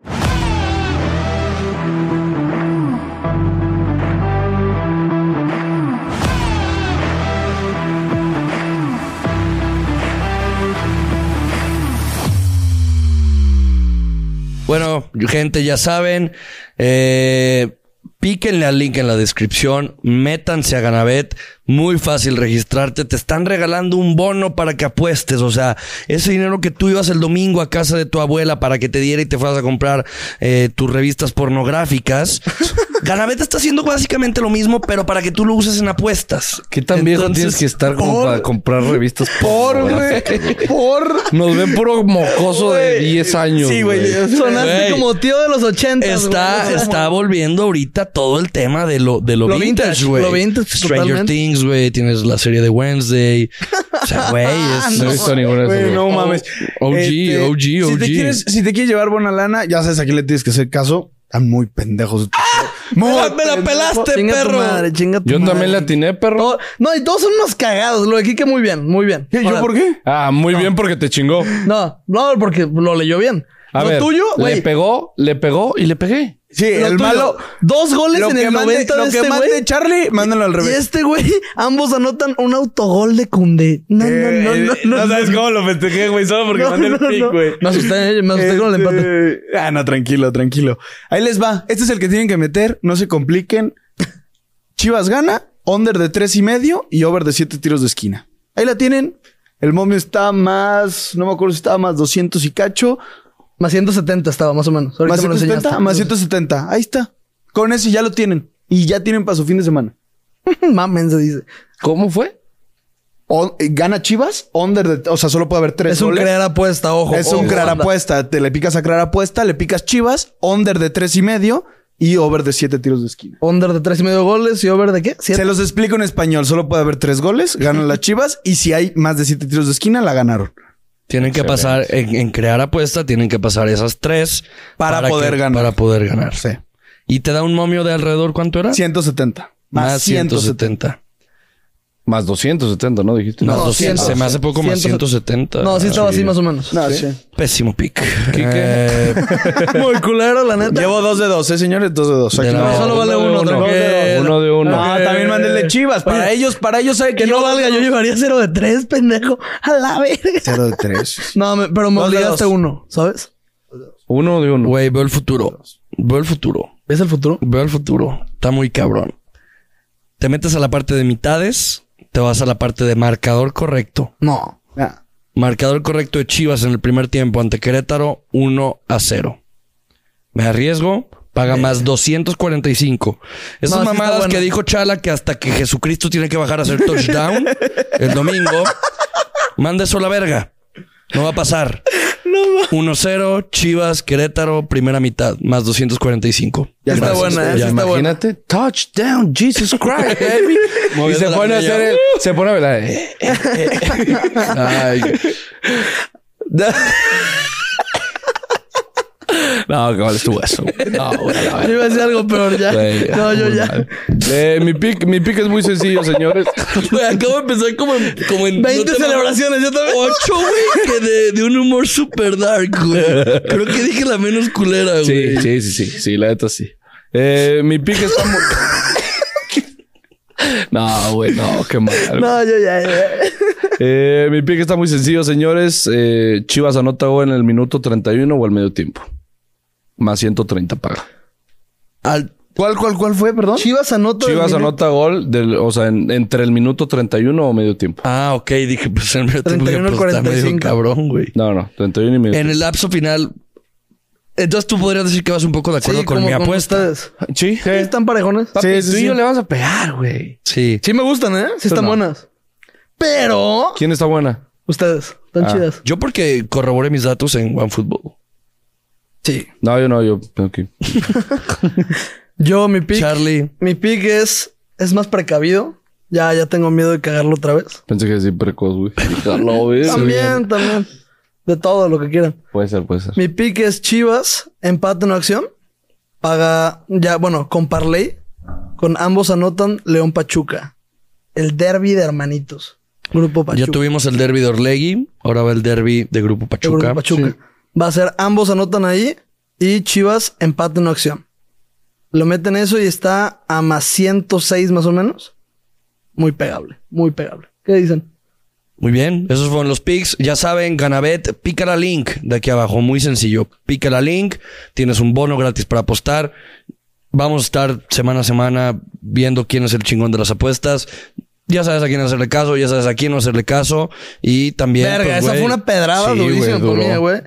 Bueno, gente, ya saben. Eh, píquenle al link en la descripción. Métanse a Ganabet. Muy fácil registrarte. Te están regalando un bono para que apuestes. O sea, ese dinero que tú ibas el domingo a casa de tu abuela para que te diera y te fueras a comprar eh, tus revistas pornográficas. Ganabet está haciendo básicamente lo mismo, pero para que tú lo uses en apuestas.
¿Qué tan viejo tienes que estar como
por-
para comprar revistas?
por, güey.
[LAUGHS]
Por. Nos ven puro mocoso de 10 años.
Sí, güey. Sonaste
Güey.
como tío de los 80.
Está, está volviendo ahorita todo el tema de lo, de lo,
Lo
vintage,
vintage,
güey.
lo vintage,
Stranger
totalmente.
Things, güey. Tienes la serie de Wednesday. O sea, güey, es-
No he visto ninguna de esas.
Güey,
güey.
no mames. Este,
OG, OG,
Si te,
OG.
quieres, si te quieres llevar buena lana, ya sabes a quién le tienes que hacer caso. Están muy pendejos. Muy
me la pelaste,
Chinga tu
perro.
madre, chinga tu
Yo
madre.
también le atiné, perro.
Todo- no, y todos son unos cagados. Lo de Kike muy bien, muy bien.
¿Qué? ¿Yo
Ahora,
por qué?
Ah, muy bien porque te chingó.
No, no, porque lo leyó bien.
A
lo
ver,
tuyo,
le
güey.
pegó, le pegó y le pegué.
Sí,
lo
el
tuyo.
malo.
Dos goles
Lo
en
que,
el
mande,
90
lo
de
que
este
mande
güey.
Charlie, mándalo al
Y
revés.
este güey, ambos anotan un autogol de Cunde. No, no, no, no,
Eh,
no.
sabes cómo lo festejé, güey, solo porque
No,
mandé el
no,
pick,
no.
güey.
Me asusté, eh, me asusté con el
Este,
empate.
Ah, no, tranquilo, tranquilo. Ahí les va. Este es el que tienen que meter. No se compliquen. Chivas gana, under de tres y medio y over de siete tiros de esquina. Ahí la tienen. El momio está más, no me acuerdo si estaba más 200 y cacho.
Más 170 estaba, más o menos. Ahorita
Más
me lo
170,
enseñaste.
más 170. Ahí está. Con eso ya lo tienen. Y ya tienen para su fin de semana.
[LAUGHS] Mamen, se dice.
¿Cómo fue?
O- eh, gana Chivas, under de, o sea, solo puede haber tres
Es un
goles.
crear apuesta, Oh, ojo.
Es un
ojo,
crear
banda.
apuesta. Te le picas a crear apuesta, le picas Chivas, under de tres y medio y over de siete tiros de esquina.
Under de tres y medio goles y over de qué?
Se
Siete.
los explico en español. Solo puede haber tres goles, ganan las Chivas y si hay más de siete tiros de esquina, la ganaron.
Tienen que pasar, en, en crear apuesta, tienen que pasar esas tres.
Para poder ganar.
Para poder ganar.
Sí.
Y te da un momio de alrededor, ¿cuánto era?
170. Más,
Más
170.
170.
Más 270, ¿no? Dijiste.
Más
No,
200.
100.
Se me hace poco más 170.
No, sí estaba así más o menos.
No, sí.
Pésimo pick.
Quique.
Eh,
Muy culero, la neta.
Llevo dos de dos, ¿eh, señores? Dos de dos. Aquí
De
no-
la-
solo vale uno, tranquilo.
Uno de uno.
Ah, también mándenle Chivas. Para ellos, para ellos hay
Que no valga, yo llevaría 0 de 3, pendejo. A la verga.
Cero de tres.
No, me- pero me
Dos de
obligaste
dos.
uno, ¿sabes?
Uno de uno.
Güey, veo el futuro. Veo el futuro.
¿Ves el futuro?
Veo el futuro. Está muy cabrón. Te metes a la parte de mitades, te vas a la parte de marcador correcto.
No.
[LAUGHS] Ah,
Marcador correcto de Chivas en el primer tiempo ante Querétaro, 1 a 0. Me arriesgo, paga más 245. Esas
No, sí está
mamadas
bueno.
que dijo Chala que hasta que Jesucristo tiene que bajar a hacer
[LAUGHS]
touchdown el domingo, manda eso a la verga. No va a pasar.
no mames.
1-0, Chivas, Querétaro, primera mitad, más 245.
Ya está
Gracias.
buena, ¿eh?
Ya.
Sí está buena.
Imagínate, touchdown, Jesus [LAUGHS] Christ, baby. y
Moviendo
se
la
pone a
silla.
hacer el, se pone a velar. eh, eh, eh. Ay. No, qué mal estuvo eso. güey. No, [LAUGHS] güey, la
Yo
verdad,
iba a decir algo peor ya.
güey,
No, yo
muy
ya.
mal. Eh, mi pick, mi pick es muy sencillo, señores.
Güey, acabo de empezar como en, como en
20
no te-
celebraciones, yo también.
Ocho, güey, que de, de un humor super dark, güey. Creo que dije la menos culera, güey.
[LAUGHS] Sí, sí, sí, sí, sí, la neta sí. Eh, mi pick está muy. [LAUGHS] No, güey, [LAUGHS] no, qué mal. güey.
No, yo ya. ya.
Eh, mi pick está muy sencillo, señores. Eh, Chivas anota gol en el minuto 31 o al medio tiempo. Más 130 paga.
Al-
¿Cuál, cuál, cuál fue, perdón?
Chivas anota. el
Chivas
minuto-
anota gol, del, o sea, en- entre el minuto 31 o medio tiempo.
Ah, ok, dije, pues en medio tiempo dije,
31,
pues, está medio
45.
cabrón, güey.
No, no, 31 y medio.
En el lapso final. Entonces tú podrías decir que vas un poco de acuerdo
Sí,
con
como
mi
con
apuesta.
ustedes.
tiempo. ¿Sí?
Sí, están parejones.
Sí, sí,
tú y
sí.
yo le vamos a pegar, güey.
Sí.
Sí me gustan, ¿eh? Sí están
no.
buenas. Pero...
¿Quién está buena?
Ustedes. Están
Ah.
chidas.
Yo porque corroboré mis datos en OneFootball.
Sí.
No, yo no, yo. ok.
Yo, mi pick...
Charlie.
Mi pick es... Es más precavido. Ya, ya tengo miedo de cagarlo otra vez.
Pensé que decir precoz, [LAUGHS] güey. Déjalo, güey.
También, también. De todo lo que quieran.
Puede ser, puede ser.
Mi pick es Chivas, empate no acción. Paga, ya, bueno, con Parley. Con ambos anotan León Pachuca. El derby de hermanitos. Grupo Pachuca.
Ya tuvimos el derby de Orlegui. Ahora va el derby de Grupo
El
Pachuca.
grupo Pachuca. Va a ser ambos anotan ahí y Chivas empate no acción. Lo meten eso y está a más 106 más o menos. Muy pegable, muy pegable. ¿Qué dicen?
Muy bien, esos fueron los picks. Ya saben, Ganabet, pica la link de aquí abajo, muy sencillo. Pica la link, tienes un bono gratis para apostar. Vamos a estar semana a semana viendo quién es el chingón de las apuestas. Ya sabes a quién hacerle caso, ya sabes a quién no hacerle caso. Y también.
Verga,
pues,
esa
güey,
fue una pedrada
sí,
durísima
güey,
por
duró.
mí, güey.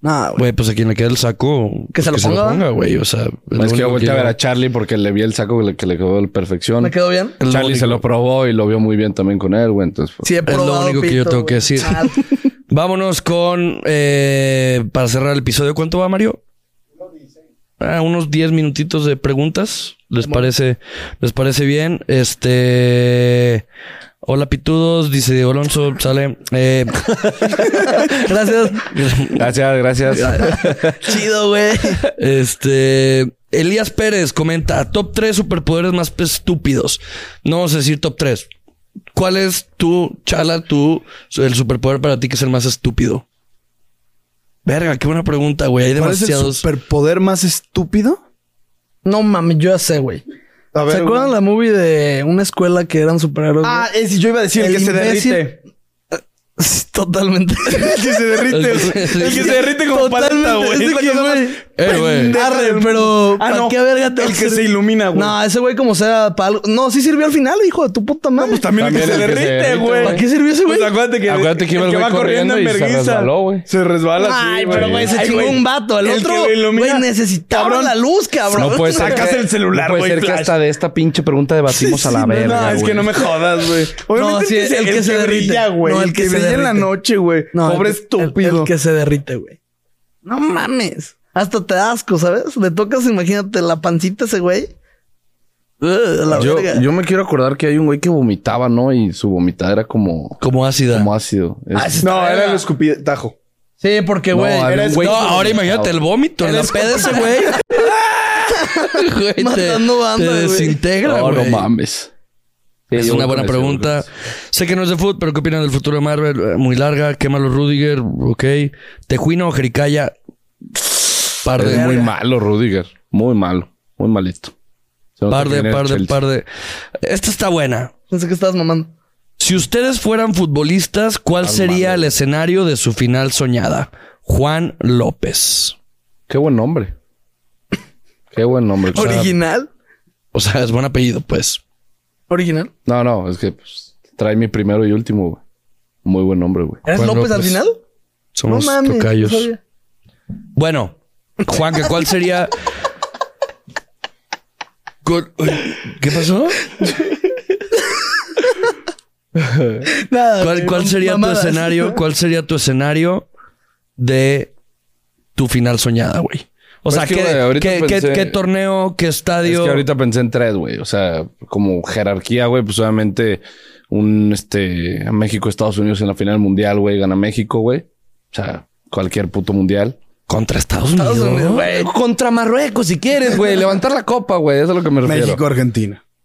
Nah, güey.
Güey, pues a quien le quede el saco. pues,
se lo ponga.
güey. O sea, es lo
Es que
único
volteé a
yo-
ver a Charlie porque le vi el saco que le, que le quedó la perfección.
¿Me quedó bien?
es lo
Charlie se
único-
lo probó y lo vio muy bien también con él, güey. Entonces, pues,
Sí, he
Es lo
probado
único que yo
pito,
tengo que
güey.
decir.
Ah,
Vámonos con. eh, para cerrar el episodio, ¿cuánto va, Mario? Ah, unos 10 minutitos de preguntas. ¿Les parece, ¿Les parece bien? Este. Hola, pitudos. Dice Diego Alonso. Sale. Eh,
gracias.
[LAUGHS] Gracias, gracias.
[LAUGHS] Chido, güey.
este. Elías Pérez comenta: Top 3 superpoderes más estúpidos. No vamos a decir top 3. ¿Cuál es tu, Chala, tu, el superpoder para ti que es el más estúpido? Verga, qué buena pregunta, güey. Hay
¿Cuál es el
demasiados.
superpoder más estúpido?
No mames, yo ya sé, güey.
A
¿Se acuerdan la movie de una escuela que eran superhéroes?
Ah,
[LAUGHS]
es, yo iba a decir el,
El
que
imbécil-
se derrite.
güey? Totalmente.
El que se derrite.
Sí,
güey. el
sí.
que se derrite como paleta,
Totalmente,
güey.
ese
Es la
que,
cosa más
güey.
Eh, güey.
pendeja
Arre,
del
pero
mundo. Ah,
¿pa'
no.
qué verga te
El
vas a
que se
hacer?
ilumina, güey.
No, ese güey como sea para algo. No, sí sirvió al final, hijo de tu puta madre.
Pues también, el que se
También el que se
derrite,
derrite,
güey.
¿Para qué sirvió ese güey?
Pues acuérdate que,
Acuérdate que iba el güey corriendo y se
vergüenza.
resbaló, güey.
Se resbala
Ay,
sí,
pero güey, se
Ay,
chingó un vato. El,
que
otro,
lo ilumina.
güey, necesitaba
Cabrón.
la luz, cabrón.
No puede ser.
Sacas
que-
el celular,
no puede
güey,
ser que
flash.
hasta de esta pinche pregunta debatimos [LAUGHS]
Sí,
a
[LAUGHS]
la
sí,
verga.
No, es
güey.
que no me jodas, güey. Obviamente
sí,
el, que, el que se
derrite.
brilla, güey.
No,
el, que,
se
brilla en la
derrite.
noche, güey.
No,
Pobre
el-
estúpido.
El, el que se derrite, güey. No mames. Hasta te da asco, ¿sabes? Le tocas, imagínate, la pancita a ese güey. Ugh, la
Yo,
verga.
yo me quiero acordar que hay un güey que vomitaba, ¿no? Y su vomitada era como,
Como ácida.
como ácido.
Ah,
Es-
sí,
No,
está
era el
verga.
escupitajo.
Sí, porque,
No,
güey.
a ver,
era
un güey
no,
que
ahora
vomitaba.
imagínate el vómito en la
Eres
peda de ese
[LAUGHS]
güey. [LAUGHS] Güey, te-
Matando banda,
Te
güey.
desintegra,
No, no
güey.
mames. Sí,
es
yo
una
voy
buena
con ese, yo voy con
pregunta.
ese.
Sé que no es de foot, pero ¿qué opinan del futuro de Marvel? Eh, Muy larga. Quémalo Rudiger. Ok. Tejuino o Jericaya. Par de,
Es muy malo, Rudiger. Muy malo. Muy malito. Se nota
par
que
de,
viene
par de,
Chelsea.
par de. Esta está buena.
Pensé que estabas mamando.
Si ustedes fueran futbolistas, ¿cuál sería el escenario de su final soñada? Juan López.
Qué buen nombre. Qué buen nombre. O sea,
¿Original?
O sea, es buen apellido, pues.
¿Original?
no, no, es que pues, trae mi primero y último, güey. Muy buen nombre, güey.
¿Eres
Juan
López, al
López.
pues,
final?
Somos
no mames.
tocayos.
no sabía.
Bueno, Juan, ¿que ¿cuál
[LAUGHS]
sería? Col- Uy, ¿Qué pasó?
Nada,
¿Cuál,
güey,
cuál
mam-
sería tu
mamadas.
escenario? ¿Cuál sería tu escenario de tu final soñada, güey? O
Pues
sea,
es que,
¿qué,
güey, ahorita
qué- qué-
pensé-
qué torneo, qué
Es
estadio?
que ahorita pensé en tres, güey. O sea, como jerarquía, güey, pues obviamente un este México, Estados Unidos en la final mundial, güey, gana México, güey. O sea, cualquier puto mundial.
Contra Estados Unidos.
Güey, contra Marruecos, si quieres, güey. Levantar la copa, güey. Eso es a lo que me refiero.
México,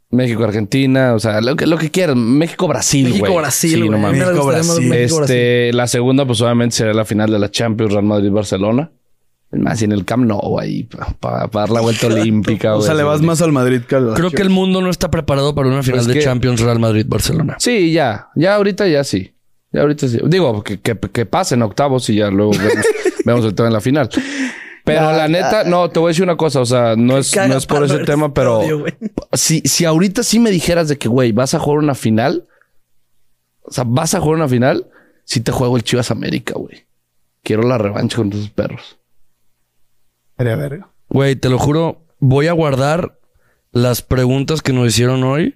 México,
Argentina.
Argentina, o sea, lo que, lo que quieras. México, Brasil, güey.
México, Brasil,
Sí,
güey.
no
A mí
mames.
me
México,
gustaría más
Brasil.
México, Brasil.
Este, la segunda, pues obviamente será la final de la Champions Real Madrid Barcelona. Es más, y en el Camp Nou ahí para dar
[LAUGHS]
la vuelta olímpica.
O sea,
güey.
le vas más al Madrid que al
Creo que el mundo no está preparado para una final
Pues
de
que-
Champions Real Madrid-Barcelona.
Sí, ya. Ya ahorita ya sí. Ya ahorita sí. Digo, que, que, que pasen octavos y ya luego vemos,
[LAUGHS]
vemos el tema en la final. Pero la neta, no, te voy a decir una cosa. O sea, no es,
caga
no es por
palo
ese
eres,
tema,
te
pero
odio, güey.
si, si ahorita sí me dijeras de que, güey, vas a jugar una final, o sea, vas a jugar una final, sí te juego el Chivas América, güey. Quiero la revancha con esos perros.
Sería verga.
Güey, te lo juro, voy a guardar las preguntas que nos hicieron hoy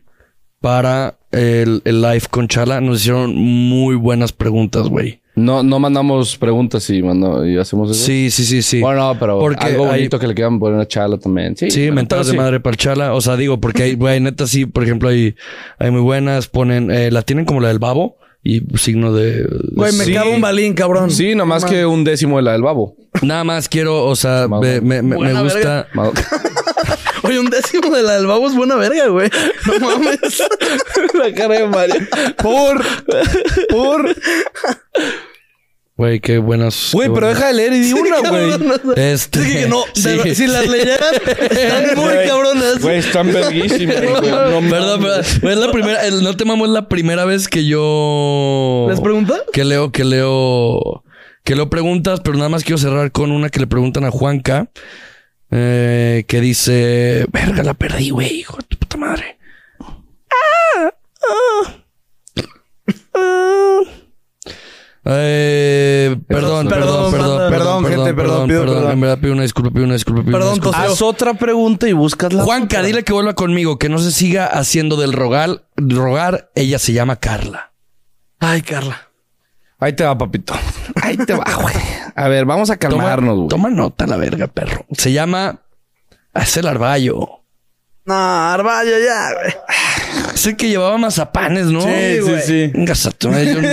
para el, el live con Chala. Nos hicieron muy buenas preguntas, güey.
No, no mandamos preguntas y, mando, y hacemos eso.
Sí, sí, sí, sí.
Bueno, no, pero
Porque
algo
hay-
bonito que le quieran poner a Chala también. Sí,
Sí,
pero-
mentadas de
pero sí.
madre para el Chala. O sea, digo, porque hay, güey, neta, sí, por ejemplo, hay, hay muy buenas. Ponen, eh, la tienen como la del babo y signo de.
Güey, me
Sí.
cago un balín, cabrón.
Sí, nomás que un décimo de la del babo.
Nada más quiero, o sea,
Mamá.
me, me- me- me
Buena
gusta.
verga.
Ma-
Oye, un décimo de la del babo es buena verga, güey. No mames.
[LAUGHS]
la cara de Mario.
Por. [LAUGHS] Por.
Güey, qué buenas.
Güey,
qué
pero
buenas.
deja de leer y di una, güey.
Este,
Es que no,
sí,
de- si las
sí.
leyeras, están muy cabronas.
Güey, están verguísimas.
[LAUGHS]
güey. No mames.
Perdón, pero es la primera, el no te mamo es la primera vez que yo.
¿Les pregunta?
Que leo, que leo, que leo preguntas, pero nada más quiero cerrar con una que le preguntan a Juanca, eh, que dice, verga, la perdí, güey, hijo de tu puta madre. Ah, ah, ah. Eh, perdón, perdón,
Perdón,
perdón,
banda.
Perdón, gente, perdón, pido perdón.
En verdad pido una disculpa, pido una disculpa, pido
Perdón,
una disculpa.
Haz otra pregunta y buscas
Ah,
la.
Juanca, dile que vuelva conmigo, que no se siga haciendo del rogar, rogar. Ella se llama Carla.
Ay, Carla.
[LAUGHS] Ahí te va, papito. Ahí te va, güey. A ver, vamos a
Toma,
calmarnos, güey.
toma nota, la verga, perro. Se llama. Es el Arballo.
No, Arballo, ya, güey.
Es el que llevaba mazapanes, ¿no?
Sí, sí, sí.
Venga, Saturno, yo no-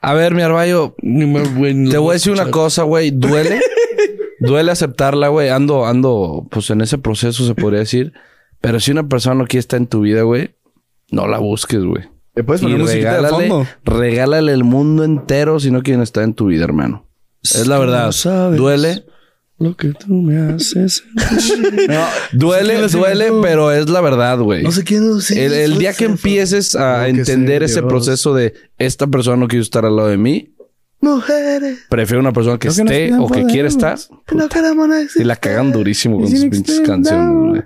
A ver, mi Arballo,
ni me- güey, ni
te
lo
voy a decir una
escuchar.
cosa, güey. Duele. Duele aceptarla, güey. Ando, ando, pues en ese proceso se podría decir. Pero si una persona no quiere estar en tu vida, güey, no la busques, güey.
¿Le puedes poner
Y
musiquita de
regálale,
fondo?
regálale el mundo entero si no quieren estar en tu vida, hermano. Es la
que
verdad.
no sabes.
Duele,
Lo que tú me haces.
[LAUGHS] duele, duele, pero es la verdad, güey.
No sé quién es. sí,
el, el
sí,
día
sí,
que
sí.
empieces a
Lo que
entender
sé,
ese
Dios.
proceso de esta persona no quiere estar al lado de mí,
Mujeres,
prefiero una persona que
Lo que nos
esté
pidan
o que quiera estar.
no queremos
Y
decir.
la cagan durísimo con
Y sin
sus pinches
extender.
canciones, güey.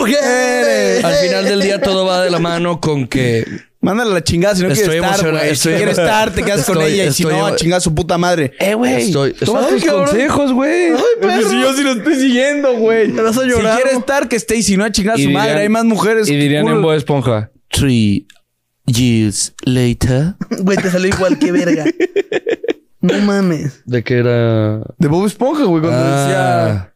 ¡Mujeres!
Al final del día todo va de la mano con que
Mándale la chingada si no
Estoy
quieres estar,
emocionado,
güey. Si
estoy-
quieres estar, te quedas con
estoy-
ella. Y si
estoy-
no, a chingar a su puta madre. pues,
Eh, güey.
Estoy-
Toma
estoy-
tus consejos, güey.
Si yo sí lo estoy siguiendo, güey.
Me vas a llorar,
Si quiere
¿no?
estar, que esté. Y si no, a chingar a
Y
su
dirían-
madre. Hay más mujeres.
Y dirían en
Culo.
voz de esponja. Three years later.
Güey, te salió igual que verga. No mames. [LAUGHS]
de que era.
De Bob Esponja, güey.
Pues,
Cuando decía...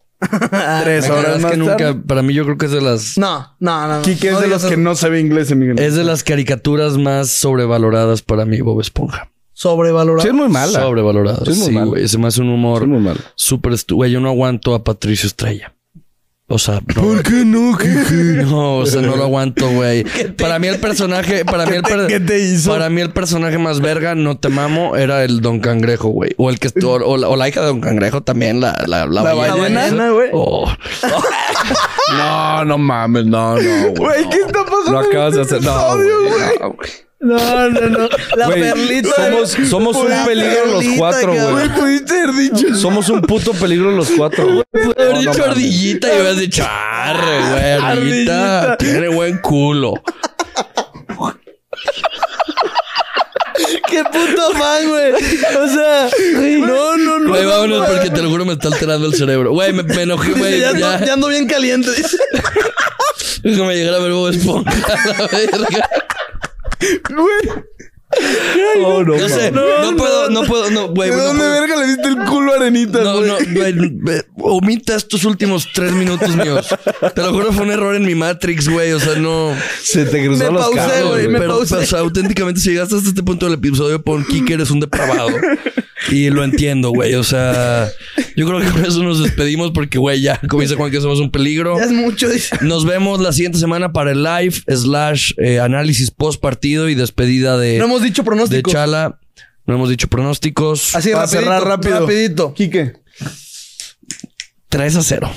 Ah,
Tres
la verdad
horas
es
más
que
tarde.
nunca, para mí yo creo que es de las
No, no, no. no.
Quique es
No
de
digas
los que
eso.
no sabe inglés, Miguel.
Es de las caricaturas más sobrevaloradas para mí, Bob Esponja.
Sí,
Sobrevalorado.
es muy mala.
Sobrevaloradas.
Sí, es muy
Sí,
mala.
güey. Se me hace un humor
Es muy mala.
súper estu- Güey, yo no aguanto a Patricio Estrella. O sea, no,
qué no, Quique?
no, o sea, no lo aguanto, güey.
[LAUGHS]
Para mí el personaje, para mí el per-
¿Qué te hizo?
para mí el personaje más verga, no te mamo, era el Don Cangrejo, güey. O el que estu- o, o la, o la hija de Don Cangrejo también, la la la,
La
ballena.
ballena,
esa.
güey.
Oh.
No, no mames, no, no, [LAUGHS] güey.
Güey, ¿qué está pasando?
Lo acabas de hacer. No, güey. no, güey.
No, no, no. [LAUGHS] La
Güey,
perlita.
Somos, somos un
La
peligro los
perlita,
cuatro, güey.
cabrón.
Pudiste haber dicho.
Somos un puto peligro los cuatro, güey.
Pude haber
No, no
dicho
mames.
ardillita y hubieras dicho, arre, güey, ardillita.
Ardillita.
Tiene buen culo.
Qué puto man, güey. O sea, no, no, no.
Güey,
no,
vámonos
güey.
porque te lo juro me está alterando el cerebro. Güey, me, me enojé, güey.
Dice,
Ya,
ya, ando, ya ando bien caliente. Dice.
[LAUGHS] Déjame llegar a ver Bob Esponja. a la verga.
Güey.
Oh, no,
Yo sé,
mames.
no, puedo, no puedo, no, güey.
¿De
no
dónde
puedo.
verga le viste el culo a Arenita,
No,
güey?
no, güey, ve- omita estos últimos tres minutos míos. Te lo juro, fue un error en mi Matrix, güey. O sea, no.
Se te cruzó
Me
los
pausé,
cables,
güey,
güey.
me-
pero,
pausé.
pero, o sea, auténticamente, si llegaste hasta este punto del episodio, pon que
[LAUGHS]
eres un depravado. Y lo entiendo, güey. O sea, yo creo que por eso nos despedimos, porque, güey, ya, como dice Juan, que somos un peligro.
Ya es mucho, dice.
Nos vemos la siguiente semana para el live, slash, eh, análisis post partido y despedida de,
No hemos dicho
Eh, de
pronóstico.
Chala. No hemos dicho pronósticos.
Así
Para
rapidito,
cerrar rápido.
rapidito.
Quique.
3 a 0.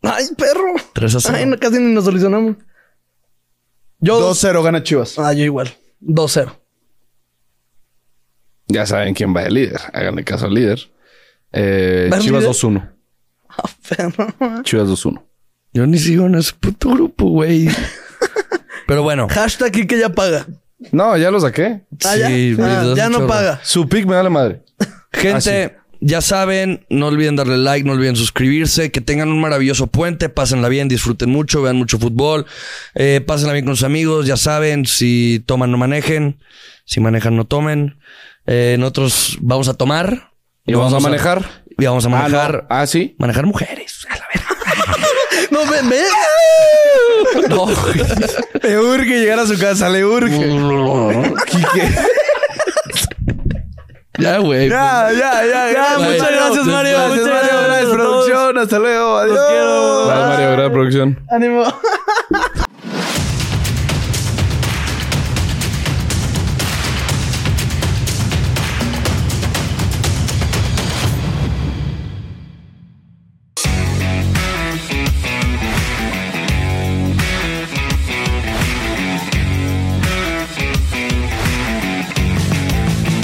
Ay, perro.
3 a 0.
Ay, no, casi ni nos solucionamos. Yo
2-0 gana Chivas.
Ah, yo igual. 2-0.
Ya saben quién va de líder. Háganle caso al líder. Eh,
¿Va el
Chivas
líder?
2-1.
Ah, perro.
Chivas 2-1.
Yo ni sigo en ese puto grupo,
[LAUGHS]
güey. Pero bueno.
Hashtag que ya paga.
No, ya lo saqué.
Ah,
sí,
ya.
güey,
Ah,
das
ya
un
no
chorro.
paga.
Su pick me da la madre. Ah,
Gente, ya saben, no olviden darle like, no olviden suscribirse, que tengan un maravilloso puente, pásenla bien, disfruten mucho, vean mucho fútbol, eh, pásenla bien con sus amigos, ya saben, si toman no manejen, si manejan no tomen. Eh, nosotros vamos a tomar.
Y vamos a manejar.
Y vamos a
Ah, no.
manejar.
Ah, sí.
Manejar mujeres. A la verga.
No, ve, ve.
[LAUGHS]
No, güey.
Le urge llegar a su casa, le urge. Quique.
ya, güey.
Ya, ya, ya, ya.
Bye.
Muchas gracias, Mario.
Gracias,
muchas
Mario.
gracias,
Gracias a todos.
producción. Hasta luego. Adiós.
quiero.
Gracias, Mario. Gracias, producción.
Ánimo.